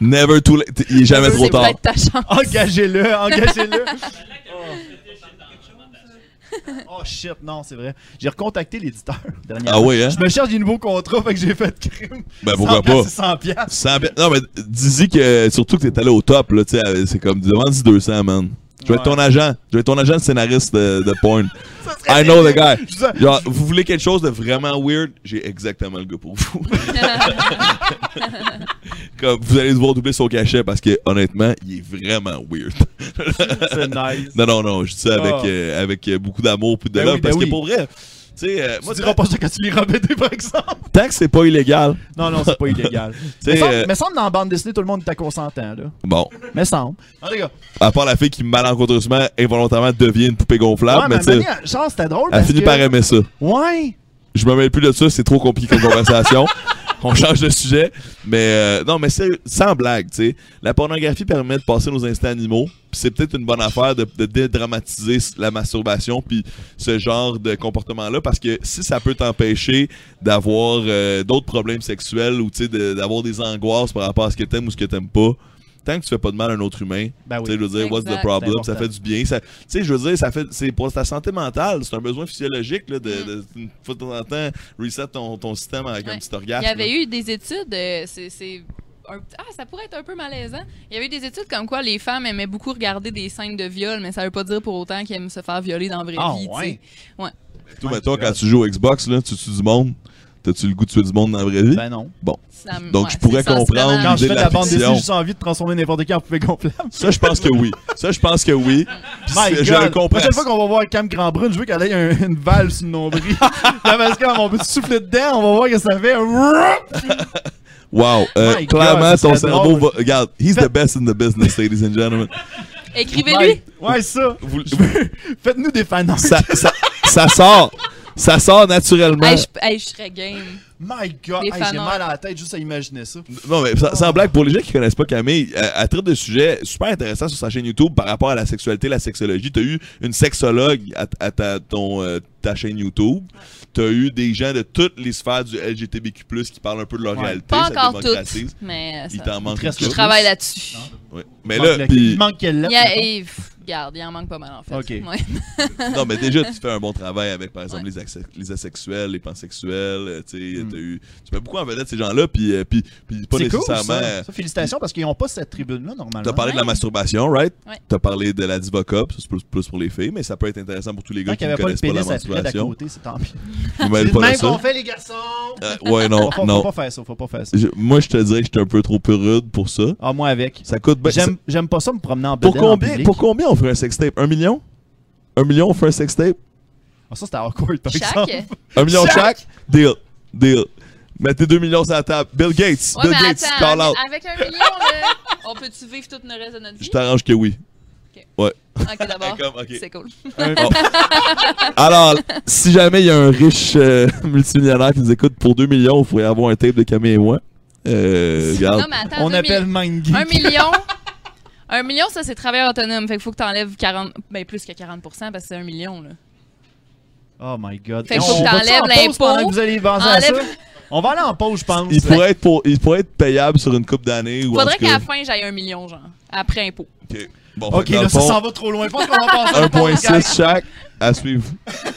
never too late. Il est jamais C'est trop tard. peut-être ta chance. Engagez-le, engagez-le. Ah, Oh. Moi, oh shit, non, c'est vrai. J'ai recontacté l'éditeur dernièrement. Ah oui, hein? Je me cherche des nouveaux contrats, fait que j'ai fait de crime. Ben pourquoi pas? 100 piastres. Cent pi- Non, mais dis-y que surtout que t'es allé au top, là, tu sais, euh, c'est comme demande-y 200, man. Je vais être Ouais. ton agent. Je vais être ton agent de scénariste de, de porn. I know the guy. Je disais- Genre, vous voulez quelque chose de vraiment weird? J'ai exactement le gars pour vous. comme, vous allez devoir doubler son cachet parce que, honnêtement, il est vraiment weird. C'est nice. Non, non, non, je dis ça avec, Ah. euh, avec euh, beaucoup d'amour puis de Ben love oui, ben parce oui. que pour vrai, tu sais, euh, Tu moi, diras pas ça quand tu liras BD, par exemple. tant que c'est pas illégal, Non, non, c'est pas illégal. tu Mais sais, semble, euh, mais semble dans la bande dessinée, tout le monde est à consentant, là. bon, Mais semble. Ah, En tout cas, à part la fille qui malencontreusement, involontairement devient une poupée gonflable, ouais, mais mais tu sais, Mani, genre, c'était drôle. elle parce finit que- par aimer ça. Ouais. Je me mêle plus de ça, c'est trop compliqué comme conversation. On change de sujet. Mais euh, non, mais sérieux, sans blague, tu sais. La pornographie permet de passer nos instants animaux. Puis c'est peut-être une bonne affaire de, de dédramatiser s- la masturbation puis ce genre de comportement-là. Parce que si ça peut t'empêcher d'avoir euh, d'autres problèmes sexuels ou tu sais, de- d'avoir des angoisses par rapport à ce que t'aimes ou ce que t'aimes pas, tant que tu fais pas de mal à un autre humain, Ben tu sais, oui. je veux dire, what's the Exact. problem? C'est Ça fait du bien. ça- Tu sais, je veux dire, ça fait, c'est pour ta santé mentale. C'est un besoin physiologique, là, de, de, une fois de temps en temps, reset ton, ton système avec un Mm. Ouais. petit orgasme. Il y avait eu des études, euh, c'est- c'est un- ah, ça pourrait être un peu malaisant. Il y avait eu des études comme quoi les femmes aimaient beaucoup regarder des scènes de viol, mais ça veut pas dire pour autant qu'elles aiment se faire violer dans la vraie Ah, vie. tu ouais. sais. Tout, mais toi, quand tu joues au Xbox, là, tu tues du monde. T'as-tu le goût de tuer du monde dans la vraie vie? Ben non. Ça me- Donc, ouais, je pourrais c'est ça, c'est comprendre vraiment- Quand je fais L'idée de de la la bande dessinée, fiction. j'ai juste envie de transformer n'importe qui en poupée gonflable. Ça, je pense que oui. Ça, je pense que oui. Puis My c'est- God. je le comprends. La prochaine fois qu'on va voir Cam Grandbrun, je veux qu'elle ait un- une valve sur le nombril. la mascara, on peut te souffler dedans, on va voir que ça fait. Wow. Euh, My God, clairement, ça ton serait cerveau drôle. va. Regarde, he's the best in the business, ladies and gentlemen. Écrivez-lui. Ouais, ça. Vous- Je veux- Faites-nous des fanarts. ça, ça, ça sort. Ça sort naturellement. Hey, je- hey, je serais game. My God, Des hey, j'ai fanarts. mal à la tête juste à imaginer ça. Non, mais sans, Oh. sans blague, pour les gens qui connaissent pas Camille, elle, elle traite de sujets super intéressants sur sa chaîne YouTube par rapport à la sexualité, la sexologie. T'as eu une sexologue à, à ta, ton, euh, ta chaîne YouTube. T'as eu des gens de toutes les sphères du LGTBQ+, qui parlent un peu de leur Ouais. réalité. Pas ça encore démocratise. toutes, mais Il ça- t'en manque reste une je le couple. travaille là-dessus. Ouais. Mais Il manque là, le- puis il manque quelle Il lettre. y a- et- pff, garde. Il en manque pas mal, en fait. Ok. Ouais. Non, mais déjà, tu fais un bon travail avec, par exemple, Ouais. les, asex- les asexuels, les pansexuels. euh, Tu sais, t'as eu- tu mets beaucoup en vedette ces gens-là, puis, euh, puis, puis pas Mm. C'est cool, nécessairement. euh, ça. Ça, Félicitations, parce qu'ils n'ont pas cette tribune-là, T'as normalement. parlé de la Ouais. masturbation, right? Ouais. T'as parlé de la divocop, ça c'est plus, plus pour les filles, mais ça peut être intéressant pour tous les Tant gars qui qu'il ne n'y avait pas le connaissent pas la pénis à près d'à masturbation. côté, c'est tant pis. Vous C'est m'avez le pas même dit ça? qu'on fait, les garçons! Euh, ouais, non, Faut, faut- non. faut pas faire ça, faut pas faire ça. Je- moi, je te dirais que j'étais un peu trop peu rude pour ça. Ah, moi avec. Ça coûte bien. J'aime j'aime pas ça me promener en Ben, Pour bedaine en combien, public. pour combien on ferait un sextape? Un million? Un million, on ferait un sextape? Ah, ça, c'était awkward, par Chaque. exemple. Un million Chaque. chaque? Deal. Deal. Mettez deux millions sur la table. Bill Gates. Ouais, Bill mais Gates, attends, call avec- out. avec un million, là, on peut-tu vivre tout le reste de notre Je vie? t'arrange que oui. Ok, d'abord. Comme, ok. C'est cool. Bon. Alors, si jamais il y a un riche euh, multimillionnaire qui nous écoute pour 2 millions, vous pourriez avoir un tape de Camille et moi. Euh, regarde. Non, mais attends, On deux appelle Mind Geek. Un million. Un million, ça, c'est travailleur autonome. Fait qu'il faut que t'enlèves 40. Ben, plus que 40 parce que c'est un million, là. Oh my god. Fait qu'il On faut que va-tu t'enlèves en pause l'impôt, pendant que vous allez penser à ça? enlève- On va aller en pause, je pense. il, pourrait être pour, il pourrait être payable sur une coupe d'années ou en Faudrait tout qu'à cas- la fin, j'aille un million, genre. Après impôt. Ok. Bon, Ok, fait que dans là, le ça fond, s'en va trop loin. Je pense qu'on va passer à la pause, 1.6 chaque à suivre.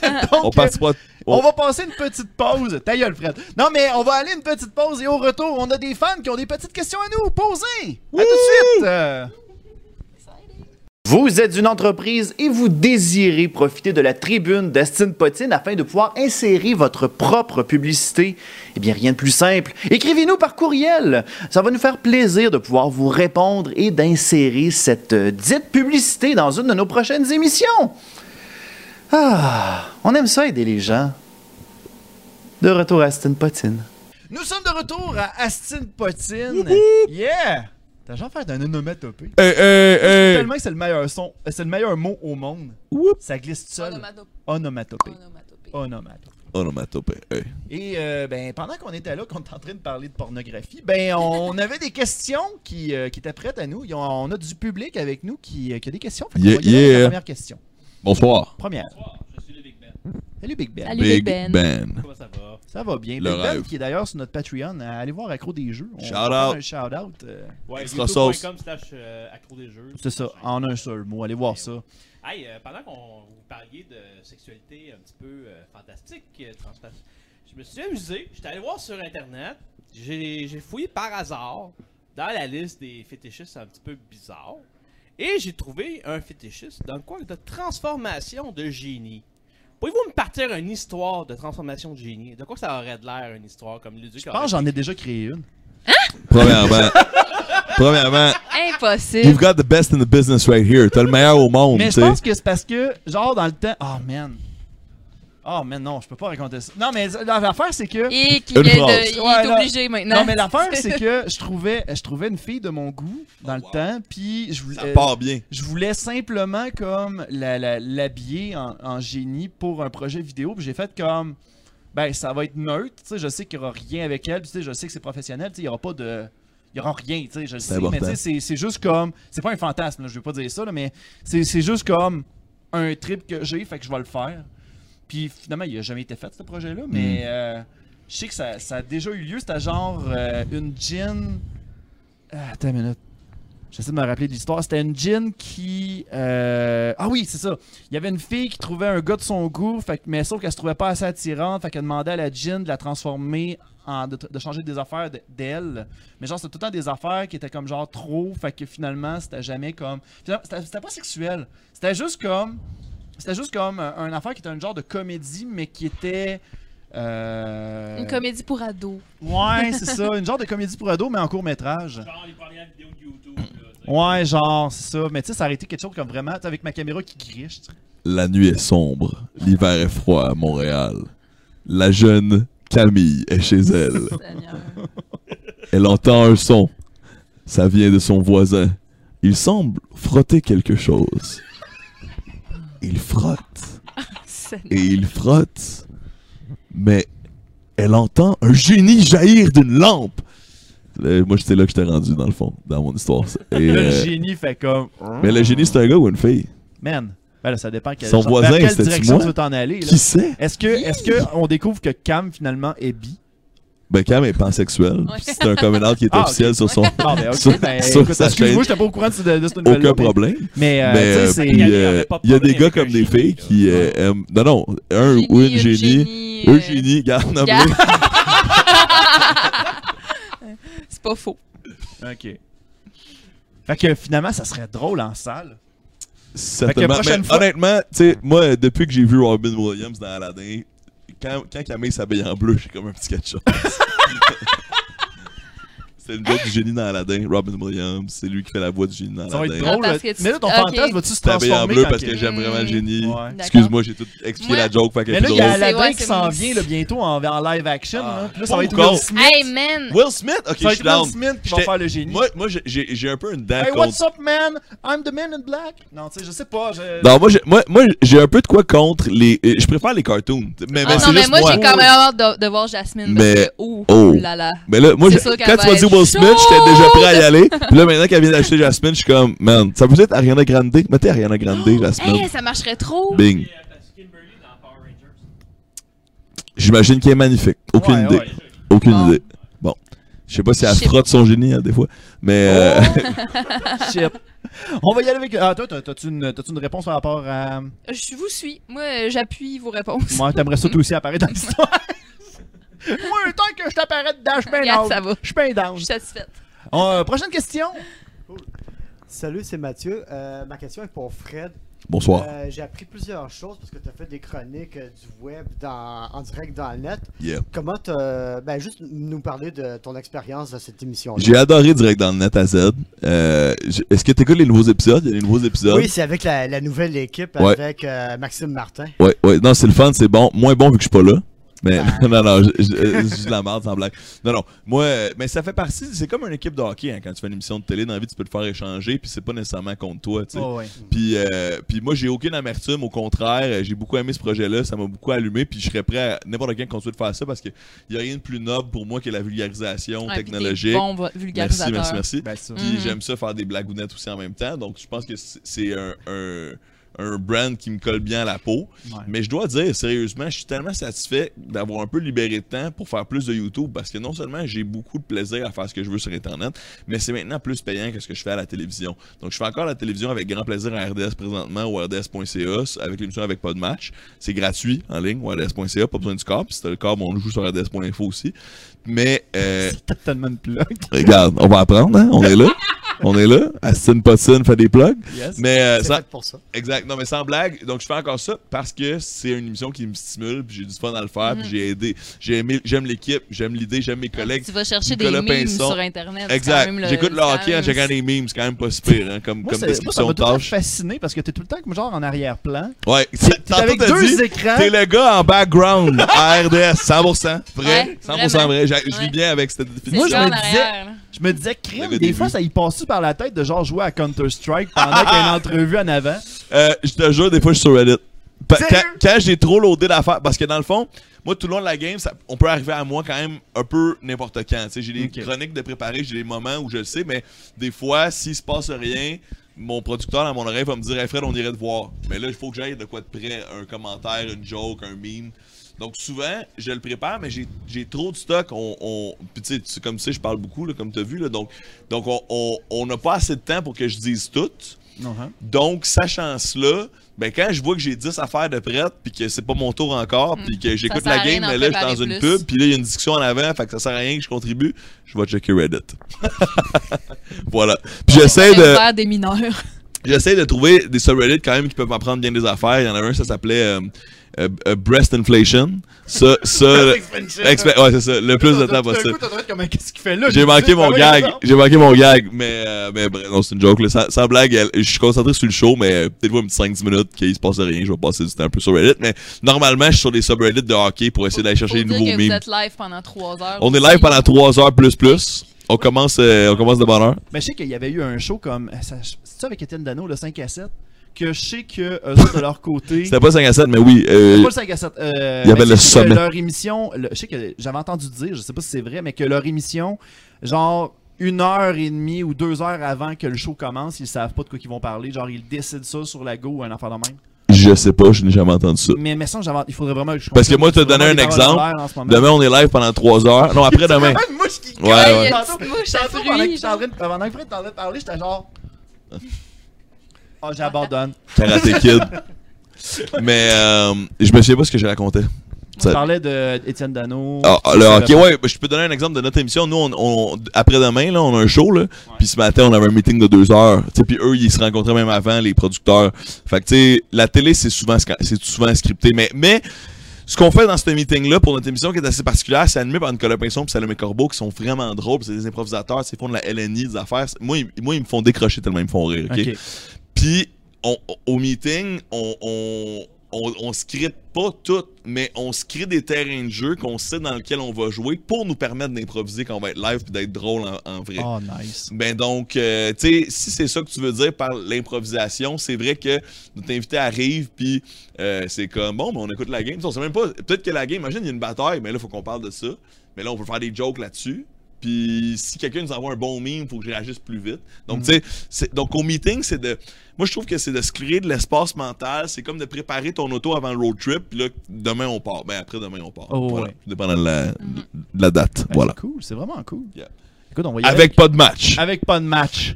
guys. On Donc, partira. On va passer une petite pause. Ta gueule, Fred. Non, mais on va aller une petite pause et au retour, on a des fans qui ont des petites questions à nous poser. À tout de suite. Euh. Vous êtes une entreprise et vous désirez profiter de la tribune d'Astine Potine afin de pouvoir insérer votre propre publicité. Eh bien, rien de plus simple. Écrivez-nous par courriel. Ça va nous faire plaisir de pouvoir vous répondre et d'insérer cette euh, dite publicité dans une de nos prochaines émissions. Ah, on aime ça aider les gens. De retour à Astin Potine. Nous sommes de retour à Astin Potine. Yeah! T'as genre fait un onomatopée. Oh, Hey, hey, hey. Tellement que c'est le meilleur son, euh, c'est le meilleur mot au monde. Whoop. Ça glisse tout seul. Onomatop- Onomatopée. onomatopée. Onomatopée. Oh, Onomatopée. Hey. Et euh, ben, pendant qu'on était là, qu'on était en train de parler de pornographie, ben on avait des questions qui, euh, qui étaient prêtes à nous. Ils ont- on a du public avec nous qui, euh, qui a des questions. Fait qu'on Yeah, va y aller avec yeah. la première question. Bonsoir. Première. Bonsoir, je suis le Big Ben. Salut Big Ben. Salut. Lui, Big Big Ben. Ben. Comment ça va? Ça va bien. Le Big Ben, rêve. qui est d'ailleurs sur notre Patreon, euh, allez voir Accro des Jeux. On Shout va faire out. Un shout out. euh, Ouais, Extra sauce. youtube.com slash euh, accro des jeux. c'est ça, en un seul mot. Allez voir ça. Hey, euh, pendant qu'on vous parliez de sexualité un petit peu euh, fantastique, euh, transpa- je me suis amusé, j'étais allé voir sur internet, j'ai j'ai fouillé par hasard dans la liste des fétichistes un petit peu bizarres, et j'ai trouvé un fétichiste dans le coin de transformation de génie. Pouvez-vous me partir une histoire de transformation de génie? De quoi ça aurait de l'air une histoire comme le duc Je pense que j'en ai déjà créé une. Premièrement. Premièrement, you've Impossible. got the best in the business right here. T'as le meilleur au monde, Mais tu je sais. pense que c'est parce que, genre, dans le temps. Oh man. Oh man, non, je peux pas raconter ça. Non, mais la- l'affaire, c'est que. Et qu'il est, Une phrase. de- il est Ouais, non. obligé maintenant. Non, mais l'affaire, c'est que je trouvais, je trouvais une fille de mon goût dans le wow. temps, puis je voulais. Ça part bien. Je voulais simplement comme la- la- l'habiller en, en génie pour un projet vidéo. Puis j'ai fait comme ben ça va être neutre, tu sais, je sais qu'il n'y aura rien avec elle, puis tu sais, je sais que c'est professionnel, tu sais, il n'y aura pas de il y aura rien, tu sais, je le sais, mais important. tu sais c'est- c'est juste comme c'est pas un fantasme, là, je vais pas dire ça là, mais c'est c'est juste comme un trip que j'ai, fait que je vais le faire. Puis finalement, il a jamais été fait ce projet là, mais euh, je sais que ça, ça a déjà eu lieu, c'était genre euh, une gin ah, attends une minute. J'essaie de me rappeler de l'histoire. C'était une gin qui. euh, Ah oui, c'est ça. Il y avait une fille qui trouvait un gars de son goût, fait, que- mais sauf qu'elle se trouvait pas assez attirante, fait qu'elle demandait à la gin de la transformer, en, de, de changer des affaires de- d'elle. Mais genre, c'était tout le temps des affaires qui étaient comme genre trop, fait que finalement, c'était jamais comme. finalement, C'était c'était pas sexuel. C'était juste comme. C'était juste comme un, un affaire qui était un genre de comédie, mais qui était. euh, Une comédie pour ados. Ouais, c'est ça. Une genre de comédie pour ados, mais en court métrage. Genre les premières vidéos de YouTube, là. tu sais. Ouais, genre, c'est ça. Mais tu sais, ça aurait été quelque chose comme vraiment, tu sais, avec ma caméra qui griche. tu sais. La nuit est sombre, l'hiver est froid à Montréal. La jeune Camille est chez elle. Seigneur. Elle entend un son. Ça vient de son voisin. Il semble frotter quelque chose. Il frotte Seigneur. et il frotte. Mais elle entend un génie jaillir d'une lampe. Euh, moi, j'étais là que j'étais rendu, dans le fond, dans mon histoire. ça. Et, Le euh, génie fait comme. mais le génie, c'est un gars ou une fille? Man. Ben là, ça dépend quel Son genre- voisin, vers quelle c'était-tu direction moi? tu veux t'en aller. là. Qui sait? Est-ce que, est-ce que on découvre que Cam finalement est bi Beckham est pansexuel. Ouais. puis C'est un coming out qui est Ah, ok. officiel sur son. Non, mais ok, Sur- ben, sur écoute, sa chaîne. excuse-moi, j'étais pas au courant de, ce- de cette nouvelle Aucun problème. Mais, euh, Mais tu sais, euh, c'est... puis, Il y avait euh, pas de il y a des problème gars avec comme un des génie, filles là. qui euh, aiment. Non, non, un ou une génie. euh, Eugénie, garde nommé. Garde. C'est pas faux. OK. Fait que finalement, ça serait drôle en salle. Certainement. Fait que Mais prochaine fois- honnêtement, tu sais, moi, euh, depuis que j'ai vu Robin Williams dans Aladdin, quand, quand Camille s'habille en bleu, j'ai comme un petit ketchup. c'est le gars du génie dans Aladdin, Robin Williams. C'est lui qui fait la voix du génie dans Ça va Aladdin. être Ah, drôle. parce là. que tu- Mais là, ton ok. fantasme va-tu se T'habilles transformer? en bleu quand parce que- Hmm. que j'aime vraiment le génie. Ouais. Excuse-moi, j'ai tout expliqué Moi- la joke, fait qu'elle Mais est là, plus il y a C'est- Aladdin ouais, qui c'est s'en mon- vient là, bientôt en, en live action. Ah. là. Puis là, ça va être Bon, Will Smith. Hey man! drôle. Will Smith? Ça Ok, je va suis être Will down. Smith qui va J'étais- faire le génie. Moi, moi j'ai- j'ai j'ai un peu une dent Hey, contre what's up, man? I'm the man in black. Non, tu sais, je sais pas. Je... Non, moi, j'ai- moi, moi, j'ai un peu de quoi contre les. euh, Je préfère les cartoons. Mais, mais Ah, c'est non, mais juste moi, j'ai moi. quand même hâte de, de voir Jasmine. Mais- Parce que, oh, oh. là là. Mais là, moi, C'est je- sûr quand qu'elle tu m'as va dit être Will Smith, chaude. j'étais déjà prêt à y aller. Puis là, maintenant qu'elle vient d'acheter Jasmine, je suis comme, man, ça peut être Ariana Grande. Mettez Ariana Grande, Oh, Jasmine. Hey, ça marcherait trop! Bing. Et, euh, parce que Kimberly dans Power Rangers. J'imagine qu'elle est magnifique. Aucune Ouais, idée. ouais. Aucune Bon. idée. Bon. Je sais pas si elle Je sais frotte son génie, hein, des fois. Mais. Oh. euh, Shit. On va y aller avec. Ah, toi, t'as- t'as-tu une, t'as-tu une réponse par rapport à. Je vous suis. Moi, euh, j'appuie vos réponses. Moi, t'aimerais ça, toi aussi, apparaître dans l'histoire. Moi, un temps que je t'apparais dedans, je suis bien Regarde, down. ça va. Je suis bien down. Je suis satisfaite. Euh, prochaine question. Salut, c'est Mathieu. Euh, ma question est pour Fred. Bonsoir. Euh, J'ai appris plusieurs choses parce que tu as fait des chroniques euh, du web dans, en direct dans le net. Yeah. Comment t'as- ben juste nous parler de ton expérience de cette émission-là. J'ai adoré Direct dans le net à Z. Euh, j- Est-ce que t'écoutes les nouveaux épisodes? Il y a les nouveaux épisodes. Oui, c'est avec la, la nouvelle équipe, Ouais. avec euh, Maxime Martin. Ouais, ouais. Non, c'est le fun, c'est bon. Moins bon vu que je suis pas là. Mais non, non, je- je- euh, c'est juste de la merde, sans blague. Non, non. Moi, euh, mais ça fait partie. C'est comme une équipe de hockey. hein. quand tu fais une émission de télé dans la vie, tu peux te faire échanger, puis c'est pas nécessairement contre toi, tu sais. Oh, ouais. Puis, euh, puis moi, j'ai aucune amertume. Au contraire, euh, j'ai beaucoup aimé ce projet-là. Ça m'a beaucoup allumé. Puis je serais prêt à n'importe qui continuer de faire ça parce qu'il n'y a rien de plus noble pour moi que la vulgarisation Ah, puis t'es technologique. Bon va- Merci, vulgarisateur. merci, merci. Ben, ça. Puis Mhm. j'aime ça faire des blagounettes aussi en même temps. Donc je pense que c'est- c'est un, un, un brand qui me colle bien à la peau. Ouais. Mais je dois dire, sérieusement, je suis tellement satisfait d'avoir un peu libéré de temps pour faire plus de YouTube parce que non seulement j'ai beaucoup de plaisir à faire ce que je veux sur Internet, mais c'est maintenant plus payant que ce que je fais à la télévision. Donc je fais encore la télévision avec grand plaisir à RDS présentement ou RDS.ca avec l'émission avec pas de match. C'est gratuit en ligne, ou RDS.ca, pas besoin du corps. Puis si t'as le corps, bon, on le joue sur RDS.info aussi. Mais euh, T'as tellement de plug. regarde, on va apprendre, hein? on est là. On est là. Astin Potine fait des plugs. Yes. Mais euh, C'est ça- fait pour ça. Exact. Non, mais sans blague. Donc, je fais encore ça parce que c'est une émission qui me stimule, puis j'ai du fun à le faire, puis j'ai aidé. J'ai aimé, j'aime l'équipe, j'aime l'idée, j'aime mes collègues. Mm. Ah, Tu vas chercher Nicolas des memes Pinson. sur Internet. c'est Exact. quand même J'écoute le c'est quand hockey en même- checkant des memes, c'est quand même pas si pire, hein, comme, Moi, c'est- moi, comme ça description m'a de tout le temps tâche. fasciné parce que t'es tout le temps comme genre en arrière-plan. Ouais. T'es avec t'as deux dit, écrans. T'es le gars en background à RDS, 100%. Vrai. Ouais, 100% vrai. J'ai- Je vis Ouais. bien avec cette C'est Moi, définition. je ça, me en disais- arrière, là. Je me disais, crime, Dès des le début. fois, ça y passe par la tête de genre jouer à Counter-Strike pendant qu'il y a une entrevue en avant. Euh, je te jure, des fois, je suis sur Reddit. Pa- Sérieux? quand quand j'ai trop loadé d'affaires, parce que dans le fond, moi, tout le long de la game, ça- on peut arriver à moi quand même un peu n'importe quand. Tu sais, J'ai des Ok. chroniques de préparer, j'ai des moments où je le sais, mais des fois, s'il se passe rien, mon producteur dans mon oreille va me dire Hey Fred, on irait te voir. Mais là, il faut que j'aille de quoi de près un commentaire, une joke, un meme. Donc souvent, je le prépare, mais j'ai j'ai trop de stock. On, on, puis tu sais, tu- comme tu sais, je parle beaucoup, là, comme tu as vu. Là, donc, donc on- on on n'a pas assez de temps pour que je dise tout. hein? Donc, sachant cela, ben, quand je vois que j'ai 10 affaires de prête, puis que c'est pas mon tour encore, puis que j'écoute Mm. Ça sert la à rien game, d'en mais là, je suis dans préparer une plus. pub, puis là, il y a une discussion en avant, fait que ça sert à rien que je contribue, je vais checker Reddit. voilà. Puis j'essaie de, Faire des mineurs. j'essaie de trouver des subreddits quand même qui peuvent m'apprendre bien des affaires. Il y en a un, ça s'appelait euh, euh, euh, Breast Inflation. Ça, ça, Expe- ouais, c'est ça, le Euh, plus de temps possible. Qu'est-ce qu'il fait là? J'ai manqué mon gag. J'ai manqué mon gag. Mais, euh, mais bref, non, c'est une joke. là. Sans, sans blague, elle- je suis concentré sur le show, mais euh, peut-être voir un petit 5-10 minutes qu'il se passe rien. Je vais passer du temps un peu sur Reddit. Mais normalement, je suis sur les subreddits de hockey pour essayer d'aller chercher les Faut dire nouveaux que vous memes. êtes live pendant 3 heures. On est aussi. live pendant 3 heures plus plus. On commence, euh, on commence de bonne heure. Mais je sais qu'il y avait eu un show comme. euh, ça- C'est ça avec Étienne Dano, le 5 à 7 Que je sais que eux autres, de leur côté. C'était pas 5 à 7, mais oui. euh, Pas le 5 à 7. euh, Il y avait mais le c'est que sommet. Leur émission, le- je sais que j'avais entendu dire, je sais pas si c'est vrai, mais que leur émission, genre une heure et demie ou deux heures avant que le show commence, ils savent pas de quoi ils vont parler. Genre, ils décident ça sur la go ou un affaire de même. Je sais pas, je n'ai jamais entendu ça. Mais mais ça, j'avais- il faudrait vraiment. je Euh, Parce que moi, comprends- te donner vraiment un des paroles exemple, claires en ce moment. Demain, on est live pendant 3 heures. Non, après demain. Même Ah, moi, je qui Ouais, ouais. Il y a une Tantôt- petite mouche, ça Tantôt, pendant que bruit, j'étais en train de- pendant que Fred t'en train de parler, j'étais genre. Oh, Ah, j'abandonne. Karate Kid. Mais euh, je me souviens pas ce que je racontais. Tu Ça- parlais de Étienne Dano. Ah, ah, là, ok, ouais, je peux donner un exemple de notre émission. Nous, on, on- après-demain, là, on a un show, là. Puis ce matin, on avait un meeting de deux heures. Tu sais, puis eux, ils se rencontraient même avant, les producteurs. Fait que, tu sais, la télé, c'est souvent, sca- c'est souvent scripté. Mais, mais ce qu'on fait dans ce meeting-là pour notre émission qui est assez particulière, c'est animé par Nicolas Pinson et Salomé Corbeau qui sont vraiment drôles. puis C'est des improvisateurs, c'est ils font de la LNI, des affaires. C'est- Moi, ils, moi, ils me font décrocher tellement ils me font rire, ok? Ok. Puis on- au meeting, on, on, on, on se crée pas tout, mais on se crée des terrains de jeu qu'on sait dans lesquels on va jouer pour nous permettre d'improviser quand on va être live puis d'être drôle en, en vrai. Oh, nice. Ben donc, euh, tu sais, si c'est ça que tu veux dire par l'improvisation, c'est vrai que notre invité arrive, puis euh, c'est comme, bon, ben on écoute la game. On sait même pas, peut-être que la game, imagine, il y a une bataille, mais là, faut qu'on parle de ça. Mais là, on peut faire des jokes là-dessus. Puis si quelqu'un nous envoie un bon meme, faut que je réagisse plus vite. Donc, Mhm. tu sais, c'est- donc au meeting, c'est de. Moi, je trouve que c'est de se créer de l'espace mental. C'est comme de préparer ton auto avant le road trip, puis là, demain, on part. Ben après, demain, on part. Oh, Voilà. ouais. Tout dépendant de la, de la date. Ben, Voilà. C'est cool, c'est vraiment cool. Yeah. Écoute, on va y aller. Avec pas de match. Avec pas de match.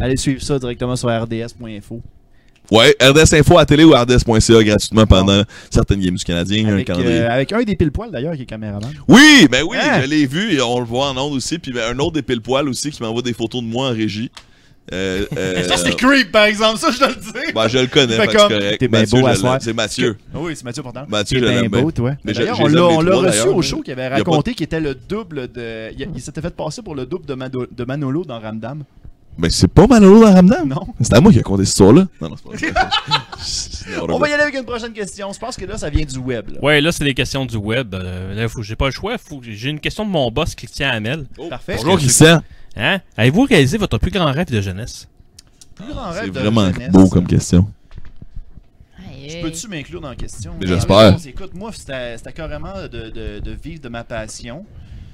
Allez suivre ça directement sur rds.info. Ouais, RDS Info à télé ou RDS.ca gratuitement pendant certaines games du Canadien. hein, un Avec, calendrier. euh, avec un des pile poils d'ailleurs qui est caméraman. Oui, ben oui, Hein? je l'ai vu et on le voit en ondes aussi. Puis ben, un autre des pile poil aussi qui m'envoie des photos de moi en régie. Euh, euh, creep par exemple, ça je dois le dis. ben, je le connais, Fait fait que c'est comme, correct. t'es ben Mathieu, beau à je l'aime. soir. C'est Mathieu. Ah oui, c'est Mathieu Portant. Mathieu, C'est je bien l'aime bien. beau, toi. Mais je- D'ailleurs, je on les l'a aime les on l'a trois, reçu d'ailleurs, au mais show qui avait y a pas de- raconté qu'il était le double de. Il, il s'était fait passer pour le double de, Mado- de Manolo dans Ramdam. Mais Ben, c'est pas Manolo dans Ramdam. Non. C'est à moi qui a compté cette histoire-là. Non, non, c'est pas vrai. On va y aller avec une prochaine question. Je pense que là, ça vient du web. là. Ouais, là, c'est des questions du web. Euh, là, faut- j'ai pas le choix. Faut, j'ai une question de mon boss, Christian Hamel. Parfait. Bonjour Christian. Hein? Avez-vous réalisé votre plus grand rêve de jeunesse? Plus grand C'est rêve de vraiment jeunesse. beau comme question. Je peux-tu m'inclure dans la question? Mais Dans la j'espère. réponse, Écoute, moi, c'était c'était carrément de, de- de vivre de ma passion.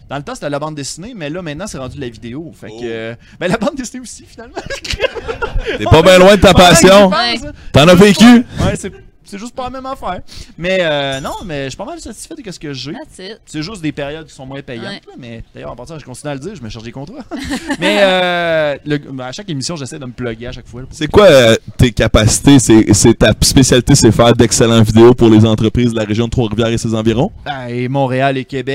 Dans le temps, c'était la bande dessinée, mais là, maintenant, c'est rendu de la vidéo. Fait que. Oh. euh, ben, la bande dessinée aussi, finalement. T'es pas bien loin de ta Pendant que j'y passion. pense, Ouais. hein. T'en as vécu. Ouais, c'est- c'est juste pas la même affaire. Mais euh, non, mais je suis pas mal satisfait de ce que j'ai. That's it. C'est juste des périodes qui sont moins payantes. Ouais. là, mais d'ailleurs, en partant, je continue à le dire, je me charge des contrats. mais euh, le- ben, à chaque émission, j'essaie de me plugger à chaque fois. là, pour- C'est quoi euh, tes capacités? C'est c'est ta spécialité, c'est faire d'excellentes vidéos pour les entreprises de la région de Trois-Rivières et ses environs? Ah, et Montréal et Québec.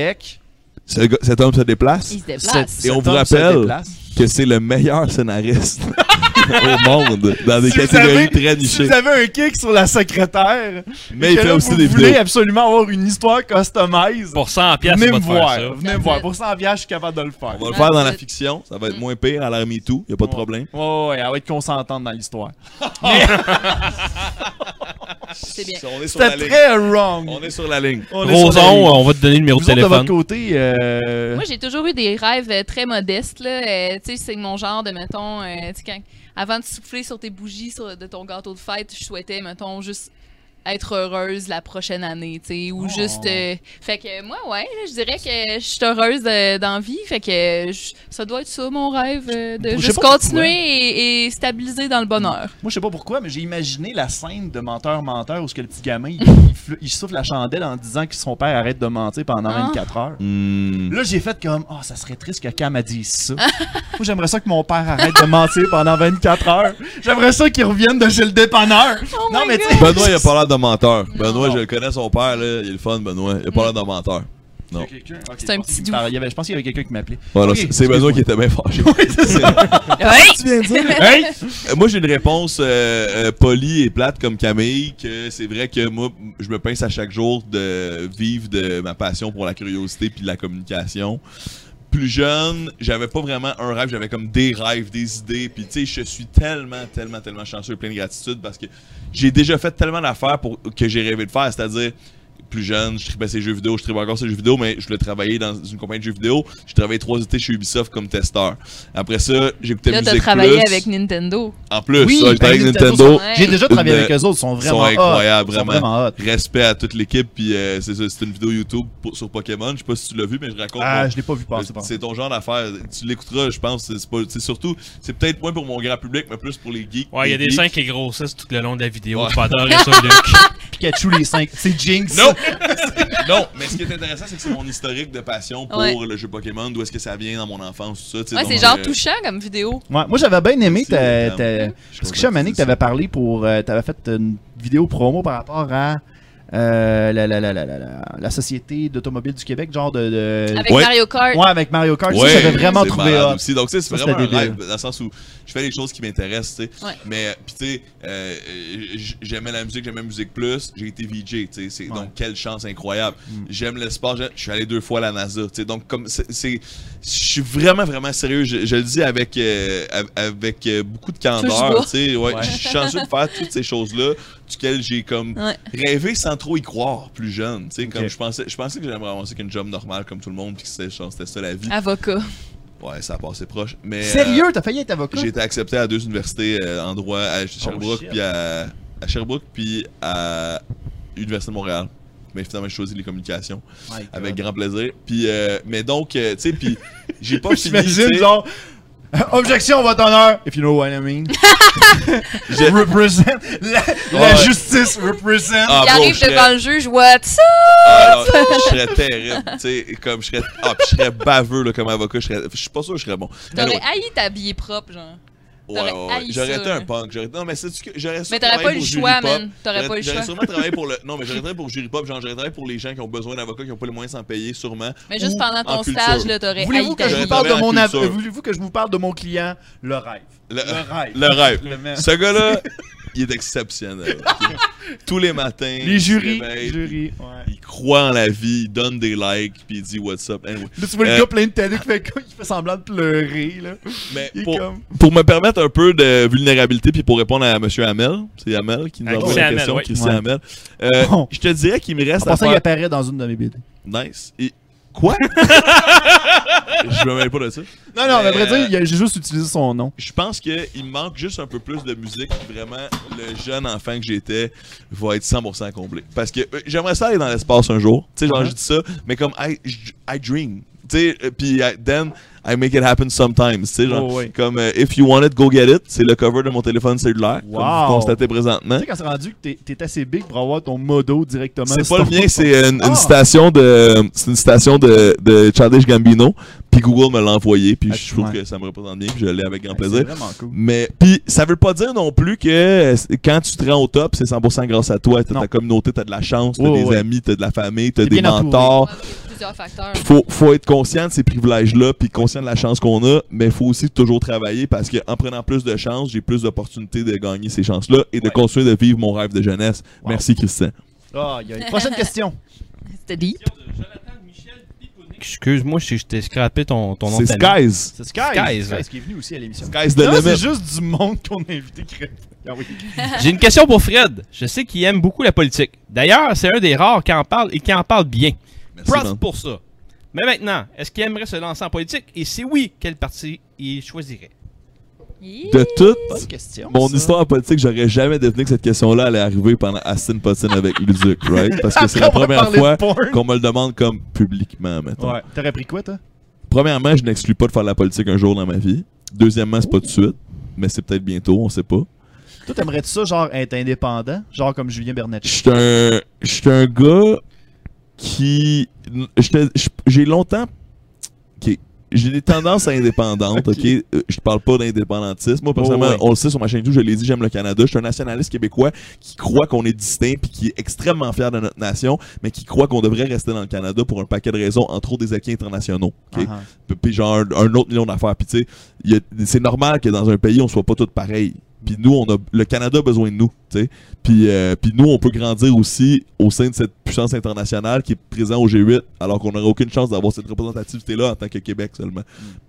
Ce gars- cet homme se déplace? Il se Cet- déplace. Et on cet vous homme se rappelle déplace. que c'est le meilleur scénariste au monde dans des Si vous catégories avez- très Si nichées. vous avez un kick sur la secrétaire, Mais il que fait là, aussi vous des voulez vidéos. absolument avoir une histoire customise, Pour 100 pièces, venez me voir. faire ça. Venez me voir. Pour 100 viages, je suis capable de le faire. On va Ouais, le faire dans la Ouais. fiction, ça va être moins pire à l'ère MeToo, y a pas de problème. ouais, ouais, elle va être consentante dans l'histoire. C'est bien. On est sur la C'était ligne. très wrong. On est sur la ligne. On est sur la ligne. Roson, euh, on va te donner le numéro Vous de autres, de téléphone. votre côté, euh, Moi, j'ai toujours eu des rêves euh, très modestes. Là. Euh, tu sais, c'est mon genre de, mettons, euh, tu sais, quand- avant de souffler sur tes bougies sur- de ton gâteau de fête, je souhaitais, mettons, juste être heureuse la prochaine année, tu sais, ou Oh. juste... euh, fait que moi, ouais, là, je dirais que je suis heureuse de- d'en vie, fait que je- ça doit être ça, mon rêve, euh, Je de sais juste pas pourquoi. continuer et, et stabiliser dans le bonheur. moi, je sais pas pourquoi, mais j'ai imaginé la scène de menteur-menteur où ce que le petit gamin, il, il fl- il souffle la chandelle en disant que son père arrête de mentir pendant Ah. 24 heures. Hmm. Là, j'ai fait comme, oh, ça serait triste que Cam a dit ça. Moi, j'aimerais ça que mon père arrête de mentir pendant 24 heures. J'aimerais ça qu'il revienne de chez le dépanneur. Oh non, mais tu sais- Benoît, il a pas l'air de menteur. Benoît, je le connais, son père, là, il est le fun, Benoît. Il a Hmm. pas l'air de menteur. Non. C'est un petit doux. Il y avait- Je pense qu'il y avait quelqu'un qui m'appelait. Voilà, Ok, c'est- c'est Benoît qui était bien fâché. Ouais! tu viens de dire? Euh, Moi, j'ai une réponse euh, euh, polie et plate comme Camille, que c'est vrai que moi, je me pince à chaque jour de vivre de ma passion pour la curiosité puis la communication. Plus jeune, j'avais pas vraiment un rêve, j'avais comme des rêves, des idées. Puis tu sais, je suis tellement, tellement, tellement chanceux et plein de gratitude parce que j'ai déjà fait tellement d'affaires pour que j'ai rêvé de faire, c'est-à-dire plus jeune, je tripais ces jeux vidéo, je tripais encore ces jeux vidéo, mais je voulais travailler dans une compagnie de jeux vidéo. J'ai travaillé trois étés chez Ubisoft comme testeur. Après ça, j'écoutais Là, musique t'as travaillé Plus. avec Nintendo. En plus, Oui, ça, j'ai ben, travaillé avec Nintendo, Nintendo. ouais. J'ai déjà travaillé Une- avec eux autres, ils sont vraiment sont incroyables, hot. Ils sont vraiment. vraiment hot. Respect à toute l'équipe, puis euh, c'est ça, c'est une vidéo YouTube pour- sur Pokémon. Je sais pas si tu l'as vu, mais je raconte. Ah, mon- je l'ai pas vu passer. par c'est ton genre d'affaire. Tu l'écouteras, je pense. C'est pas- c'est surtout, c'est peut-être moins pour mon grand public, mais plus pour les geeks. Ouais, il y a les des geeks. scènes qui grossissent tout le long de la vidéo. Ouais. Faut adorer ça, Luc. Pikachu les 5. C'est Jinx. Non! non! Mais ce qui est intéressant, c'est que c'est mon historique de passion pour Ouais. le jeu Pokémon, d'où est-ce que ça vient dans mon enfance, tout ça. tu sais, Ouais, donc, c'est genre euh, touchant comme vidéo. Ouais, moi j'avais bien aimé Merci, ta, madame. ta, je suis Parce que content Chamané, que de t'avais parlé pour. euh, t'avais fait une vidéo promo par rapport à. euh, la, la, la, la, la, la, la Société d'automobile du Québec, genre de. de- Avec Ouais. Mario Kart. Ouais, avec Mario Kart. Ouais, Ah, ça, j'avais vraiment c'est trouvé malade hot. aussi. Donc, tu sais, c'est Ça, vraiment un c'était débile. rêve, dans le sens où je fais les choses qui m'intéressent, tu sais. Ouais. Mais, puis tu sais, euh, j- j'aimais la musique, j'aimais la musique plus. J'ai été VJ, tu sais. c'est- Ouais. Donc, quelle chance incroyable. Mm. J'aime le sport, j'aime- je suis allé deux fois à la NASA, tu sais. Donc, comme, c'est. c'est- Je suis vraiment, vraiment sérieux. Je, je le dis avec, euh, av- avec euh, beaucoup de bois. candeur, tu sais. Ouais, Ouais. Je suis chanceux de faire toutes ces choses-là, duquel j'ai comme Ouais. rêvé sans trop y croire plus jeune, tu sais. Comme Ok. je pensais, je pensais que j'aimerais avancer qu'une job normale comme tout le monde, puis que c'était c'était ça la vie. Avocat. Ouais, ça a passé proche. Mais, Sérieux, euh, t'as failli être avocat? J'ai été accepté à deux universités euh, en droit, à Sherbrooke, shit. puis à, à Sherbrooke, puis à l'Université de Montréal. Mais finalement, j'ai choisi les communications My God. avec grand plaisir. Puis, euh, mais donc, euh, tu sais, puis j'ai pas fini. tu J'imagine, sais. genre. Objection, votre honneur, if you know what I mean. Je- represent. La, la Ouais. justice represent. Ah, Il bro, arrive je serais- devant le juge, what's up? ah, non, je serais terrible, tu sais, comme je serais, ah, puis je serais baveux là, comme avocat, je serais, je suis pas sûr que je serais bon. T'aurais Anyway, haï t'habiller propre, genre. ouais, t'aurais ouais, ouais. haï j'aurais ça, été là. un punk, j'aurais, non mais c'est que j'aurais. Mais t'aurais pas eu travaillé le pour Julie choix, Pop. man. T'aurais pas eu le J'aurais choix. sûrement travaillé pour le. Non, mais j'aurais travaillé pour Jury Pop, genre j'aurais travaillé pour les gens qui ont besoin d'avocats, qui ont pas les moyens de s'en payer, sûrement. Mais juste ou pendant en ton culture. stage, là, t'aurais Voulez-vous haï que je J'aurais t'habiller. vous parle de travaillé en mon av- culture. Voulez-vous que je vous parle de mon client? Le rêve. Le- Le rêve. Le rêve. Le même. Ce gars-là, il est exceptionnel. Tous les matins, Les il se jurys. réveille, jurys, ouais. Il croit en la vie, il donne des likes, puis il dit what's up. Anyway. Là, tu vois le Euh, gars plein de tannés qui fait, comme- il fait semblant de pleurer, là. Mais Il est pour, comme... pour me permettre un peu de vulnérabilité, puis pour répondre à Monsieur Hamel, c'est Hamel qui nous Ah, a envoyé Christian la Hamel, question, oui. Christian Ouais. Hamel. Euh, Bon. Je te dirais qu'il me reste En à passant, il faire... apparaît dans une de mes BD. Nice. Et... Quoi? je me mêle pas de ça. Non, non, mais à vrai Euh, dire, il a- j'ai juste utilisé son nom. Je pense qu'il me manque juste un peu plus de musique. puis Vraiment, le jeune enfant que j'étais va être 100% comblé. Parce que euh, j'aimerais ça aller dans l'espace un jour. Tu sais, genre, Mhm. je dis ça, mais comme I, j- I dream. Tu sais, euh, puis I- then I make it happen sometimes. Tu sais, genre, Oh, ouais. comme euh, If you want it, go get it. C'est le cover de mon téléphone cellulaire, comme Wow. vous constatez Tu présentement. sais, quand c'est rendu que t'es- t'es assez big pour avoir ton modo directement. C'est sur pas le ton- mien, c'est une, une Ah! citation de c'est une citation de, de Childish Gambino. Puis Google me l'a envoyé, puis Ah, je trouve ouais. que ça me représente bien, puis je l'ai avec grand Ouais, plaisir. C'est vraiment cool. Mais puis ça veut pas dire non plus que euh, c- quand tu te rends au top, c'est 100% grâce à toi, t'as Non. ta communauté, t'as de la chance, t'as Oh, des ouais. amis, t'as de la famille, t'as T'es des bien entouré. mentors. Ouais, il y a plusieurs facteurs. Puis Faut, faut être conscient de ces privilèges-là, puis conscient de la chance qu'on a, mais faut aussi toujours travailler parce que en prenant plus de chances, j'ai plus d'opportunités de gagner ces chances-là et de Ouais. continuer de vivre mon rêve de jeunesse. Wow. Merci Christian. Ah, il y a une prochaine question. C'était dit. de Jonathan Michel Picouni. Excuse-moi si je t'ai scrappé ton, ton nom de C'est famille. Skies. C'est Sky. Skies. qui est venu aussi à l'émission. Skies de Non, c'est limit. juste du monde qu'on a invité qui répond. Ah oui. J'ai une question pour Fred. Je sais qu'il aime beaucoup la politique. D'ailleurs, c'est un des rares qui en parle et qui en parle bien. Merci, Props man. pour ça. Mais maintenant, est-ce qu'il aimerait se lancer en politique? Et si oui, quel parti il choisirait? De Bonne toute question. mon ça. histoire politique, j'aurais jamais deviné que cette question-là allait arriver pendant Aston Potin avec Luduc, right? Parce que c'est la Après, on va première parler fois de porn. qu'on me le demande comme publiquement, mettons. Ouais. T'aurais pris quoi, toi Premièrement, je n'exclus pas de faire de la politique un jour dans ma vie. Deuxièmement, c'est pas tout de suite, mais c'est peut-être bientôt, on sait pas. Toi, t'aimerais-tu ça, genre, être indépendant Genre comme Julien Je Bernatchez. suis un, je suis un gars qui, j'étais- j'ai longtemps, ok, j'ai des tendances indépendantes, ok. Euh, Je parle pas d'indépendantisme. Moi personnellement, Oh, ouais. on le sait sur ma chaîne YouTube, je l'ai dit, j'aime le Canada. Je suis un nationaliste québécois qui croit qu'on est distinct puis qui est extrêmement fier de notre nation, mais qui croit qu'on devrait rester dans le Canada pour un paquet de raisons, entre autres des acquis internationaux. ok? Ah, ah. Puis- puis genre un, un autre million d'affaires. Puis tu sais, il y a- c'est normal que dans un pays, on soit pas tous pareils. Puis nous, on a, le Canada a besoin de nous, tu sais. Puis, euh, puis nous, on peut grandir aussi au sein de cette puissance internationale qui est présente au G8, alors qu'on n'aurait aucune chance d'avoir cette représentativité-là en tant que Québec seulement.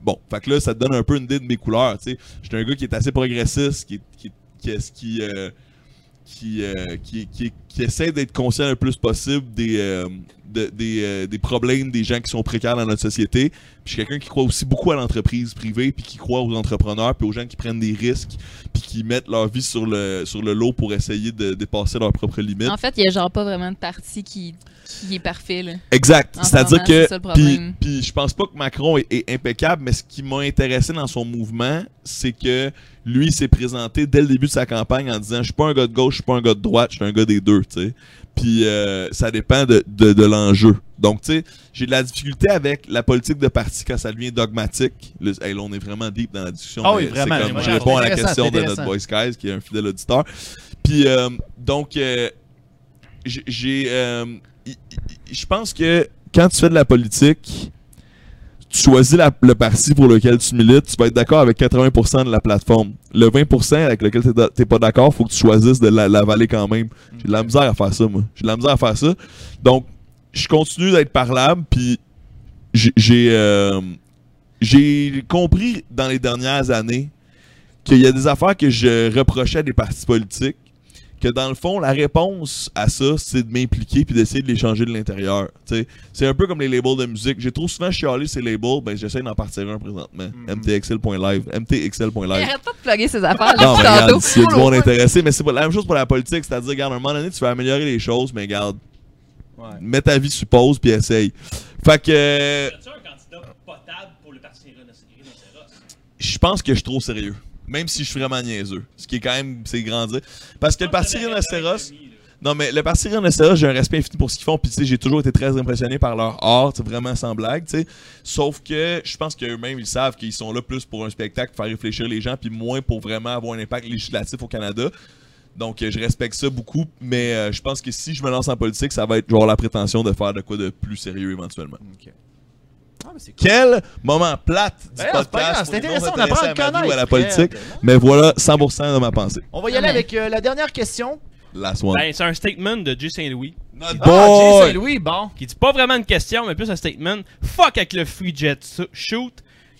Bon, fait que là, ça te donne un peu une idée de mes couleurs, tu sais. J'étais un gars qui est assez progressiste, qui, qui, qui, est- qui, euh, qui, euh, qui, qui, qui essaie d'être conscient le plus possible des, euh, de- des, euh, des problèmes des gens qui sont précaires dans notre société. Puis je suis quelqu'un qui croit aussi beaucoup à l'entreprise privée, puis qui croit aux entrepreneurs, puis aux gens qui prennent des risques, puis qui mettent leur vie sur le, sur le lot pour essayer de dépasser leurs propres limites. En fait, il y a genre pas vraiment de parti qui, qui est parfait, là. Exact. En ce C'est-à-dire moment, c'est ça que. le Puis problème. puis je pense pas que Macron est, est impeccable, mais ce qui m'a intéressé dans son mouvement, c'est que lui, il s'est présenté dès le début de sa campagne en disant Je suis pas un gars de gauche, je suis pas un gars de droite, je suis un gars des deux, tu sais. Puis euh, ça dépend de, de, de l'enjeu. Donc, tu sais, j'ai de la difficulté avec la politique de parti quand ça devient dogmatique. Le- hey, là, on est vraiment deep dans la discussion. Ah mais oui, vraiment, c'est comme- mais je moi, réponds à la intéressant, question de intéressant. notre Boy Skies, qui est un fidèle auditeur. Puis, euh, donc, euh, j'ai- j'ai. euh, y- y- Je pense que quand tu fais de la politique, tu choisis la- le parti pour lequel tu milites, tu vas être d'accord avec 80% de la plateforme. Le 20% avec lequel t'es da- t'es pas d'accord, faut que tu choisisses de la- l'avaler quand même. J'ai de la misère à faire ça, moi. J'ai de la misère à faire ça. Donc, je continue d'être parlable, puis j'ai- j'ai euh, j'ai compris dans les dernières années qu'il y a des affaires que je reprochais à des partis politiques, que dans le fond, la réponse à ça, c'est de m'impliquer puis d'essayer de les changer de l'intérieur. Tu sais, C'est un peu comme les labels de musique. J'ai trop souvent chialé ces labels, ben j'essaie d'en partir un présentement. Mhm. MTXL.live. MTXL.live. Arrête pas de plugger ces affaires Ben, Non, mais depuis regarde, tantôt. s'il y a du monde intéressé, mais c'est pas la même chose pour la politique, c'est-à-dire, regarde, à un moment donné, tu veux améliorer les choses, mais regarde, mets ta vie sur pause puis essaye. Fait que, As-tu un candidat potable pour le Parti Rhinocéros? je pense que je suis trop sérieux. Même si je suis vraiment niaiseux. Ce qui est quand même, c'est grandir. Parce que le parti Rhinocéros. Non, mais le parti Rhinocéros, j'ai un respect infini pour ce qu'ils font. Puis, tu sais, j'ai toujours été très impressionné par leur art, tu sais, vraiment sans blague, tu sais. Sauf que je pense qu'eux-mêmes, ils savent qu'ils sont là plus pour un spectacle, faire réfléchir les gens, puis moins pour vraiment avoir un impact législatif au Canada. Donc, euh, je respecte ça beaucoup. Mais euh, je pense que si je me lance en politique, ça va être genre la prétention de faire de quoi de plus sérieux éventuellement. Ah, mais c'est cool. Quel moment plate du Ben non, c'est pas grave, podcast. c'est pour les intéressant, on non-intéressés apprend à à ma vie ou à connaître, la politique. Fred. Mais voilà 100% de ma pensée. On va y aller mais- avec euh, la dernière question. Last one. Ben, c'est un statement de J. Saint-Louis Notre Ah, boy! Jay Saint-Louis, bon. qui dit pas vraiment une question, mais plus un statement. Fuck avec le free jet so- shoot.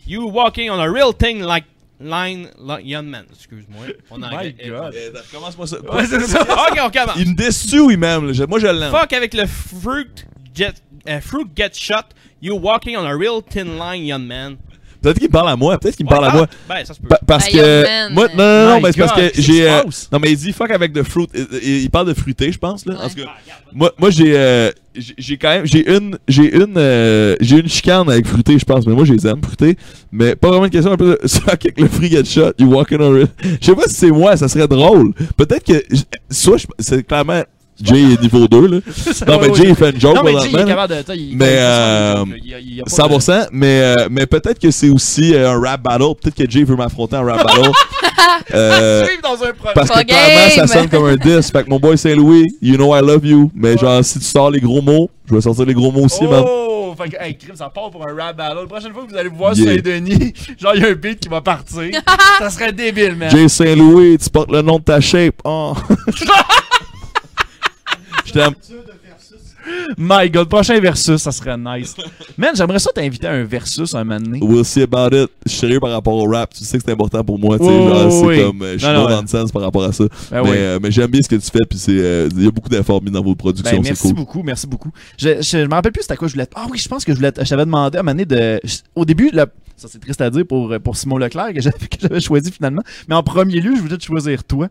You walking on a real thing like line, like young man. Excuse-moi. On en My God. Euh, Recommence-moi ça. Ok, on commence. Il me déçu, il m'aime. là. Je- Moi, je l'aime. Fuck avec le fruit jet, euh, fruit get shot. You walking on a real thin line, young man. Peut-être qu'il me parle à moi. Peut-être qu'il me Ouais, parle à ah, moi. Ben, ça se peut. Pa- Bah, parce Hey, que. young man. Moi, non, non, non, My mais c'est parce God, que qu'est-ce qui j'ai. se euh, passe? non, mais il dit fuck avec the fruit. Il, il- il parle de fruité, je pense, là. En Ouais. tout cas, moi, moi j'ai. euh, j'ai j'ai quand même. J'ai une. J'ai une. euh, j'ai une chicane avec fruité, je pense. Mais moi, je les aime, fruité. Mais pas vraiment une question. Un peu de fuck avec le free get shot. You walking on it. Je sais pas si c'est moi, ça serait drôle. Peut-être que. je- Soit, je- c'est clairement. Jay est niveau 2, là. Non, mais Jay, il fait une joke, Non, mais Jay, il est probablement, là. capable de. il- Mais, il- il- il- euh, il- il- il- il- 100%, mais, euh, mais peut-être que c'est aussi euh, un rap battle. Peut-être que Jay veut m'affronter en rap battle. Euh, Suivre dans un projet. parce que Pas clairement, ça game. sonne comme un diss. Fait que mon boy Saint-Louis, you know I love you. Mais genre, si tu sors les gros mots, je vais sortir les gros mots aussi, man. Oh, fait que, hey, Crime, ça part pour un rap battle. La prochaine fois que vous allez vous voir Yeah. sur Saint-Denis, genre, il y a un beat qui va partir. ça serait débile, man. Jay Saint-Louis, tu portes le nom de ta shape. Oh. je t'aime. My god, prochain versus, ça serait nice. Man, j'aimerais ça t'inviter à un versus un moment donné. We'll see about it. Je suis sérieux par rapport au rap. Tu sais que c'est important pour moi. Tu sais, Oh, genre, c'est oui. comme. euh, Je suis Non, non, non ouais. dans le sens par rapport à ça. Ben mais oui. euh, mais j'aime bien ce que tu fais. Puis c'est, euh, il y a beaucoup d'efforts mis dans vos productions. Ben, c'est merci cool. beaucoup, merci beaucoup. Je, je, je me rappelle plus c'était quoi je voulais. Ah oui, je pense que je voulais. Je t'avais demandé à un moment donné de. je- Au début, le- ça c'est triste à dire pour, pour Simon Leclerc que j'avais, que j'avais choisi finalement. Mais en premier lieu, je voulais te choisir toi.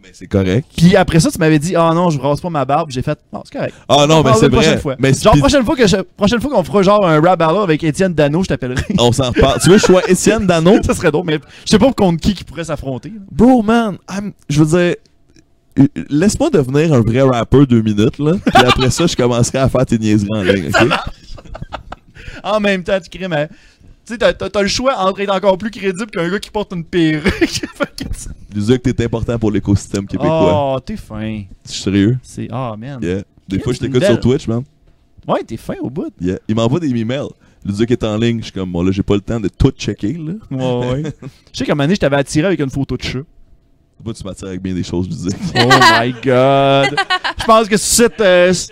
Mais Ben, c'est correct. Puis après ça, tu m'avais dit Ah non, je rase pas ma barbe. J'ai fait Non, c'est correct. Ah non, mais Parle-le c'est prochaine vrai. fois. Mais Genre, puis- prochaine fois, que je- prochaine fois qu'on fera genre un rap battle avec Étienne Dano, je t'appellerai. on s'en reparle. tu veux que je sois Étienne Dano? ça serait drôle, mais je sais pas contre qui qui pourrait s'affronter. là. Bro, man, I'm- je veux dire, euh, laisse-moi devenir un vrai rappeur deux minutes, là. Puis après ça, je commencerai à faire tes niaiseries en ligne, ok? En même temps, tu crées, mais. Tu sais, t'as, t'as- t'as le choix entre être encore plus crédible qu'un gars qui porte une perruque. Fait que ça- Dis-le que t'es important pour l'écosystème québécois. oh, t'es fin. Je suis sérieux? C'est. Ah, man. Yeah. Des fois, je C'est une t'écoute belle- sur Twitch, man. Ouais, t'es fin au bout. Yeah. Il m'envoie des emails. Le duc est en ligne. Je suis comme, bon, là, j'ai pas le temps de tout checker, là. Ouais, ouais. je sais qu'à un moment donné, je t'avais attiré avec une photo de chat. Moi, tu m'attires avec bien des choses, je dis. Oh my god. Je pense que sur cette. euh, s-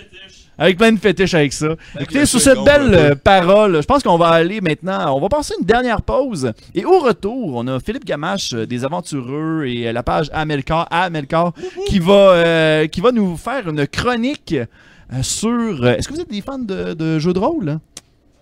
avec plein de fétiches avec ça. Écoutez, le sur fait cette qu'on belle peut- euh, parole, je pense qu'on va aller maintenant. On va passer une dernière pause. Et au retour, on a Philippe Gamache euh, des Aventureux et euh, la page Amelcar, Amelcar qui, va, euh, qui va nous faire une chronique euh, sur. euh, Est-ce que vous êtes des fans de, de jeux de rôle? hein?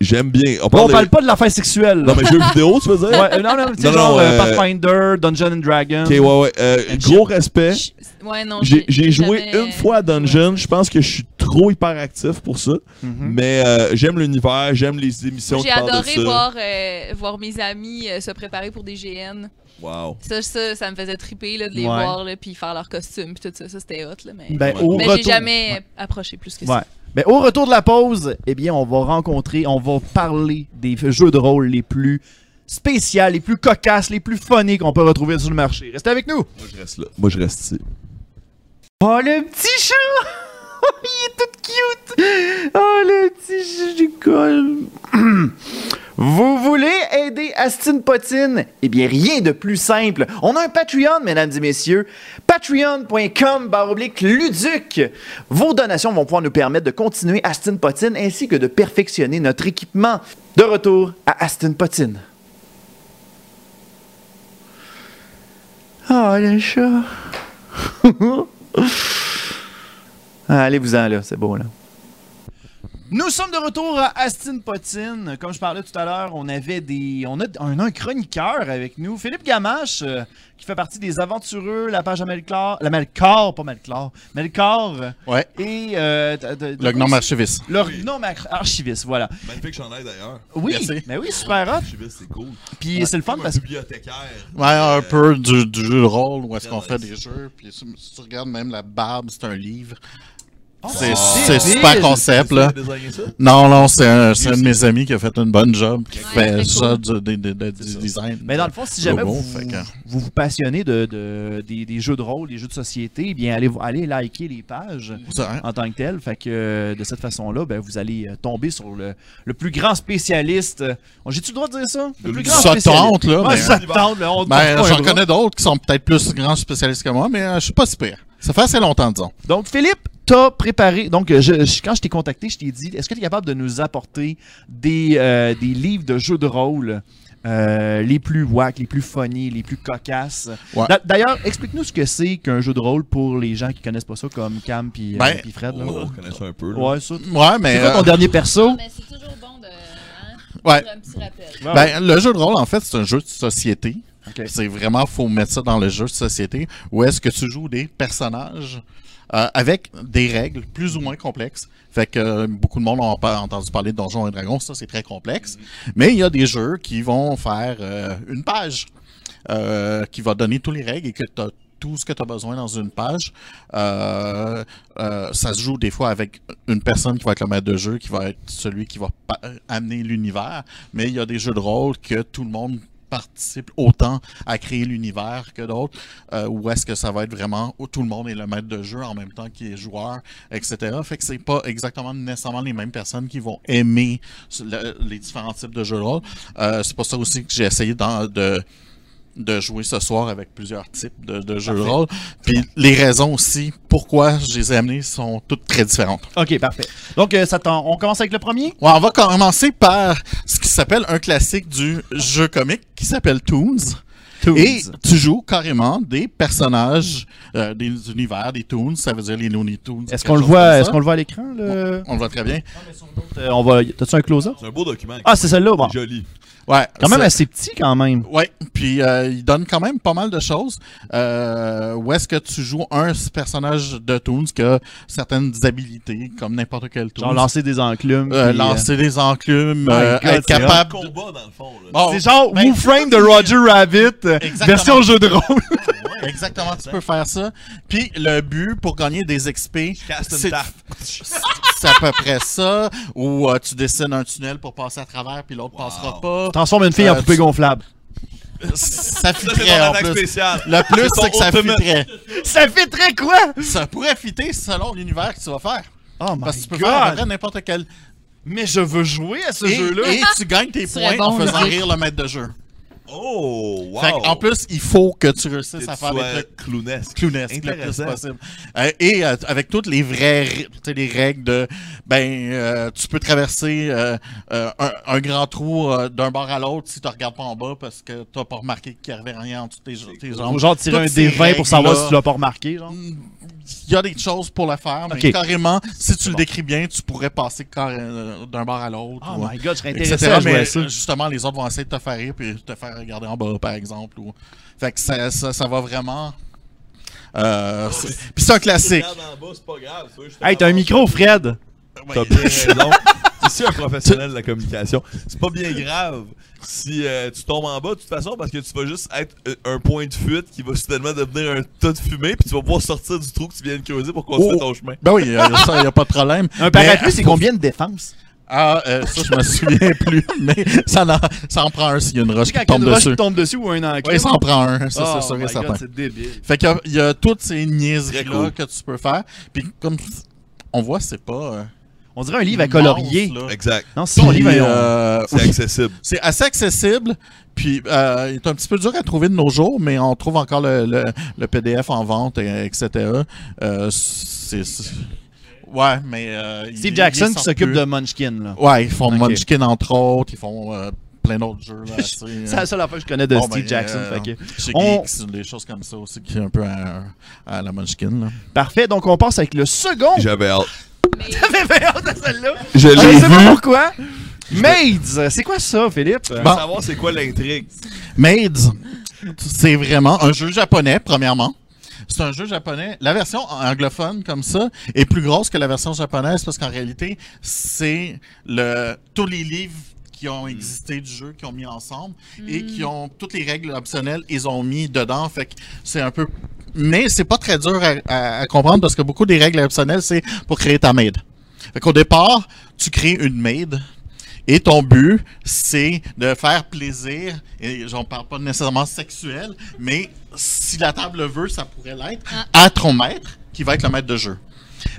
J'aime bien. On Bon, parle, on de- parle pas de l'affaire sexuelle. ben, Non, mais jeux vidéo, tu veux dire? Ouais, euh, non, non, tu sais, Non, non, genre euh, euh, Pathfinder, Dungeon and Dragon. Ok, ouais, ouais. euh, gros respect. Je- Ouais, non. J'ai j'ai joué jamais- une fois à Dungeon. Je pense que je suis trop hyperactif pour ça. Mhm. Mais euh, j'aime l'univers, j'aime les émissions qui J'ai parlent de ça. adoré voir, euh, voir mes amis euh, se préparer pour des GN. Wow. Ça, ça, ça me faisait triper là, de les Ouais. voir, là, puis faire leur costume, puis tout ça. Ça, c'était hot, là, mais... Ben, Ouais. au mais j'ai retour- jamais euh, approché plus que Ouais. ça. Ben, au retour de la pause, eh bien, on va rencontrer, on va parler des jeux de rôle les plus spéciaux, les plus cocasses, les plus funny qu'on peut retrouver sur le marché. Restez avec nous! Moi, je reste là. Moi, je reste ici. Oh, le petit chat! Il est tout cute! Oh, le petit chat du col! Vous voulez aider Astine Potine? Eh bien, rien de plus simple. On a un Patreon, mesdames et messieurs. Patreon.com baroblique luduc. Vos donations vont pouvoir nous permettre de continuer Astine Potine ainsi que de perfectionner notre équipement. De retour à Astine Potine. Ah, le chat! Ah, Allez-vous-en, là, c'est beau, là. Nous sommes de retour à Astin Potine. Comme je parlais tout à l'heure, on avait des, on a un, un chroniqueur avec nous, Philippe Gamache, euh, qui fait partie des Aventureux, la page à Melcor, la Melcor, pas Melcor, Melcor, euh, Ouais. et euh, de- de- de- Le gnome archiviste. leur gnome ar- archiviste, voilà. Magnifique chandail d'ailleurs. Oui, Merci. mais oui, super hot. Archiviste, c'est cool. Puis c'est le fun parce que bibliothécaire. Ouais, Euh, un peu du, du jeu de rôle où est-ce qu'on Ouais, fait ouais. des jeux. Puis si, si tu regardes même la barbe, c'est un livre. Oh, C'est c'est c'est super débile. concept, là. Non, non, c'est un, c'est un de mes amis qui a fait une bonne job, qui fait c'est ça du, du- du- du design. Mais dans le fond, si jamais Logo, vous, fait que- vous vous passionnez de, de- des, des jeux de rôle, des jeux de société, eh bien allez, allez liker les pages C'est hein. vrai. en tant que telles. Fait que euh, de cette façon-là, ben, vous allez euh, tomber sur le, le plus grand spécialiste. euh, J'ai-tu le droit de dire ça? Le plus grand Ça spécialiste. tente, là, Ouais, mais- ça tente, là, on Ben, on- j'en connais d'autres qui sont peut-être plus grands spécialistes que moi, mais euh, je suis pas si pire. Ça fait assez longtemps, disons. Donc, Philippe, t'as préparé. Donc, euh, je- je- quand je t'ai contacté, je t'ai dit est-ce que tu es capable de nous apporter des, euh, des livres de jeux de rôle euh, les plus wack, les plus funny, les plus cocasses Ouais. D'a- D'ailleurs, explique-nous ce que c'est qu'un jeu de rôle pour les gens qui connaissent pas ça, comme Cam puis euh, Ben, puis Fred. là. on connaît ça un peu. Là. Ouais, ça. Ouais, mais. C'est quoi ton euh, dernier perso Mais c'est toujours bon de... hein, ouais. faire un petit rappel. Ben, le jeu de rôle, en fait, c'est un jeu de société. Ah, Ok. C'est vraiment, faut mettre ça dans le jeu de société. Où est-ce que tu joues des personnages euh, avec des règles plus ou moins complexes. Fait que euh, beaucoup de monde ont pas entendu parler de Donjons et Dragons, ça c'est très complexe. Mais il y a des jeux qui vont faire euh, une page euh, qui va donner toutes les règles et que tu as tout ce que tu as besoin dans une page. Euh, euh, ça se joue des fois avec une personne qui va être le maître de jeu, qui va être celui qui va pa- amener l'univers. Mais il y a des jeux de rôle que tout le monde participe autant à créer l'univers que d'autres, euh, ou est-ce que ça va être vraiment où tout le monde est le maître de jeu en même temps qu'il est joueur, etc. Fait que c'est pas exactement nécessairement les mêmes personnes qui vont aimer le- les différents types de jeux de rôle. Euh, c'est pour ça aussi que j'ai essayé d'en- de de jouer ce soir avec plusieurs types de, de jeux de rôle. Puis les raisons aussi pourquoi je les ai amenés sont toutes très différentes. Ok, parfait. Donc, euh, ça t'en- on commence avec le premier Ouais, on va commencer par ce qui s'appelle un classique du jeu comique qui s'appelle Toons. Toons. Et tu joues carrément des personnages, euh, des univers, des Toons, ça veut dire les Looney Tunes. Est-ce quelque qu'on le chose voit, comme est-ce ça. qu'on le voit à l'écran le... On le voit très bien. Euh, On va. T'as-tu un close-up C'est un beau document. Ah, c'est celle-là. Bon. Joli. Ouais, Quand même c'est- assez petit, quand même. Ouais, puis euh, il donne quand même pas mal de choses. Euh, où est-ce que tu joues un personnage de Toons qui a certaines habilités, comme n'importe quel Toons. Genre lancer des enclumes. Euh, puis, euh, lancer des enclumes, My euh, God, être c'est Un capable... de- combat dans le fond. Là. Bon, euh, C'est genre ben, Who Frame de Roger Rabbit, euh, Exactement. version jeu de rôle. Exactement, tu peux faire ça. Puis le but pour gagner des XP, Cast c'est and taff. c'est à peu près ça. Ou euh, tu dessines un tunnel pour passer à travers, puis l'autre passera pas. Transforme une fille en Euh, poupée tu- gonflable. Ça Ça, c'est fitterait ton en attaque plus. spéciale. Le plus, C'est ton c'est que ça ultimate. fitterait. Ça fait très quoi? Ça pourrait fitter selon l'univers que tu vas faire. Oh my Parce que tu peux faire à peu près god! n'importe quel. Mais je veux jouer à ce Et, jeu-là! et tu gagnes tes serait points bon, en faisant là. rire le maître de jeu. Oh, wow. Fait en plus, il faut que tu réussisses à faire des soit trucs clownesque. clownesque le plus Intéressant. possible. Euh, et euh, avec toutes les vraies ri- tu sais, les règles de ben euh, tu peux traverser euh, euh, un, un grand trou euh, d'un bord à l'autre si tu regardes pas en bas parce que t'as pas remarqué qu'il y avait rien en dessous de tes, tes jambes. genre tirer un Toutes ces D20 pour savoir règles-là. si tu l'as pas remarqué, genre. Il y a des choses pour le faire, mais Ok. carrément, si tu le bon. décris bien, tu pourrais passer carré- euh, d'un bord à l'autre. Oh ou- my god, je serais etc. intéressé à jouer mais à ça. euh, justement, les autres vont essayer de te faire rire puis te faire regarder en bas, par exemple. Ou... Fait que ça, ça, ça va vraiment. Euh, c'est- puis c'est un classique. Hey, t'as un micro, Fred! T'as bien raison. Tu suis un professionnel de la communication. C'est pas bien grave si euh, tu tombes en bas, de toute façon, parce que tu vas juste être euh, un point de fuite qui va soudainement devenir un tas de fumée, puis tu vas pouvoir sortir du trou que tu viens de creuser pour construire Oh. ton chemin. Ben oui, euh, ça, il n'y a pas de problème. euh, Un parapluie, c'est combien de défense? Ah, euh, ça, je me souviens plus, mais ça en, ça en prend un s'il y a une roche qui tombe dessus. tombe dessus ou un enclume. Oui, ça en prend un, ça, Oh c'est sûr my et God, certain. C'est débile. Fait qu'il y a- il y, a toutes ces niaiseries-là Très cool. que tu peux faire. Puis comme on voit, c'est pas. euh, On dirait un livre à immense, colorier. là. Exact. Non, c'est son Puis, livre à euh, C'est accessible. C'est assez accessible, puis euh, il est un petit peu dur à trouver de nos jours, mais on trouve encore le, le, le PDF en vente, et- etc. Euh, c'est, c'est- Ouais, mais... euh, il- Steve il Jackson sort qui s'occupe plus. de Munchkin, là. Ouais, ils font Ok. Munchkin, entre autres, ils font euh, plein d'autres jeux. Là, assez, euh, C'est la seule affaire que je connais de bon, Steve ben, Jackson. euh, fait que- Chez on- Geeks, des choses comme ça aussi, qui est un peu à, à la Munchkin. Là. Parfait, donc on passe avec le second. J'avais hâte. J'avais bien hâte de celle-là. Je Je sais veux pas pourquoi. Maids, c'est quoi ça, Philippe? Bon. savoir c'est quoi l'intrigue. Maids, c'est vraiment un jeu japonais, premièrement. C'est un jeu japonais. La version anglophone, comme ça, est plus grosse que la version japonaise parce qu'en réalité, c'est le tous les livres qui ont existé du jeu, qui ont mis ensemble et qui ont toutes les règles optionnelles, ils ont mis dedans. Fait que c'est un peu. Mais c'est pas très dur à, à- à comprendre parce que beaucoup des règles optionnelles, c'est pour créer ta maid. Fait qu'au départ, tu crées une maid. Et ton but, c'est de faire plaisir, et j'en parle pas nécessairement sexuel, mais si la table le veut, ça pourrait l'être, à ton maître, qui va être le maître de jeu.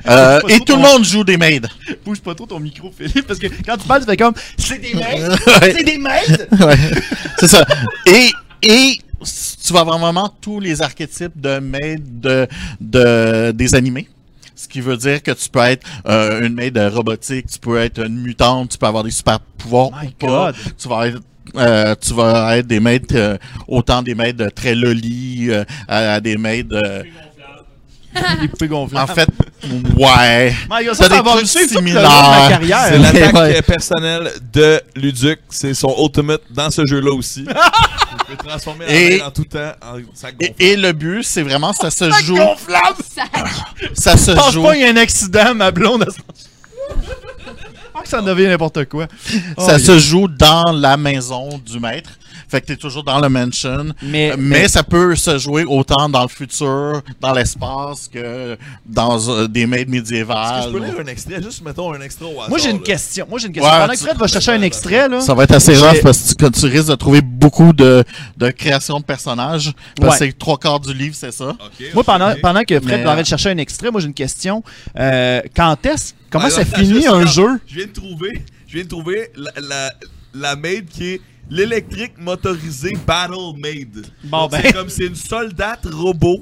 Euh, Pas et trop tout le ton- monde joue des maids. Bouge pas trop ton micro, Philippe, parce que quand tu parles, tu fais comme c'est des maids, Ouais. c'est des maids. Ouais, c'est ça. Et, et s- tu vas avoir vraiment tous les archétypes de maid de, de- des animés. Ce qui veut dire que tu peux être euh, une maid robotique, tu peux être une mutante, tu peux avoir des super pouvoirs. My ou pas. God. Tu vas être. euh, tu vas être des maids, euh, autant des maids très loli euh, à, à des maids. euh, Il peut gonfler. en fait, ouais. My God, t'as ça, des ça va me trucs suivre tout le long de similaires. ma C'est carrière. l'attaque ouais. euh, personnelle de Luduc. C'est son ultimate dans ce jeu-là aussi. Il peut transformer la Et- main en tout temps en sac Et, gonflable. et le but, c'est vraiment ça se joue. Ça Je se pense joue. pas qu'il y a un accident, ma blonde. à ce moment-là. Ah, que ça en devient n'importe quoi. Oh, Oh, Ça se joue dans la maison du maître. Fait que t'es toujours dans le mansion. Mais, Eh, Mais, ça peut se jouer autant dans le futur, dans l'espace, que dans euh, des maids Est-ce que médiévales. je peux lire un extrait? Juste, mettons, un extrait au hasard. moi j'ai une là. question. Moi j'ai une question. Ouais, Pendant que tu- Fred va chercher un extrait là. Ça va être assez J'ai- rough parce que tu, que tu risques de trouver beaucoup de, de créations de personnages. Parce que Ouais. c'est trois quarts du livre, c'est ça. Ok, Moi ok, pendant, ok. pendant que Fred Mais- va arrêter de chercher un extrait, moi j'ai une question. Euh, quand est-ce comment Ah, ça attends, finit juste, un regarde, jeu Je viens de trouver, je viens de trouver la, la, la maid qui est l'électrique motorisée Battle Maid. Bon, Donc, ben. C'est comme c'est une soldate robot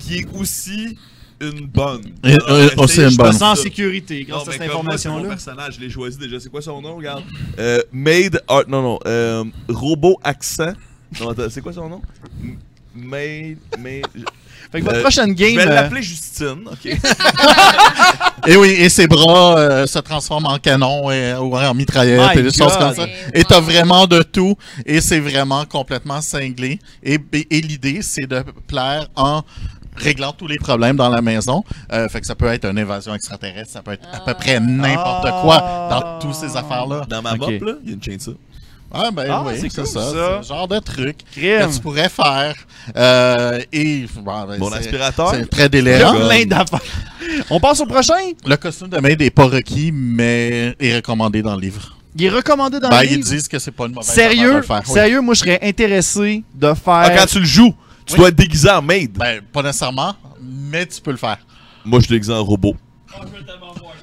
qui est aussi une bonne. Et- Alors, euh, essayez, aussi une je bonne. pense Sans ça. sécurité Non, grâce mais à cette comme moi, c'est information mon là. personnage, je l'ai choisi déjà. C'est quoi son nom, regarde? Euh, maid Art. Non, non. Euh, robot Accent. Non, attends, c'est quoi son nom? M- Maid. Maid. Fait que votre Euh, prochaine Je game vais euh, l'appeler Justine, ok? Et oui, et ses bras euh, se transforment en canon et, ou en mitraillette My et des choses God. comme ça. Mais Et t'as wow. vraiment de tout et c'est vraiment complètement cinglé. Et, et- et l'idée, c'est de plaire en réglant tous les problèmes dans la maison. Euh, fait que ça peut être une évasion extraterrestre, ça peut être à peu près n'importe Ah. quoi dans toutes ces affaires-là. Dans ma Ok. mop, là, il y a une chainsaw. Ah ben Ah, oui, c'est c'est cool, ça. ça. C'est le genre de truc crime. que tu pourrais faire. Euh, et bon, ben, Mon c'est- aspirateur. c'est très Il y a délirant. plein d'affaires. On passe au prochain. Le costume de maid n'est pas requis, mais est recommandé dans le livre. Il est recommandé dans Ben, le ils livre. disent que c'est pas une mauvaise affaire de Sérieux, le faire. oui. sérieux, moi je serais intéressé de Ah, faire. quand tu le joues, tu dois être déguisé en maid. Ben, pas nécessairement, mais tu peux le faire. Moi, je suis déguisé en robot.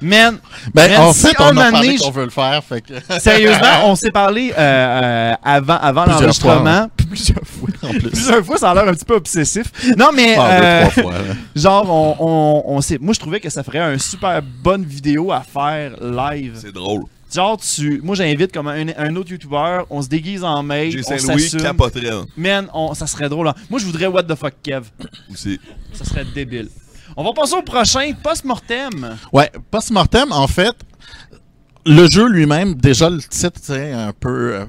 Man, Ben, Même en si fait, un on moment a donné, parlé je- qu'on veut le faire, fait que... sérieusement, on s'est parlé euh, euh, avant, avant Plusieurs fois, l'enregistrement. Puis plusieurs fois en plus. Plusieurs fois, ça a l'air un petit peu obsessif. Non, mais. Ah, euh, deux, trois fois. là. Genre, on, on, on sait. Moi, je trouvais que ça ferait une super bonne vidéo à faire live. C'est drôle. Genre, tu. Moi, j'invite comme un, un autre YouTuber, on se déguise en mec, J'ai on Saint-Louis s'assume. capoterait hein, Man, on- ça serait drôle. hein. Moi, je voudrais What the fuck Kev. aussi. Ça serait débile. On va passer au prochain post-mortem. Ouais, post-mortem, en fait, le jeu lui-même, déjà le titre, c'est un peu. euh,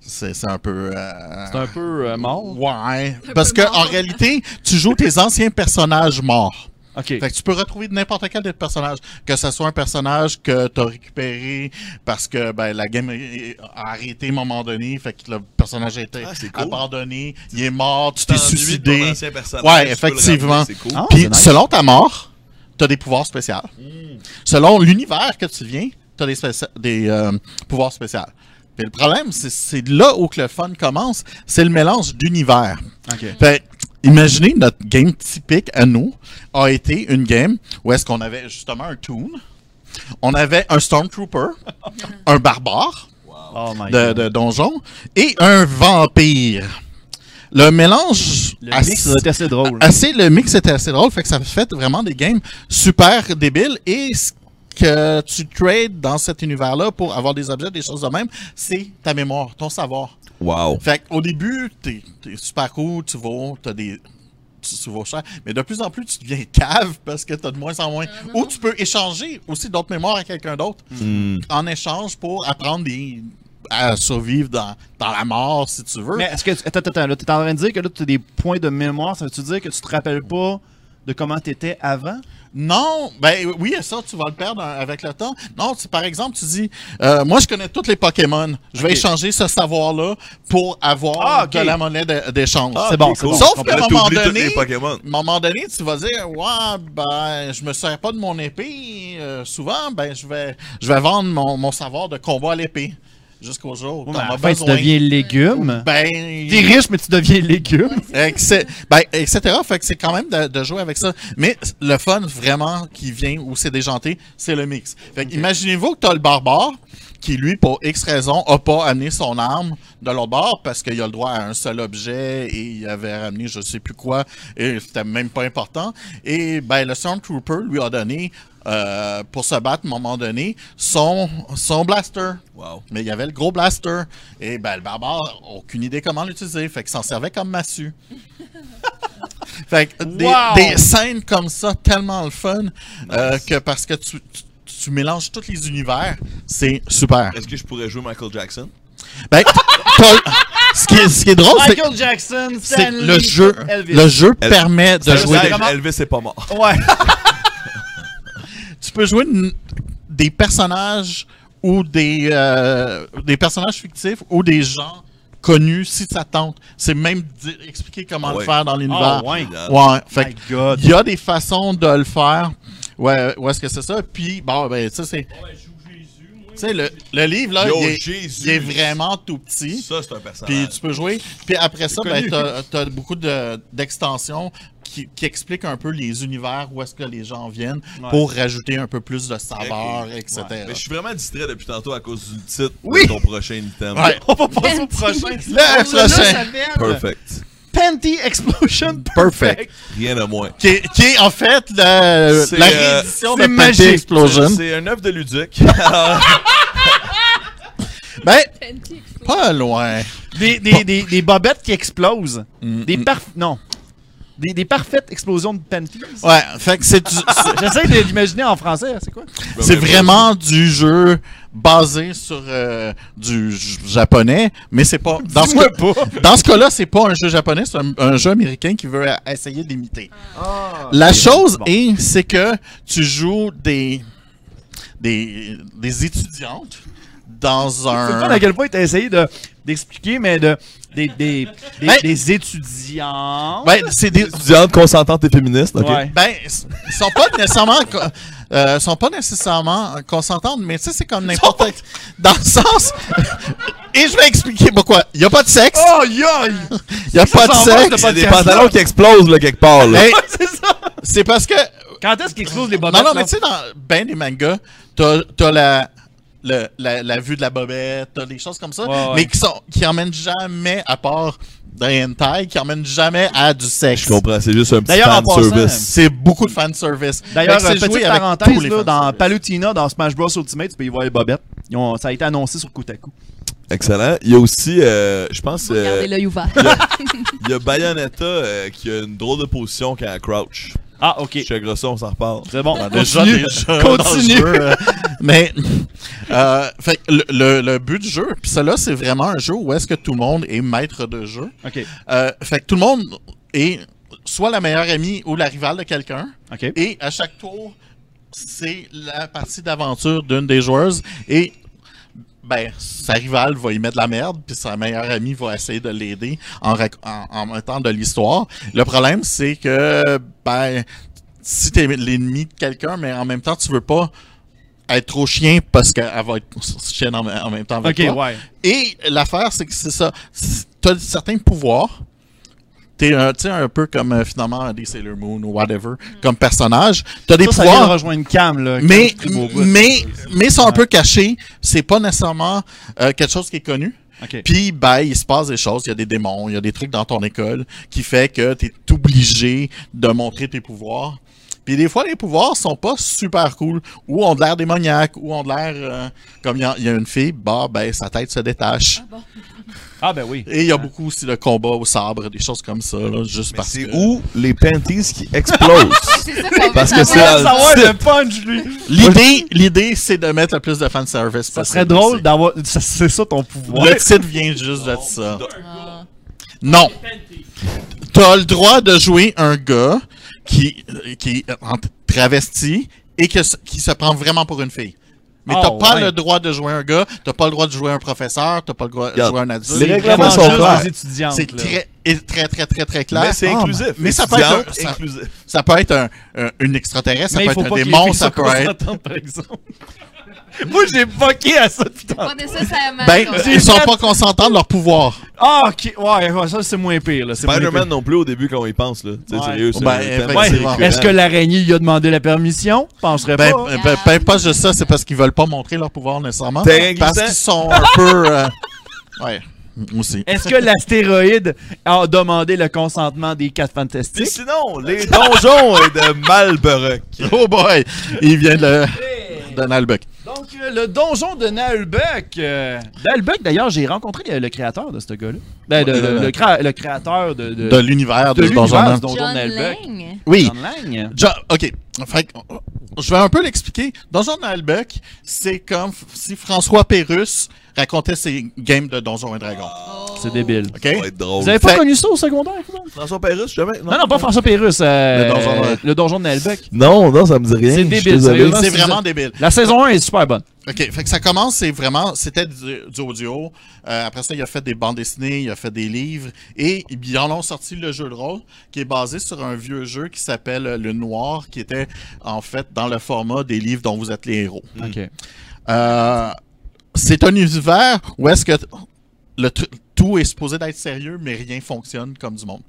c'est c'est un peu. euh, C'est un peu euh, mort. Ouais. Parce peu que mort. en réalité, tu joues tes anciens personnages morts. Ok. Fait que tu peux retrouver n'importe quel des personnages, que ce soit un personnage que tu as récupéré parce que ben, la game est- a arrêté à un moment donné, fait que le personnage a été Ah, c'est cool. abandonné, il est mort, tu t'es suicidé. Ouais, Ouais, effectivement. C'est cool. Ah, Puis c'est nice. selon ta mort, tu as des pouvoirs spéciaux. Hmm. Selon l'univers que tu viens, tu as des, spéci- des euh, pouvoirs spéciaux. Puis le problème, c'est- c'est là où que le fun commence, c'est le mélange d'univers. Ok. Fait, imaginez notre game typique à nous a été une game où est-ce qu'on avait justement un toon, on avait un stormtrooper, un barbare Oh my de, god. de donjon et un vampire. Le mélange Le assez- mix est assez drôle. assez le mix était assez drôle, fait que ça fait vraiment des games super débiles et ce que tu trades dans cet univers-là pour avoir des objets, des choses de même, c'est ta mémoire, ton savoir. Wow. Fait qu'au début, t'es es super cool, tu vas, t'as des. Tu, tu vas cher. Mais de plus en plus, tu deviens cave parce que t'as de moins en moins. Ou tu peux échanger aussi d'autres mémoires à quelqu'un d'autre en échange pour apprendre des- à survivre dans, dans la mort si tu veux. Mais est-ce que. tu- Attends, attends, attends, là, t'es en train de dire que là, t'as des points de mémoire. Ça veut-tu dire que tu te rappelles pas de comment t'étais avant? Non, ben oui, ça, tu vas le perdre euh, avec le temps. Non, tu, par exemple, tu dis, euh, moi, je connais tous les Pokémon. Je vais Ok. échanger ce savoir-là pour avoir Ah, ok. Ah, de la monnaie de- d'échange. C'est bon, c'est bon. Sauf Sauf que- à un Là, moment t'oublies tous donné- les Pokémon. à un moment donné, tu vas dire, ouais, ben, je me sers pas de mon épée. euh, souvent, ben, je vais, je vais vendre mon, mon savoir de combat à l'épée jusqu'au jour. où Ouais, mais t'en à as la fin, Ben, tu besoin. deviens légume. Ben, T'es riche, mais tu deviens légume. Exce- ben, etc. Fait que c'est quand même de, de jouer avec ça. Mais le fun vraiment qui vient où c'est déjanté, c'est le mix. Fait que imaginez-vous que t'as le barbare qui, lui, pour X raison, a pas amené son arme de l'autre bord parce qu'il a le droit à un seul objet et il avait ramené je sais plus quoi et c'était même pas important. Et ben le Stormtrooper lui a donné euh, pour se battre à un moment donné son, son blaster. Wow. Mais il y avait le gros blaster. Et ben, le barbare, aucune idée comment l'utiliser. Fait qu'il s'en servait comme massue. fait que des, Wow! des scènes comme ça, tellement le fun, euh, que parce que tu, tu, tu mélanges tous les univers, c'est super. Est-ce que je pourrais jouer Michael Jackson? Ben, t'as- ce, qui est, ce qui est drôle, c'est que Michael Jackson, c'est Stanley, le jeu, Elvis. le jeu El- permet de Le jouer. siège, des- vraiment- Elvis est pas mort. Ouais. tu peux jouer n- des personnages ou des, euh, des personnages fictifs ou des gens connus si ça tente. C'est même di- expliquer comment Ah le ouais. faire dans l'univers. ouais. ouais. Fait My que God. il y a des façons de le faire. Ouais, où est-ce que c'est ça? Puis, bon, ben, ça, c'est. Tu sais, le, le livre, là, Yo, il est, Jésus. il est vraiment tout petit. Ça, c'est un Puis personnage. tu peux jouer. Puis après ça, C'est ben, connu. t'as, t'as beaucoup de, d'extensions qui, qui expliquent un peu les univers où est-ce que les gens viennent Ouais. pour rajouter un peu plus de saveur, etc. Mais je suis vraiment distrait depuis tantôt à cause du titre Oui. de ton prochain item. Ouais. On va passer au prochain. Le prochain. Perfect. Panty Explosion Perfect. Rien de moins. Qui est, qui est, en fait le- C'est, la euh, réédition c'est de Magic magique. Explosion. C'est c'est un œuvre de Luduc. Ben, pas loin. Des, des, des, des bobettes qui explosent. Mm, Des parf... Non. Des, des parfaites explosions de panties. Ouais, fait que c'est, du- c'est- J'essaie de l'imaginer en français, c'est quoi? Bah c'est vraiment du jeu basé sur euh, du j- japonais, mais c'est pas dans ce, cas, pas. dans ce cas-là, c'est pas un jeu japonais, c'est un, un jeu américain qui veut euh, essayer d'imiter. Ah, La chose Bon. est, c'est que tu joues des, des, des étudiantes dans C'est le un. fun à quel point t'as essayé de, d'expliquer, mais de, des, des, des, Hey. des étudiants. Ben, c'est des. étudiante consentante et féministe. ok? Ouais. Ben, s- ils sont pas nécessairement, co- euh, sont pas nécessairement consentantes, mais ça c'est comme n'importe dans le sens. Et je vais expliquer pourquoi. Il y a pas de sexe, Oh, yo! il y a pas de s'en va, sexe. ce podcast-là. qui explosent là, quelque part. là. Hey, c'est ça! c'est parce que Quand est-ce qu'ils explosent les bobettes? non non là? mais tu sais dans ben des mangas, t'as t'as la le- la, la vue de la bobette, t'as des choses comme ça, Ouais, ouais. mais qui sont qui emmènent jamais, à part dans les hentai, qui emmènent jamais à du sexe. Je comprends, c'est juste un petit D'ailleurs, en fan passant, service. C'est beaucoup de fanservice. D'ailleurs, Fait que c'est petite joué avec tous parenthèse, les là, dans fanservice. Palutina, dans Smash Bros Ultimate, tu peux y voir les bobettes. Ils ont- ça a été annoncé sur Kotaku. Excellent. Il y a aussi, euh, je pense, euh, Regardez l'œil ouvert. il y a Bayonetta euh, qui a une drôle de position quand elle crouch. Ah, ok. Chez Grosso, on s'en reparle. C'est bon. Ah, Déjà Continue. des jeux Continue. dans le jeu, euh, mais euh, fait que le, le- le but du jeu, puis cela c'est vraiment un jeu où est-ce que tout le monde est maître de jeu. Ok. Euh, fait que tout le monde est soit la meilleure amie ou la rivale de quelqu'un. Ok. Et à chaque tour, c'est la partie d'aventure d'une des joueuses. Et ben, sa rivale va y mettre de la merde, puis sa meilleure amie va essayer de l'aider en, rac- en, en mettant de l'histoire. Le problème, c'est que ben, si t'es l'ennemi de quelqu'un, mais en même temps, tu veux pas être trop chien parce qu'elle va être chienne en, en même temps avec Ok, toi. ouais. Et l'affaire, c'est que c'est ça. Si T'as certains pouvoirs. T'es un, tu sais, un peu comme euh, finalement un des Sailor Moon ou whatever, comme personnage. T'as des Ça, ça vient de pouvoirs, rejoindre Cam, là. Cam mais, qui tripe au bout. mais, mais sont un peu cachés. C'est pas nécessairement euh, quelque chose qui est connu. Ok. Puis, ben, il se passe des choses. Il y a des démons, il y a des trucs dans ton école qui fait que t'es obligé de montrer tes pouvoirs. Puis des fois, les pouvoirs sont pas super cool, ou ont de l'air démoniaque, ou ont de l'air... euh, comme il y, a- il y a une fille, bah, ben, sa tête se détache. Ah, ben oui. Et il y a beaucoup aussi de combats au sabre, des choses comme ça, là, juste parce C'est que... où les panties qui explosent? C'est ça qu'on Parce veut que savoir. c'est dans le titre. punch, lui. L'idée, l'idée, c'est de mettre le plus de fanservice Ça possible. serait drôle d'avoir. ça- C'est ça ton pouvoir. Le titre vient juste de ça. Ah. Non. T'as le droit de jouer un gars qui, qui est en travesti et que, se- qui se prend vraiment pour une fille. Mais t'as Ah, pas ouais. le droit de jouer un gars, t'as pas le droit de jouer un professeur, t'as pas le droit de Regarde, jouer un les adulte. règles- Vraiment Clément sont juste clairs. aux étudiantes, C'est là. très, et très, très, très, très clair. Mais c'est Ah, inclusif. Mais ça peut être, un, Étudiant, ça, inclusif. ça peut être un, un- une extraterrestre, ça Mais il peut faut être pas un que les démon, filles ça se peut être. consentent, par exemple. Moi, j'ai fucké à ça, putain. Pas nécessairement. Ben, qu'on- ils sont pas consentants de leur pouvoir. Ah, ok. Ouais, ouais, ça, c'est moins pire, là. C'est moins Spider-Man pire. non plus au début quand on y pense, là. Tu sais, Ouais. sérieux, c'est Ben, le thème, ouais. c'est récurrent. Est-ce que l'araignée lui a demandé la permission? Je penserais Ben, pas. ben, ben, peu importe de ça, c'est parce qu'ils veulent pas montrer leur pouvoir nécessairement. Terrain Parce glissant. qu'ils sont un peu. euh, Ouais, aussi. Est-ce que l'astéroïde a demandé le consentement des quatre Puis fantastiques? sinon, les donjons euh, de Malborough. Oh boy! Il vient de, de Nalbuck. Donc, euh, le donjon de Naalbeck. euh, Naalbeck, d'ailleurs, j'ai rencontré le, le créateur de ce gars-là. Ben, de- Ouais, le, ouais. le créa- le créateur de, de, De l'univers de de, Donjon l'univers Man. du donjon de John Naalbeck. Lang. Oui. John Lang. Ja- ok. Fait que, je vais un peu l'expliquer. Donjon de Nalbuck, c'est comme f- si François Pérus racontait ses games de Donjons et Dragons. C'est débile. Ok? Ça va être drôle. Vous avez pas Oh. Fait- connu ça au secondaire? vous autres? François Pérus, jamais? Non, non, pas François Pérus. euh, Le donjon de- euh, le donjon de Naalbeck. Non, non, ça me dit rien. C'est je suis débile, désolé. sérieusement. C'est c'est- vraiment débile. La saison 1 est super bonne. OK, fait que ça commence, c'est vraiment, c'était du, du audio. Euh, après ça, il a fait des bandes dessinées, il a fait des livres. Et ils en ont sorti le jeu de rôle, qui est basé sur un vieux jeu qui s'appelle euh, Le Noir, qui était en fait dans le format des livres dont vous êtes les héros. Ok. Euh, c'est un univers où est-ce que t- le tru- tout est supposé d'être sérieux, mais rien fonctionne comme du monde.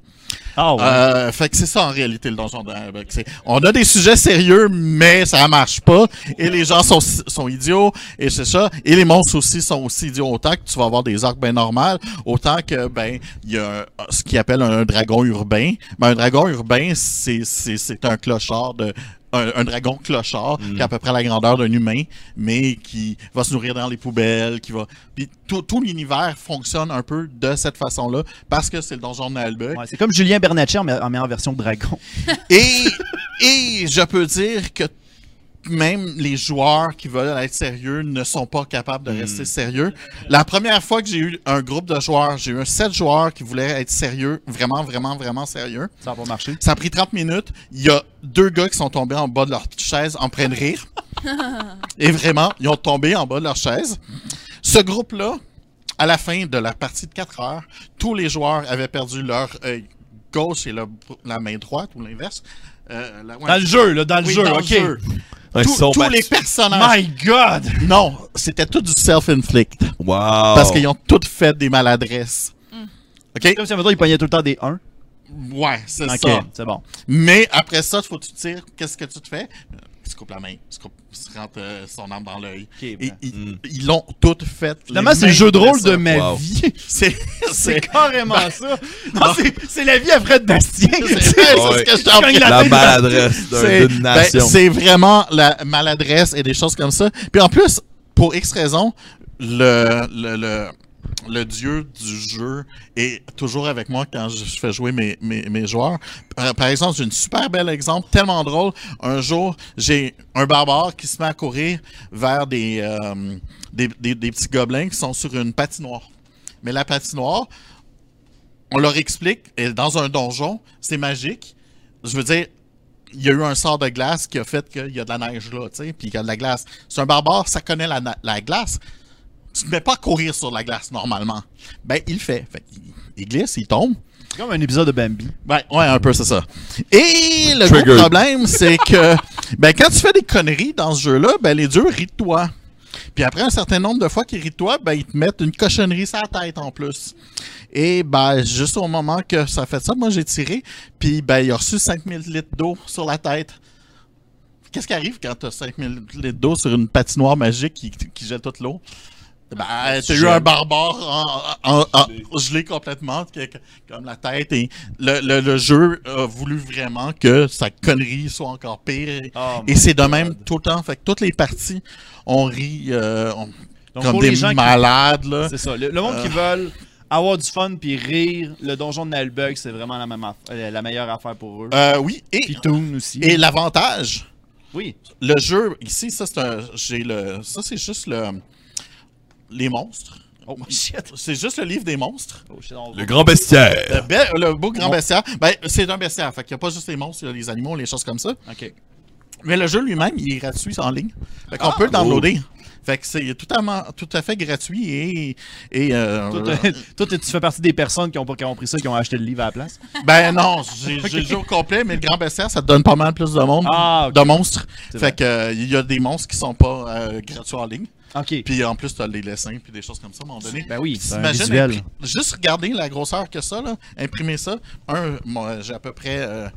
Ah ouais. Euh, fait que c'est ça en réalité le donjon de Havoc. C'est- On a des sujets sérieux, mais ça marche pas. Et les gens sont, sont idiots, et c'est ça. Et les monstres aussi sont aussi idiots autant que tu vas avoir des arcs bien normales, autant que ben il y a un- ce qu'ils appelle un dragon urbain. Mais un dragon urbain, c'est c'est c'est un clochard de un, un dragon clochard qui a à peu près la grandeur d'un humain, mais qui va se nourrir dans les poubelles, qui va. Puis tout, tout l'univers fonctionne un peu de cette façon-là parce que c'est le donjon de Havoc. Ouais, c'est comme Julien Bernatchez en, en, mais en version dragon. Et, et je peux dire que même les joueurs qui veulent être sérieux ne sont pas capables de rester sérieux. La première fois que j'ai eu un groupe de joueurs, j'ai eu un sept joueurs qui voulaient être sérieux, vraiment, vraiment, vraiment sérieux. Ça va pas marcher. Ça a pris 30 minutes. Il y a deux gars qui sont tombés en bas de leur chaise en train de rire. Et vraiment, ils ont tombé en bas de leur chaise. Ce groupe-là, à la fin de la partie de 4 heures, tous les joueurs avaient perdu leur œil gauche et leur- la main droite, ou l'inverse. Euh, la- Dans le jeu, là, dans le Oui, jeu, dans le ok. jeu. Ouais, Tous- ils sont tous les battus. personnages. My God! Oh. Non, c'était tout du self-inflict. Wow. Parce qu'ils ont tous fait des maladresses. OK? Comme si, mettons, il pognait tout le temps des 1. Ouais, c'est Ok, ça. c'est bon. Mais après ça, il faut que tu tires qu'est-ce que tu te fais. il se coupe la main, il se, coupe- il se rentre euh, son arme dans l'œil. Ok, ben. Et ils, ils l'ont toutes fait. les Finalement, c'est le mêmes jeu de rôle de blessures. ma Wow. vie. C'est C'est c'est- ben, carrément ça. Non, c'est- c'est la vie à Fred Bastien. c'est- c'est ce que je t'en Cogne la La tête maladresse d'un- C'est d'une ben, nation. c'est vraiment la maladresse et des choses comme ça. Puis en plus, pour X raison, le, le, le, le dieu du jeu est toujours avec moi quand je je fais jouer mes, mes, mes joueurs. Par, par exemple, j'ai une super belle exemple, tellement drôle. Un jour, j'ai un barbare qui se met à courir vers des, euh, des, des, des petits gobelins qui sont sur une patinoire. Mais la patinoire, on leur explique, et dans un donjon, c'est magique. Je veux dire, il y a eu un sort de glace qui a fait qu'il y a de la neige là, tu sais, puis qu'il y a de la glace. C'est un barbare, ça connaît la, na- la glace. Tu ne mets pas à courir sur la glace normalement. Ben, il le fait. Fait qu'il- il, glisse, il tombe. C'est comme un épisode de Bambi. Ben, ouais, un peu, c'est ça. Et le gros Triggered. problème, c'est que, ben, quand tu fais des conneries dans ce jeu-là, ben, les dieux rient de toi. Puis après un certain nombre de fois qu'ils rient de toi, ben, ils te mettent une cochonnerie sur la tête en plus. Et ben, juste au moment que ça fait ça, moi, j'ai tiré, puis ben, il a reçu 5000 litres d'eau sur la tête. Qu'est-ce qui arrive quand t'as 5000 litres d'eau sur une patinoire magique qui, qui gèle toute l'eau? Ben, Ah, t'as eu un barbare en, en- en- gelé complètement, que- que- comme la tête. Et le, le- le jeu a voulu vraiment que sa connerie soit encore pire. Ah, Oh et c'est de même tout le temps. Fait que toutes les parties, on rit euh, on- Donc, comme pour les gens des qui- malades. là. C'est ça. Le, le Euh. monde qui veulent avoir du fun puis rire, le donjon de Nalbug, c'est vraiment la, même aff- euh, la meilleure affaire pour eux. Euh, oui, et, Puis Toon aussi. et l'avantage, Oui. le jeu, ici, ça c'est un- j'ai le. Ça c'est juste le. Les monstres. Oh shit. C'est juste le livre des monstres. Oh, shit, on va- Le grand bestiaire. Le, be- le beau grand bestiaire. Ben, c'est un bestiaire. Fait qu'il n'y a pas juste les monstres, il y a les animaux, les choses comme ça. Ok. Mais le jeu lui-même, il est gratuit en ligne. Fait Ah! qu'on peut le downloader. Oh. Fait que c'est tout à, ma- tout à fait gratuit et. et euh, Toi, t'as- toi, t'es- tu fais partie des personnes qui ont pas compris ça, qui ont acheté le livre à la place. ben non, j'ai j'ai le jeu au complet, mais le grand bestiaire, ça te donne pas mal plus de monde. Ah, ok. De monstres. C'est vrai. Fait que euh, il y a des monstres qui sont pas euh, gratuits en ligne. Ok. Puis en plus, t'as les dessins puis des choses comme ça, à un moment donné. Ben oui, c'est un Imagine visuel. impri- juste regarder la grosseur que ça, là, imprimer ça. Un, moi, j'ai à peu près euh,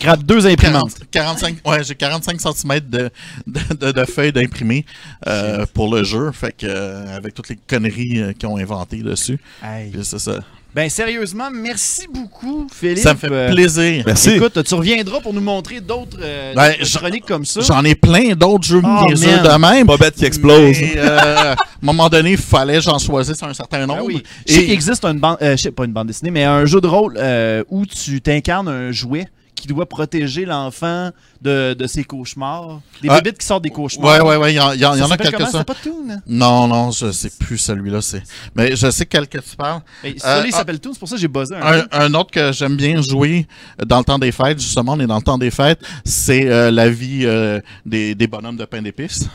Gratte deux imprimantes. 40 45, ouais, j'ai 45 cm de, de, de- de feuilles d'imprimer euh, pour le jeu, fait que euh, avec toutes les conneries euh, qu'ils ont inventées dessus. Hey. Puis c'est ça. Ben sérieusement, merci beaucoup, Philippe. Ça me fait Euh, plaisir. Merci. Écoute, tu reviendras pour nous montrer d'autres euh, Ben, d'autres je- chroniques comme ça. J'en ai plein d'autres jeux Oh, niaiseux man. de même. Pas bête qui explose. Mais, euh, à un moment donné, il fallait j'en choisisse un certain nombre. Ben oui. Je sais qu'il Ah Et existe une bande, euh, je sais pas une bande dessinée, mais un jeu de rôle euh, où tu t'incarnes un jouet qui doit protéger l'enfant de, de ses cauchemars. Des Ah. bébites qui sortent des cauchemars. Ouais, ouais, ouais, il y, en- il y en- il y en a s'appelle comment? quelques-uns. C'est pas Toon. Non, non, je sais plus celui-là. c'est. Mais je sais quel que tu parles. Hey, Euh, Celui-là, il ah. Ben, s'appelle Toon, c'est pour ça que j'ai buzzé un, Un, peu. un autre que j'aime bien jouer dans le temps des fêtes, justement, on est dans le temps des fêtes, c'est euh, la vie euh, des, des bonhommes de pain d'épices.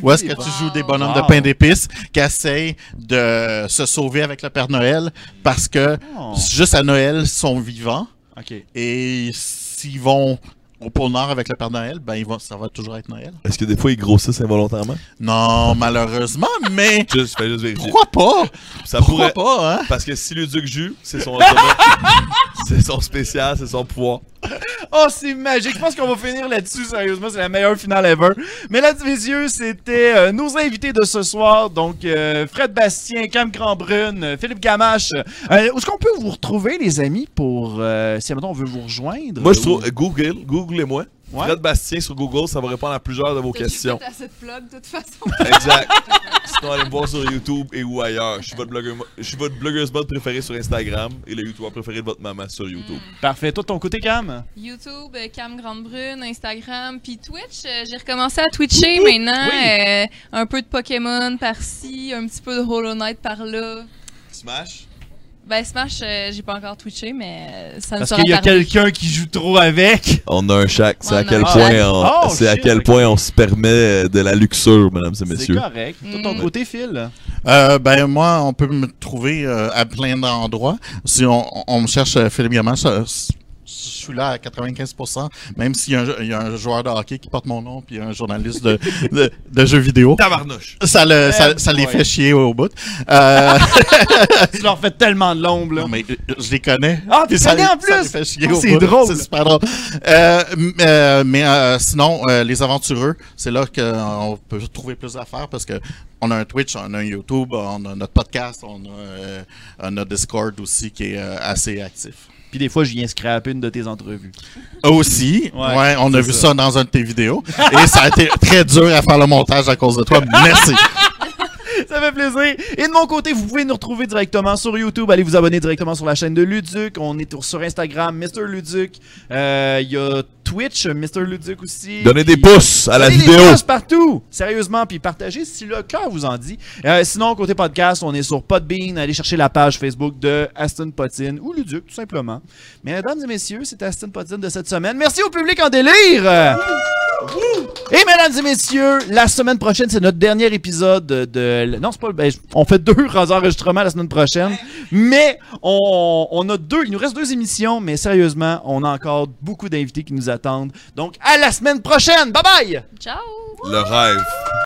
Où est-ce que tu joues des bonhommes de Wow. pain d'épices qui essayent de se sauver avec le Père Noël parce que Oh. juste à Noël, ils sont vivants Ok. et s'ils vont au pôle Nord avec le Père Noël, ben ils vont, ça va toujours être Noël. Est-ce que des fois ils grossissent involontairement? Non, malheureusement, mais Juste, fais juste vérifier. pourquoi pas? Ça Pourquoi pourrait. pas, hein? Parce que si le duc joue, c'est son automatique. c'est son spécial, c'est son pouvoir. Oh, c'est magique. Je pense qu'on va finir là-dessus. Sérieusement, c'est la meilleure finale ever. Mesdames et messieurs, c'était euh, nos invités de ce soir. Donc, euh, Fred Bastien, Cam Grandbrune, euh, Philippe Gamache. Euh, où est-ce qu'on peut vous retrouver, les amis, pour euh, si, maintenant on veut vous rejoindre? Moi, je Ou- trouve euh, Google, googlez-moi. Ouais. Fred Bastien sur Google, ça va répondre à plusieurs de vos questions. à cette plug, de toute façon. Exact. Sinon, allez me voir sur YouTube et ou ailleurs. Je suis votre blogueur, je suis votre blogueuse mode préférée sur Instagram et le YouTuber préféré de votre maman sur YouTube. Parfait. Toi, de ton côté, Cam? YouTube, euh, Cam Grande Brune, Instagram, puis Twitch. euh, J'ai recommencé à Twitcher maintenant. euh, un peu de Pokémon par-ci, un petit peu de Hollow Knight par-là. Smash. Ben Smash, euh, j'ai pas encore Twitché, mais euh, ça ne Parce sera qu'il y a tardé. quelqu'un qui joue trop avec. On a un chac. C'est On à a quel un point chac. on, Oh, c'est à shit, quel ok. point on se permet de la luxure, mesdames et C'est messieurs. correct. Toi, de ton Mm. côté, Phil? Euh, ben moi, on peut me trouver euh, à plein d'endroits. Si on, on me cherche euh, Philippe Gamache, euh, s- je suis là à 95%, même s'il y, a un jeu- il y a un joueur de hockey qui porte mon nom puis un journaliste de, de, de jeux vidéo. Tabarnouche. Ça, le, ça, ça les boy. fait chier au bout. Euh, Tu leur fais tellement de l'ombre, là. non, mais euh, je les connais. Ah, t'es Ça- tanné en ça les plus! fait chier Ah, au c'est bout. drôle. C'est super drôle. Euh, m- euh, mais euh, sinon, euh, les aventureux, c'est là qu'on peut trouver plus d'affaires parce que on a un Twitch, on a un YouTube, on a notre podcast, on a euh, euh, notre Discord aussi qui est euh, assez actif. Puis des fois, je viens scraper une de tes entrevues. Aussi, Ouais, ouais, on a c'est vu ça. ça. dans un de tes vidéos et ça a été très dur à faire le montage à cause de toi. Merci. Ça fait plaisir. Et de mon côté, vous pouvez nous retrouver directement sur YouTube. Allez vous abonner directement sur la chaîne de Luduc. On est sur Instagram, Mr. Luduc. Euh, Il y a Twitch, Mr. Luduc aussi. Donnez des Puis- pouces à la Donnez des vidéo. pouces partout. Sérieusement, puis partagez si le cœur vous en dit. Euh, sinon, côté podcast, on est sur Podbean. Allez chercher la page Facebook de Aston Potine ou Luduc, tout simplement. Mesdames et messieurs, c'était Aston Potine de cette semaine. Merci au public en délire. Et mesdames et messieurs, la semaine prochaine, c'est notre dernier épisode de- de... Non, c'est pas... le- ben, on fait deux enregistrements la semaine prochaine, mais on, on a deux... Il nous reste deux émissions, mais sérieusement, on a encore beaucoup d'invités qui nous attendent. Donc, à la semaine prochaine! Bye-bye! Ciao! Le rêve.